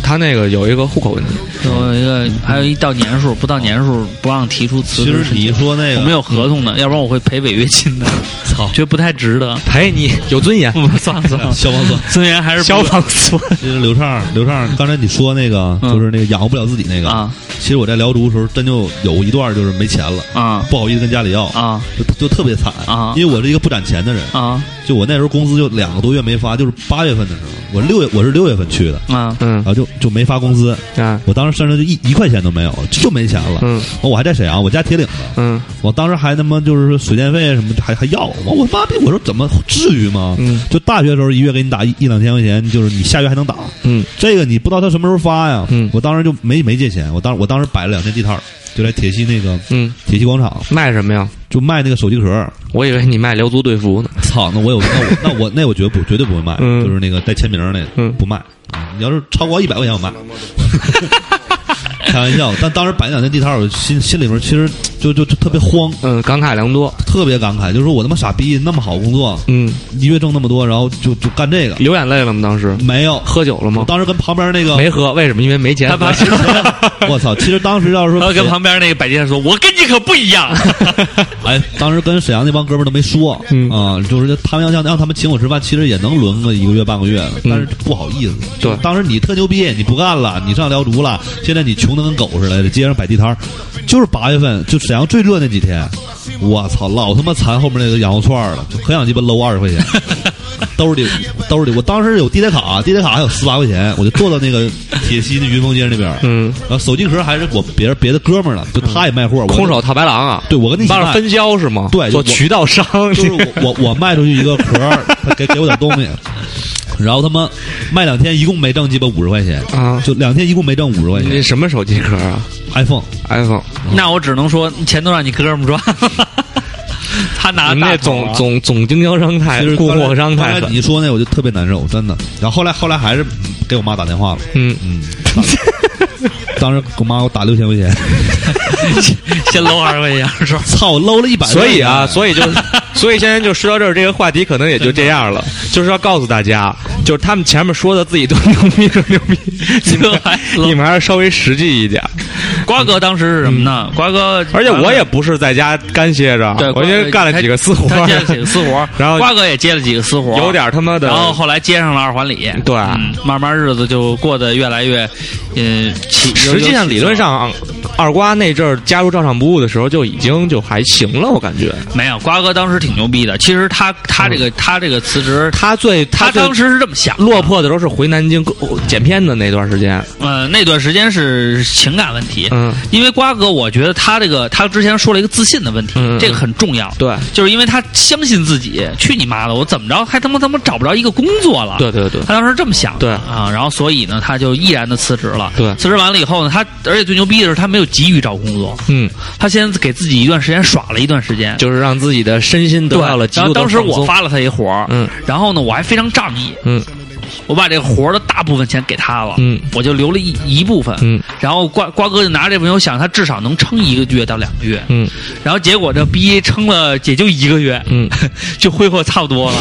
B: 他那个有一个户口问题，
A: 有一个还有一到年数，不到年数不让提出辞
D: 其
A: 职
D: 实
A: 申请。
D: 你说那
A: 我
D: 个
A: 们有合同的，要不然我会赔违约金的。
B: 操
A: 觉得不太值得。
B: 赔你有尊 严。
A: 不，算了算了，
D: 消防栓。
A: 尊严还是不
B: 消防栓，
D: 其实刘畅，刘畅，刚才你说那个
A: 嗯
D: 就是那个养活不了自己那个，
A: 啊
D: 其实我在辽足的时候，真就有一段就是没钱了，
A: 啊
D: 不好意思跟家里要，
A: 啊
D: 就就特别惨
A: 啊
D: 因为我是一个不攒钱的人，
A: 啊
D: 就我那时候工资就两个多月没发，就是八月份的时候，我六月我是六月份去的，
A: 啊！
B: 嗯
D: 然后就就没发工资，
B: 啊
D: 我当时身上就一一块钱都没有，就就没钱了。
B: 嗯
D: 我还在沈阳，我家铁岭的，
B: 嗯
D: 我当时还他妈就是说水电费什么的还还要我，我妈逼！我说怎么至于吗？
B: 嗯
D: 就大学的时候一月给你打一一两千块钱，就是你下月还能打，
B: 嗯
D: 这个你不知道他什么时候发呀。
B: 嗯
D: 我当时就没没借钱，我当我当时摆了两间地摊儿，就在铁西那个
B: 嗯，
D: 铁西广场，
B: 卖什么呀？
D: 就卖那个手机壳。
B: 我以为你卖辽足队服呢。
D: 操，那我有那我那我那我绝不绝对不会卖，
B: 嗯
D: 就是那个带签名儿那个、
B: 嗯
D: 不卖。你要是超过一百块钱我 卖。开玩笑，但当时摆两间地摊儿，我心心里面其实就就就特别慌，
B: 嗯，感慨良多。
D: 特别感慨，就是说我他妈傻逼，那么好工作，
B: 嗯，
D: 一月挣那么多，然后就就干这个，
B: 流眼泪了吗？当时
D: 没有。
B: 喝酒了
D: 我
B: 吗？
D: 当时跟旁边那个，
B: 没喝，为什么？因为没钱。
D: 我操！其实当时要是
A: 然
B: 啊
D: 说
A: 后，跟旁边那个摆地摊说：“我跟你可不一样。
D: 哎，当时跟沈阳那帮哥们儿都没说，啊、
B: 嗯
D: 就是他们要让让他们请我吃饭，其实也能轮个一个月半个月的，但是不好意思。
B: 嗯对
D: 当时你特牛逼，你不干了，你上辽足了，现在你穷的跟狗似的，在街上摆地摊儿，就是八月份，就沈阳最热那几天，我操，老他妈馋后面那个羊肉串儿了，就很想鸡巴搂二 十块钱。兜里兜里，我当时有地铁卡，地铁卡还有十八块钱，我就坐到那个铁西那云峰街那边儿，
B: 嗯，
D: 然后手机壳还是我别人别的哥们儿了，就他也卖货，我
B: 空手套白狼啊！
D: 对我跟他
B: 你
D: 一起
B: 帮着
D: 卖，
B: 分销是吗？
D: 对
B: 做
D: 就我
B: 渠道商。
D: 就是我我我卖出去一个壳儿，他给给我点东西，然后他妈卖两天一共没挣鸡巴五十块钱，
B: 啊，
D: 就两天一共没挣五十块
B: 你
D: 钱
B: 什么手机壳啊
D: ，iPhone。
B: ？iPhone。”
A: 那我只能说，钱都让你哥们赚。 他拿
B: 你
A: 大
B: 那
A: 头
B: 总
A: 啊
B: 总总经销商太
D: 其实
B: 供
D: 刚才
B: 哎货商太
D: 刚才
B: 狠。
D: 你说那我就特别难受，真的。然后后来后来还是嗯给我妈打电话了，
B: 嗯，
D: 嗯，当当时我妈给我打六千块钱，
A: 先搂二十块钱 是吧？
D: 操，我搂了一百。
B: 所以啊，所以 就，所以现在就说到这儿，这个话题可能也就这样了。就是要告诉大家，就是他们前面说的自己多 牛逼，多牛逼，你们还你们还是稍微实际一点。
A: 瓜哥当时是什么呢？瓜哥，
B: 嗯而且我也不是在家干歇着
A: 对，，
B: 我因为干了几个私活
A: 他，接了几个私活儿，
B: 然后
A: 瓜哥也接了几个私活儿，
B: 有点他妈的
A: 然后后来接上了二环里，
B: 对
A: 嗯慢慢日子就过得越来越，嗯，起
B: 实际上，理论。
A: 有有起色
B: 上，二瓜那阵儿加入照常不误的时候，就已经就还行了，我感觉。
A: 没有，瓜哥当时挺牛逼的。其实他他这个、他这个辞职，
B: 嗯他最
A: 他
B: 最
A: 当时是这么想的，
B: 落魄的时候是回南京呃剪片子那段时间，
A: 呃，那段时间是情感问题，
B: 嗯
A: 因为瓜哥，我觉得他这个他之前说了一个自信的问题，
B: 嗯嗯
A: 这个很重要，
B: 对，
A: 就是因为他相信自己，去你妈的，我怎么着还他妈他妈找不着一个工作了，
B: 对对对
A: 他当时这么想的，
B: 对
A: 啊，然后所以呢，他就毅然的辞职了，
B: 对
A: 辞职完了以后呢，他而且最牛逼的是他没有急于找工作，
B: 嗯，
A: 他先给自己一段时间耍了一段时间，
B: 就是让自己的身心得
A: 对，
B: 到了极
A: 然
B: 度
A: 后当
B: 的
A: 时
B: 放
A: 我
B: 松，
A: 发了他一活儿，
B: 嗯
A: 然后呢，我还非常仗义，
B: 嗯
A: 我把这个活儿的大部分钱给他了，
B: 嗯
A: 我就留了一一部分，
B: 嗯
A: 然后瓜瓜哥就拿着这份，我想他至少能撑一个月到两个月，
B: 嗯
A: 然后结果这逼撑了也就一个月，
B: 嗯，
A: 就挥霍差不多了，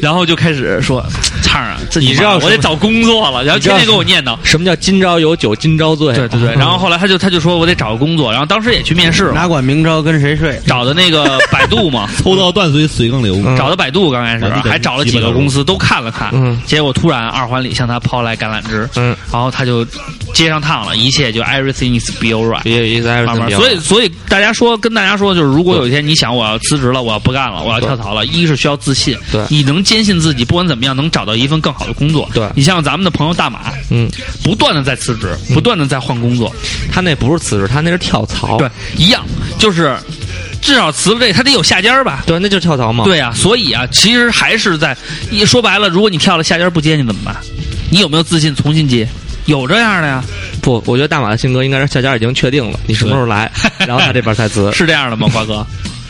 A: 然后就开始说，畅啊，自己
B: 你知道
A: 妈我
B: 什
A: 得
B: 么
A: 找工作了，然后
B: 你知道
A: 天天给我念叨。
B: 什么叫今朝有酒嗯今朝醉？
A: 对对对，然后后来他就他就说我得找个工作，然后当时也去面试了，
E: 哪管明朝跟谁睡？
A: 找的那 个百度嘛，
D: 抽刀断髓水更流，
B: 嗯
A: 找的百度刚开始
D: 百度，
A: 还找了几个公司都看了看，
B: 嗯
A: 结果突然二环里向他抛来橄榄枝，
B: 嗯，
A: 然后他就接上趟了，一切就 everything is be alright。
B: 也有意思，还是
A: 慢
B: 挺
A: 慢，
B: 妙
A: 所以所以大家说跟大家说，就是如果有一天你想我要辞职了，我要不干了，我要跳槽了，一是需要自信，
B: 嗯对
A: 你能坚信自己，不管怎么样能找到一份更好的工作，
B: 对
A: 你像咱们的朋友大马，
B: 嗯，
A: 不断的在辞职，不断的在换工作，
B: 他那不是辞职，他那是跳槽，
A: 对，一样，就是至少辞了这，他得有下家儿吧，
B: 对，那就是跳槽嘛，
A: 对啊，所以啊，其实还是在一说白了，如果你跳了下家不接你怎么办？你有没有自信重新接？有这样的呀，
B: 不，我觉得大马的性格应该是下家已经确定了，你什么时
A: 。
B: 候来，然后他这边才辞
A: 是这样的吗，瓜哥？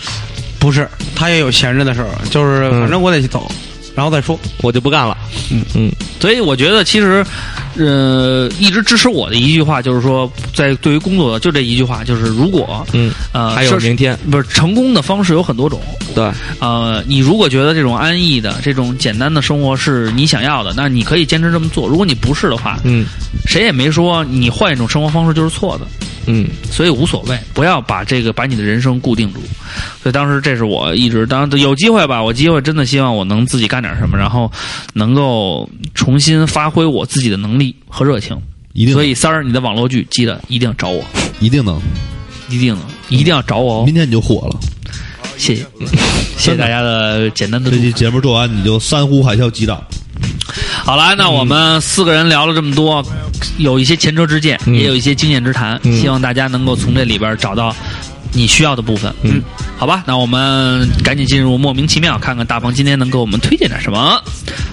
E: 不是，他也有闲着的时候，就是
B: 嗯
E: 反正我得去走，然后再说。
B: 我就不干了。嗯嗯，
A: 所以我觉得其实，呃，一直支持我的一句话就是说，在对于工作的就这一句话就是，如果
B: 嗯
A: 呃
B: 还有
A: 就是
B: 明天，
A: 不是成功的方式有很多种，
B: 对，
A: 呃，你如果觉得这种安逸的、这种简单的生活是你想要的，那你可以坚持这么做。如果你不是的话，
B: 嗯
A: 谁也没说你换一种生活方式就是错的，
B: 嗯，
A: 所以无所谓，不要把这个把你的人生固定住。所以当时这是我一直，当然有机会吧，我机会真的希望我能自己干点什么，然后能够重新发挥我自己的能力和热情。
D: 一定
A: 所以三儿，你的网络剧记得一定要找我，
D: 一定能，
A: 一定的，一定要找我哦
D: 明。天你就火了。
A: 谢谢，谢谢大家的简单的
D: 这
A: 祝福。
D: 期节目做完你就山呼海啸击掌，
A: 好了，那我们四个人聊了这么多，有一些前车之鉴，
B: 嗯
A: 也有一些经验之谈，
B: 嗯
A: 希望大家能够从这里边找到你需要的部分。嗯，好吧，那我们赶紧进入莫名其妙，看看大鹏今天能给我们推荐点什么。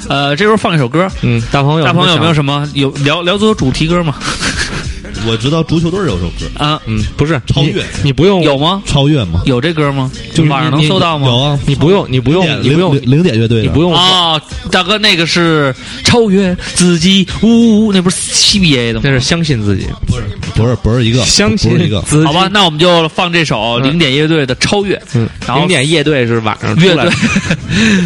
A: 呃，这时候放一首歌，
B: 嗯，大朋友，
A: 大鹏有没有什么有聊聊足球主题歌吗？
D: 我知道足球队有首歌
A: 啊，
B: 嗯，不是
D: 超越
B: 你你不用
A: 有吗？
D: 《超越》吗？
A: 有这歌吗？
B: 就是
A: 网上能
B: 你
A: 搜到
D: 有
A: 吗？
D: 啊，
B: 你不用，你不用，
D: 零
B: 你
D: 点
B: 不用，
D: 零零点乐队
B: 啊你
D: 的，
B: 不用说，
A: 啊，大哥，那个是超越自己，呜呜，那不是 CBA 的吗
B: 那？是相信自己，
D: 不是不是一个，
B: 相信
D: 不是一个。
B: 自己。
A: 好吧，，那我们就放这首
B: 嗯
A: 零点乐队的《超越》，
B: 嗯，
A: 然后
B: 零点夜队是晚上出
A: 乐
B: 来的，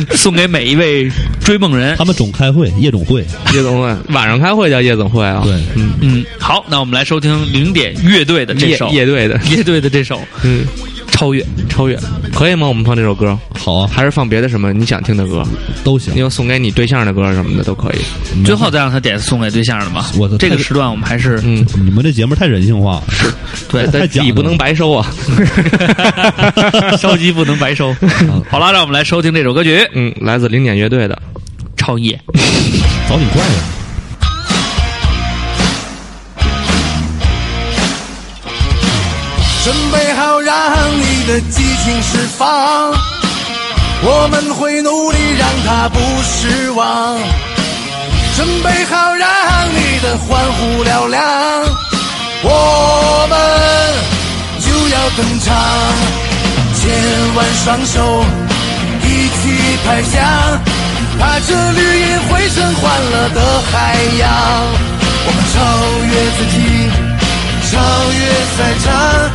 A: 队 送给每一位追梦人
D: 他。们总开会，夜总会，
B: 夜总会晚上开会叫夜总会啊。
D: 对，
B: 嗯，
A: 嗯，好，那我们来收听零点乐队的这
B: 夜
A: 首
B: 夜队的，
A: 乐队的这首
B: 嗯，
A: 《超越》。
B: 超越可以吗？我们放这首歌，
D: 好啊，
B: 还是放别的什么你想听的歌？
D: 都行
B: 你。有送给你对象的歌什么的都可以。
D: 你们
A: 最后再让他点送给对象的吧。
D: 我的
A: 这个
D: 太
A: 时段我们还是
B: 嗯，
D: 你们这节目太人性化了，
A: 对
D: 太
B: 但
D: 讲究
B: 你不 能白收啊。
A: 烧鸡不能白收。好了，让我们来收听这首歌曲《
B: 嗯，来自零点乐队的，
A: 超越》。
D: 找你怪呀。
H: 准备好让你的激情释放，我们会努力让它不失望。准备好让你的欢呼嘹亮，我们就要登场。千万双手一起拍响，把这绿叶汇成欢乐的海洋。我们超越自己，超越赛场，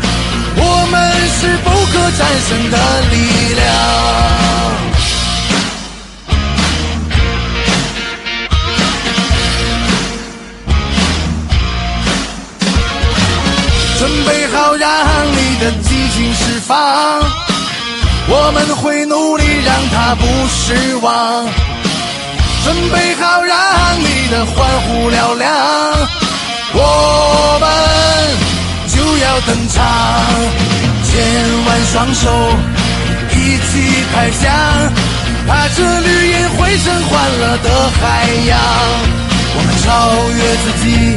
H: 我们是不可战胜的力量。准备好让你的激情释放，我们会努力让它不失望。准备好让你的欢呼嘹亮，我们就要登场。千万双手一起拍响，把这绿叶汇成欢乐的海洋。我们超越自己，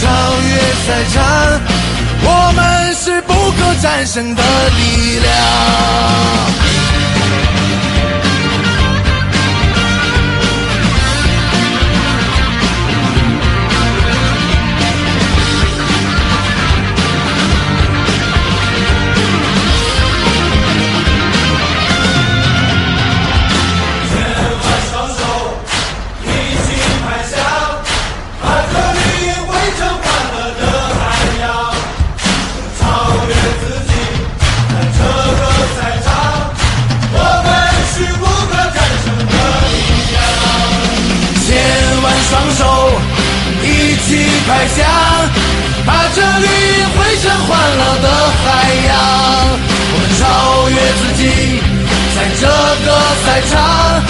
H: 超越赛场，我们是不可战胜的力量。千万双手一起拍响，把这绿意汇成欢乐的海洋。我们超越自己，在这个赛场，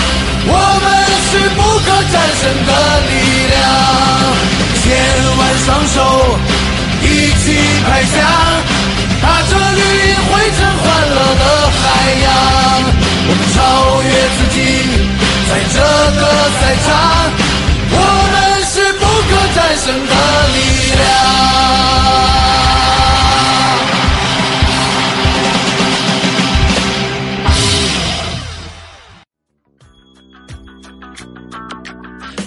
H: 我们是不可战胜的力量。千万双手一起拍响，把这绿意汇成欢乐的海洋。我们超越自己，在这个赛场，我们是不可战胜的力量。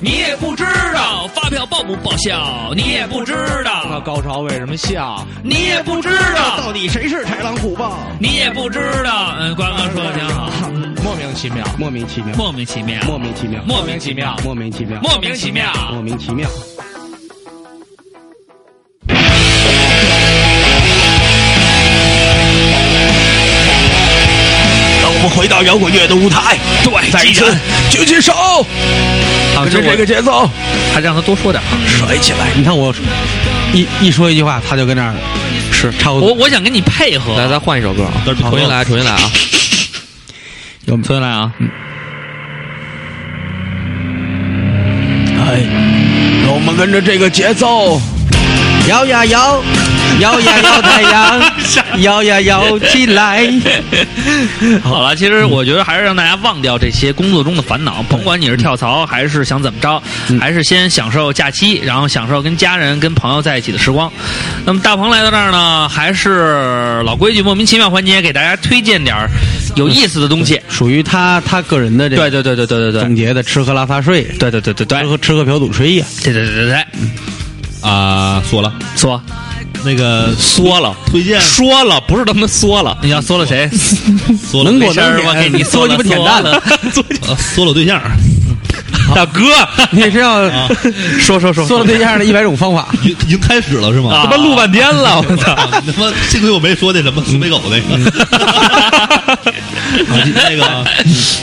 A: 你也不知道发票报不报销，你也不知道
B: 高潮为什么笑？
A: 你也呃不知道到底谁是豺狼虎豹，你也不知道。嗯，关哥说的挺好。
B: 莫名其妙，
E: 莫名其妙，
A: 莫名其妙，
E: 莫名其妙，
A: 莫名其妙，
E: 莫名其妙，
A: 莫名其妙。
E: 莫名其妙。
I: 让我们回到摇滚乐的舞台，对，再一次举起手，
A: 好，
I: 跟
A: 这
I: 着这
A: 我
I: 个节奏
A: 还让他多说点儿。
I: 甩起来。
E: 嗯你看我一一说一句话，他就跟那儿是超
A: 我我想跟你配合，
B: 来，咱换一首歌啊，
D: 但是
B: 重新来，重新来啊！
A: 重新来啊！
I: 哎，让我们跟着这个节奏，
E: 摇呀摇，摇呀摇太阳，摇呀摇起来。
A: 好了，其
E: 嗯
A: 实我觉得还是让大家忘掉这些工作中的烦恼，甭管你是跳槽还是想怎么着，
E: 嗯
A: 还是先享受假期，然后享受跟家人、跟朋友在一起的时光。那么大鹏来到这儿呢，还是老规矩，莫名其妙环节给大家推荐点儿有意思的东西。
E: 属于他他个人的这
A: 对
E: 个
A: 对对对对对对
E: 总结的吃喝拉撒睡，
A: 对对对对对
E: 吃喝吃喝嫖赌吹呀。
A: 对对对对
B: 哎
A: 对，
D: 啊，说了
A: 说
D: 那个
B: 缩了，
D: 推荐
B: 说了，不是他妈缩了，
A: 你要说了谁？
D: 说了
E: 能给
A: 没事儿，我给你
E: 说鸡
A: 了
E: 巴
A: 说
E: 舔蛋
A: 了，
D: 呃说了我对象，
B: 大哥，
E: 你是要
A: 说说说
E: 做了对象啊的一百种方法，
D: 已已经开始了是吗？
A: 啊
B: 他妈录半天了， 我操！
D: 啊 你他妈幸亏我没说那什么苏北狗那个。 那个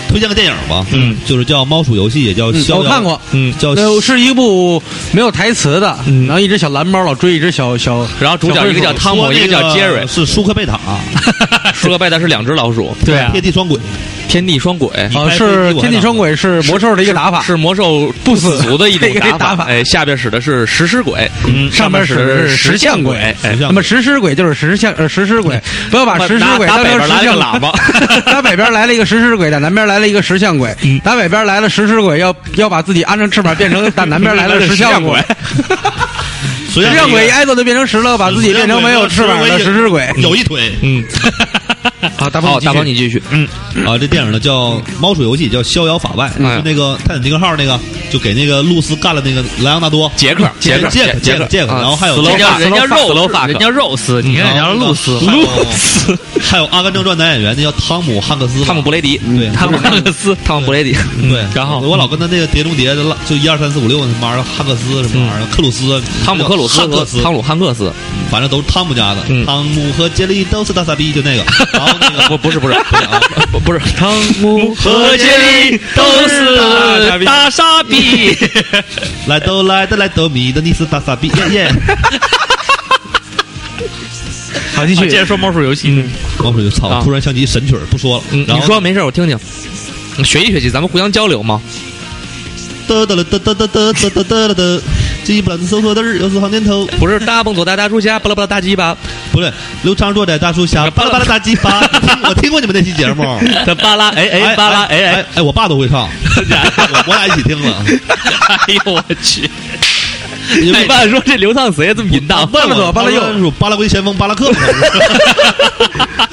D: 推荐个电影吧，嗯，就是叫《猫鼠游戏》，也叫《逍遥》，
E: 我看过，
D: 嗯，叫
E: 那是一部没有台词的，然后一只小蓝猫老追一只小小，
B: 然后主角一个叫汤姆，
D: 说
B: 一
D: 那
B: 个叫杰瑞，
D: 是舒克贝塔，
B: 舒克贝塔是两只老鼠，
A: 对啊
D: 天，地双轨，
B: 天地双轨。
D: 你
E: 呃
D: 拍飞
E: 是
D: 机我
E: 天地
D: 看
E: 双轨是魔兽的一个打法，
B: 是魔兽不死族的一种
E: 这个打法
B: 哎，下边使的是食尸鬼，
E: 上
B: 面
E: 面
B: 使
E: 使
B: 的
E: 的
B: 是
E: 是
B: 石
E: 石
B: 像
E: 像
B: 鬼
E: 鬼，
D: 石像
E: 那么食尸鬼就是石像呃食尸鬼，不要把食尸鬼
B: 打
E: 当
B: 北
E: 成
B: 边来了
E: 石像
B: 个喇叭，
E: 打北边来了一个食尸鬼，打南边来了一个石像鬼，打北边来了食尸鬼要要把自己安上翅膀变成打南边来了石像鬼，
D: 实际
E: 石
D: 上
E: 像
D: 这
E: 鬼
D: 个
E: 挨揍就变成石头，啊把自己变成没有翅膀的食尸鬼。
D: 有一腿，嗯，
E: 好，大
B: 好，
E: 鹏，
B: 大鹏你继续，
D: 啊，这电影呢叫《猫鼠游戏》，叫《逍遥法外》，
E: 嗯
D: 是那个泰坦尼克号那个，就给那个露丝干了那个莱昂纳多，
B: 杰克，
D: 杰
B: 克，
D: 杰
B: 克，啊
D: 杰克，杰克，然后还有
A: 人家人家
B: 斯洛
A: 肉
B: 伐克
A: 人家肉丝，
B: 嗯
A: 你看人家露丝，
D: 露丝， 还有《阿甘正传》男演员，那叫汤姆汉克斯吧，
B: 汤姆嗯布雷迪，
D: 对
A: 汤姆汉克斯，
B: 汤姆布雷迪，
D: 对，
A: 然后
D: 我老跟他那个《碟中谍》就拉就一二三四五六什么玩意儿，汉克斯什么玩意儿，克鲁斯，
B: 嗯
D: 啊
B: 汤姆克鲁斯
D: 汉
B: 和
D: 克斯，
B: 汤姆汉嗯克斯，
D: 反正都是汤姆家的，汤姆和杰利都是大傻逼，就 那个，然后那
B: 不
D: 个
B: 不是不 是
D: 不是啊，
B: 不不是汤姆
A: 和杰利都是大傻 逼。
D: 来都来的来都米的你是大傻逼，耶耶，
B: 哎
E: 好继
A: 啊接
E: 续
A: 着。说魔术游戏，
D: 王水就
B: 啊
D: 操，突然想起一神曲儿，不说了，
B: 嗯，
D: 然
B: 你
D: 后
B: 说没事，我听听。你学习学习，咱们互相交流嘛。
D: 嘚嘚了嘚嘚嘚嘚嘚嘚嘚了嘚，鸡巴懒子搜索嘚儿，有四行念头，
B: 不是大蹦左大大叔家，巴拉巴拉大鸡巴，
D: 不对，刘长若在大树下，巴拉巴拉大鸡巴，你听我听过你们那期节目，
B: 他巴拉哎哎巴拉哎哎，
D: 哎哎，我爸都会唱，我我俩一起听了。
B: 哎呦我去！
D: 你
B: 你
D: 们
B: 爸说这流畅谁这么 淫荡？
D: 问
E: 巴拉左巴拉右
D: 右，巴拉圭前锋巴拉克，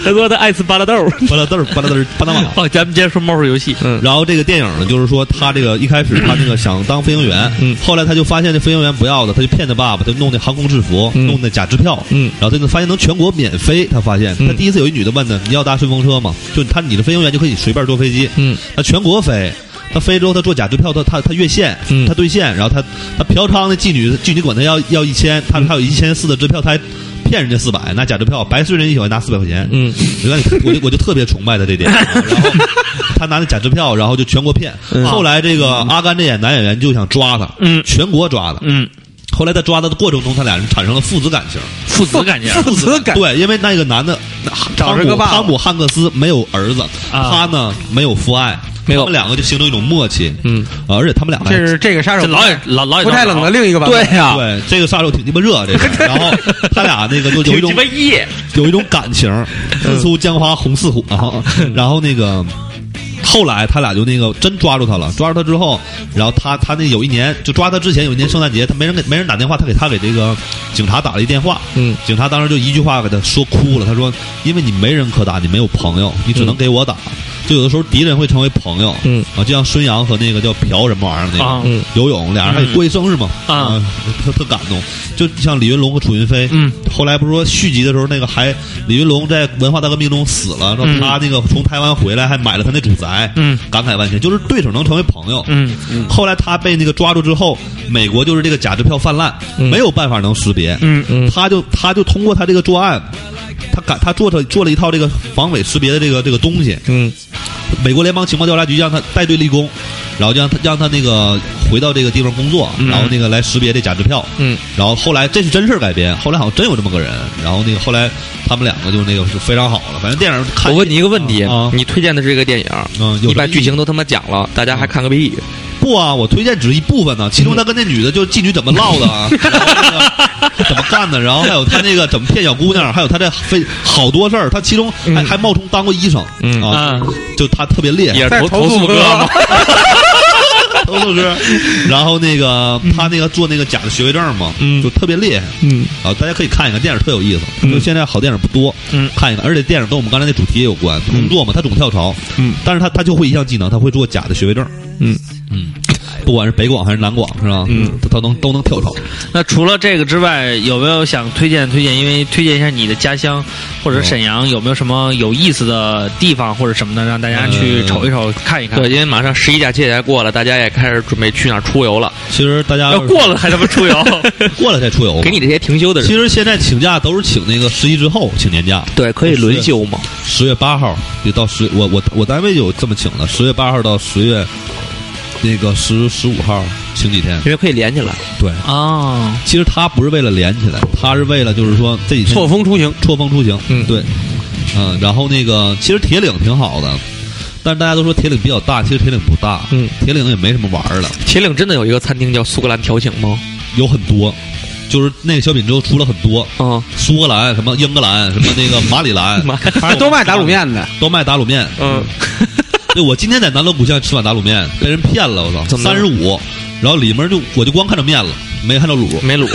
B: 他说他爱吃巴拉豆。
D: 巴拉豆儿巴拉豆儿巴拉马。
A: 哦，咱们接着说魔术游戏，
B: 嗯，
D: 然后这个电影呢，就是说他这个一开始他那个想当飞行员，
B: 嗯
D: 后来他就发现这飞行员不要的，他就骗他爸爸，他就弄那航空制服，
B: 嗯
D: 弄那假支票，
B: 嗯，
D: 然后他就发现能全国免飞，他发现
B: 嗯
D: 他第一次有一女的问他，你要搭顺风车吗？就他你的飞行员就可以随便坐飞机，
B: 嗯，
D: 他全国飞。他飞之后，他坐假支票，他他他越线，
B: 嗯
D: 他兑现，然后他他嫖娼那妓女，妓女管他要要一千，他他有一千四的支票，他还骗人家四百，拿假支票白睡人一宿还拿四百块钱，
B: 嗯，
D: 我就我就我就特别崇拜他这点，然后他拿那假支票，然后就全国骗。后来这个阿甘这演男演员就想抓他，
A: 嗯
D: 全国抓他。
A: 嗯，
D: 后来在抓他的过程中，他俩人产生了父子感情。
A: 父子感情，
E: 父子感
D: 对，因为那个男的
E: 找
D: 汤
E: 着
D: 姆
E: 个爸爸
D: 汤姆汉克斯没有儿子，
A: 啊
D: 他呢没有父爱，
B: 没有
D: 他们两个就形成一种默契。
B: 嗯
D: 啊，而且他们俩还
E: 这是啊这个杀手
A: 这老也老老也
E: 不太冷的另一个版本。
B: 对呀，
D: 对这个杀手挺鸡巴热，这 个。然后他俩那个就有一种
A: 夜，
D: 有一种感情，
B: 嗯
D: 自出江花红似火。啊然后那个后来他俩就那个真抓住他了，抓住他之后，然后他他那有一年就抓他之前有一年圣诞节，他没人给没人打电话，他给他给这个警察打了一电话，
B: 嗯，
D: 警察当时就一句话给他说哭了，他说因为你没人可打，你没有朋友，你只能给我打。就有的时候敌人会成为朋友，
B: 嗯
D: 啊，就像孙杨和那个叫朴什么玩意儿那个、
A: 啊
B: 嗯
D: 游泳，俩人还得过一生日嘛，
A: 嗯啊
D: 特特感动。就像李云龙和楚云飞，
A: 嗯，
D: 后来不是说续集的时候，那个还李云龙在文化大革命中死了，然后
A: 嗯
D: 他那个从台湾回来还买了他那祖宅，
A: 嗯，
D: 感慨万千，就是对手能成为朋友，
A: 嗯
D: 嗯。后来他被那个抓住之后，美国就是这个假支票泛滥，没有办法能识别，
A: 嗯
B: 嗯
D: 他就他就通过他这个作案，他敢他做了做了一套这个防伪识别的这个这个东西，
B: 嗯
D: 美国联邦情报调查局让他带队立功，然后就让他让他那个回到这个地方工作，然后那个来识别这假支票。
B: 嗯，
D: 然后后来这是真事儿改编，后来好像真有这么个人。然后那个后来他们两个就那个是非常好了，反正电影看
B: 我问你一个问题
D: 啊，
B: 你推荐的这个电影，
D: 嗯有
B: 你把
D: 什么意义
B: 剧情都他妈讲了，大家还看个屁？
D: 不啊，我推荐只是一部分呢，其中他跟那女的就妓女怎么唠的啊，然后那个怎么干的，然后还有他那个怎么骗小姑娘，还有他这非好多事儿，他其中还、还冒充当过医生，
B: 嗯
D: 啊
A: 啊，
D: 就他特别厉害，
B: 也是
E: 在
B: 投
E: 投
B: 诉
E: 诉
B: 哥
E: 哥
B: 吗？
D: 都是歌。然后那个他那个做那个假的学位证嘛，
B: 嗯
D: 就特别厉害。
B: 嗯
D: 啊，大家可以看一看，电影特有意思。
B: 嗯
D: 就现在好电影不多，
A: 嗯，
D: 看一看。而且电影跟我们刚才那主题也有关，工作嘛，他总跳槽，
B: 嗯，
D: 但是他他就会一项技能，他会做假的学位证，
B: 嗯
D: 嗯，不管是北广还是南广，是吧？
B: 嗯，
D: 他他能都能跳槽。
A: 那除了这个之外，有没有想推荐推荐？因为推荐一下你的家乡或者沈阳有没有什么有意思的地方或者什么的，让大家去瞅一瞅、看一看。
B: 对，因为马上十一假期也过了，大家也开始准备去哪儿出游了。
D: 其实大家
B: 要过了还他妈出游，
D: 过了再出游嘛，
B: 给你这些停休的
D: 其
B: 人，
D: 实现在请假都是请那个十一之后请年假，
B: 对，可以轮休嘛。
D: 十月八号就到十，我我我单位有这么请的，十月八号到十月那个十十五号请几天。
B: 因为可以连起来，
D: 对，
A: 哦，
D: 其实他不是为了连起来，他是为了就是说这几天
E: 错峰出行，
D: 错峰出行。
B: 嗯
D: 对，嗯，然后那个其实铁岭挺好的，但是大家都说铁岭比较大，其实铁岭不大，
B: 嗯，
D: 铁岭也没什么玩儿的，
B: 铁岭真的有一个餐厅叫苏格兰调情吗？
D: 有很多。就是那个小品之后出了很多，
B: 啊，
D: 苏格兰、什么英格兰、什么那个马里兰，
A: 嗯
E: 反正都卖打卤面的，
D: 都卖打卤面，
B: 嗯，
D: 对，我今天在南锣鼓巷吃碗打卤面，被人骗了，我操，
B: 怎么
D: 三十
B: 了
D: 五，然后里面就我就光看着面了，没看着卤，
B: 没卤，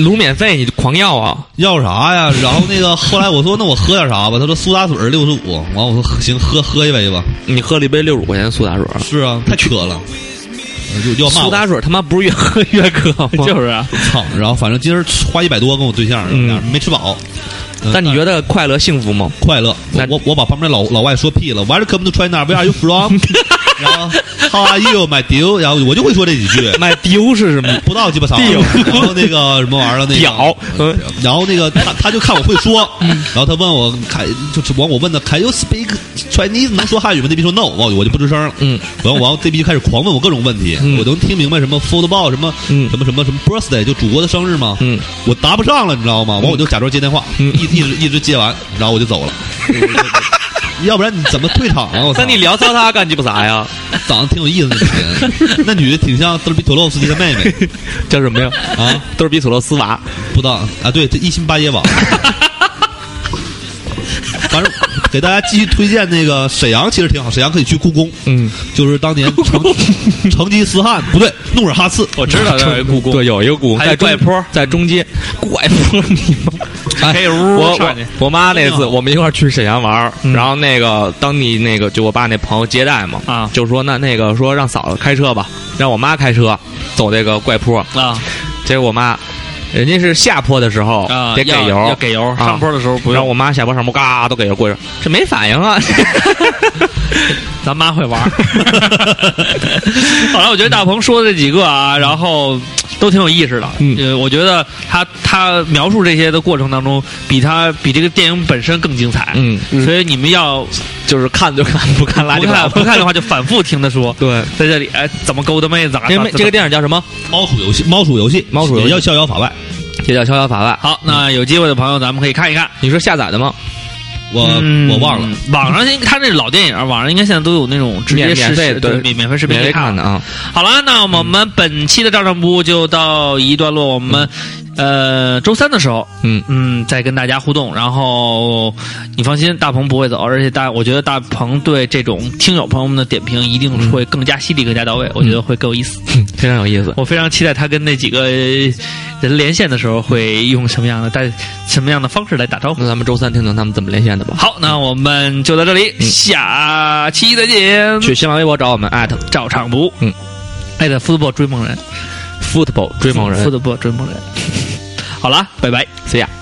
B: 卤免费，你就狂要啊！
D: 要啥呀？然后那个后来我说那我喝点啥吧，他说苏打水六十五，完我说行，喝喝一杯吧。
B: 你喝了一杯六十五块钱的苏打水，
D: 是啊，太渴了，呃就要骂
B: 苏
D: 我
B: 打水他妈不是越喝 越渴吗？
A: 就。是啊，
D: 操， 然后反正今儿花一百多跟我对象，
B: 嗯
D: 俩人没吃饱。嗯
B: 但你觉得快乐幸福吗？
D: 快乐？我
B: 那
D: 我我把旁边老老外说屁了，Where come to China? Where are you from? 然后 How are you, my dear？然后我就会说这几句。
B: 买丢是什么？
D: 不知道鸡巴啥，然后那个什么玩意儿，那
B: 屌嗯
D: 个，然后那个他他就看我会说，然后他问我凯，就是完我问他 Can you speak Chinese 能说汉语吗？那逼说 No，我我就不吱声了。
B: 嗯，
D: 完完这逼就开始狂问我各种问题，
B: 嗯
D: 我都能听明白什么 football 什么
B: 嗯
D: 什么什么什么 birthday 就主播的生日吗？
B: 嗯，
D: 我答不上了，你知道吗？完我就假装接电话，
B: 嗯
D: 一一直一直接完，然后我 就走了。要不然你怎么退场啊？我操！
B: 那你聊骚他干鸡巴啥呀？
D: 长得挺有意思的那 女人，那女的挺像德尔比托洛夫斯基的妹妹
B: 叫什么呀？
D: 啊。
B: 都是比索洛斯娃。
D: 不知道啊，对，这一心八耶网。反正给大家继续推荐那个沈阳，其实挺好，沈阳可以去故宫，
B: 嗯，
D: 就是 当年成成吉思汗不对，努尔哈赤，
A: 我知道 这有一故宫
B: 对，有一个故宫
A: 还有
B: 在中
A: 怪坡，
B: 在中街。怪坡，你妈！哎，我
A: 上
B: 我
A: 去
B: 我妈那次我们一块儿去沈阳玩儿，
A: 嗯
B: 然后那个当地那个就我爸那朋友接待嘛，
A: 啊
B: 就说那那个说让嫂子开车吧，让我妈开车走这个怪坡，
A: 啊
B: 结果我妈。人家是下坡的时候
A: 啊，
B: 得给
A: 要
B: 油，
A: 要给油，
B: 啊
A: 上坡的时候不
B: 然后
A: 用。
B: 我妈下坡上坡嘎都给油过去，这没反应 啊。
A: 咱妈会玩儿。 好了，我觉得大鹏说的这几个啊，然后都挺有意思的。
B: 嗯
A: 呃，我觉得他他描述这些的过程当中，比他比这个电影本身更精彩。
B: 嗯，
A: 所以你们要
B: 就是看就看，不看拉
A: 不
B: 就拉
A: 看不看的话，就反复听他说。
B: 对，
A: 在这 里，哎，怎么勾搭妹子啊？
B: 因为
A: 怎么
B: 这个电影叫什么？
D: 猫鼠游戏，猫鼠游戏，
B: 猫鼠游戏
D: 也叫逍遥法外。
B: 也叫《逍遥法外》。
A: 好，那有机会的朋友，咱们可以看一看。
B: 你是下载的吗？
D: 我
A: 嗯
D: 我忘了，，
A: 网上应他那是老电影，网上应该现在都有那种直接
B: 免
A: 视
B: 免费
A: 视对
B: 对
A: 免免费视频
B: 免
A: 可以
B: 费
A: 看
B: 看的啊。
A: 好了，那我们本期的照常不误就到一段落，我们呃，周三的时候，
B: 嗯
A: 嗯，再跟大家互动。然后你放心，大鹏不会走，而且大，我觉得大鹏对这种听友朋友们的点评一定会更加犀利、更加到
B: 嗯
A: 位，我觉得会更有意思。
B: 非常有意思。
A: 我非常期待他跟那几个人连线的时候会用什么样的、带什么样的方式来打招呼。
B: 那咱们周三听听他们怎么连线的吧。
A: 好，那我们就到这里，下期再见。
B: 嗯去新浪微博找我们艾特
A: 照常不误，哎
B: 嗯，
A: 艾特 football 追梦人，
B: football 追梦人
A: football 追梦人。好了，拜拜。
B: ，see ya。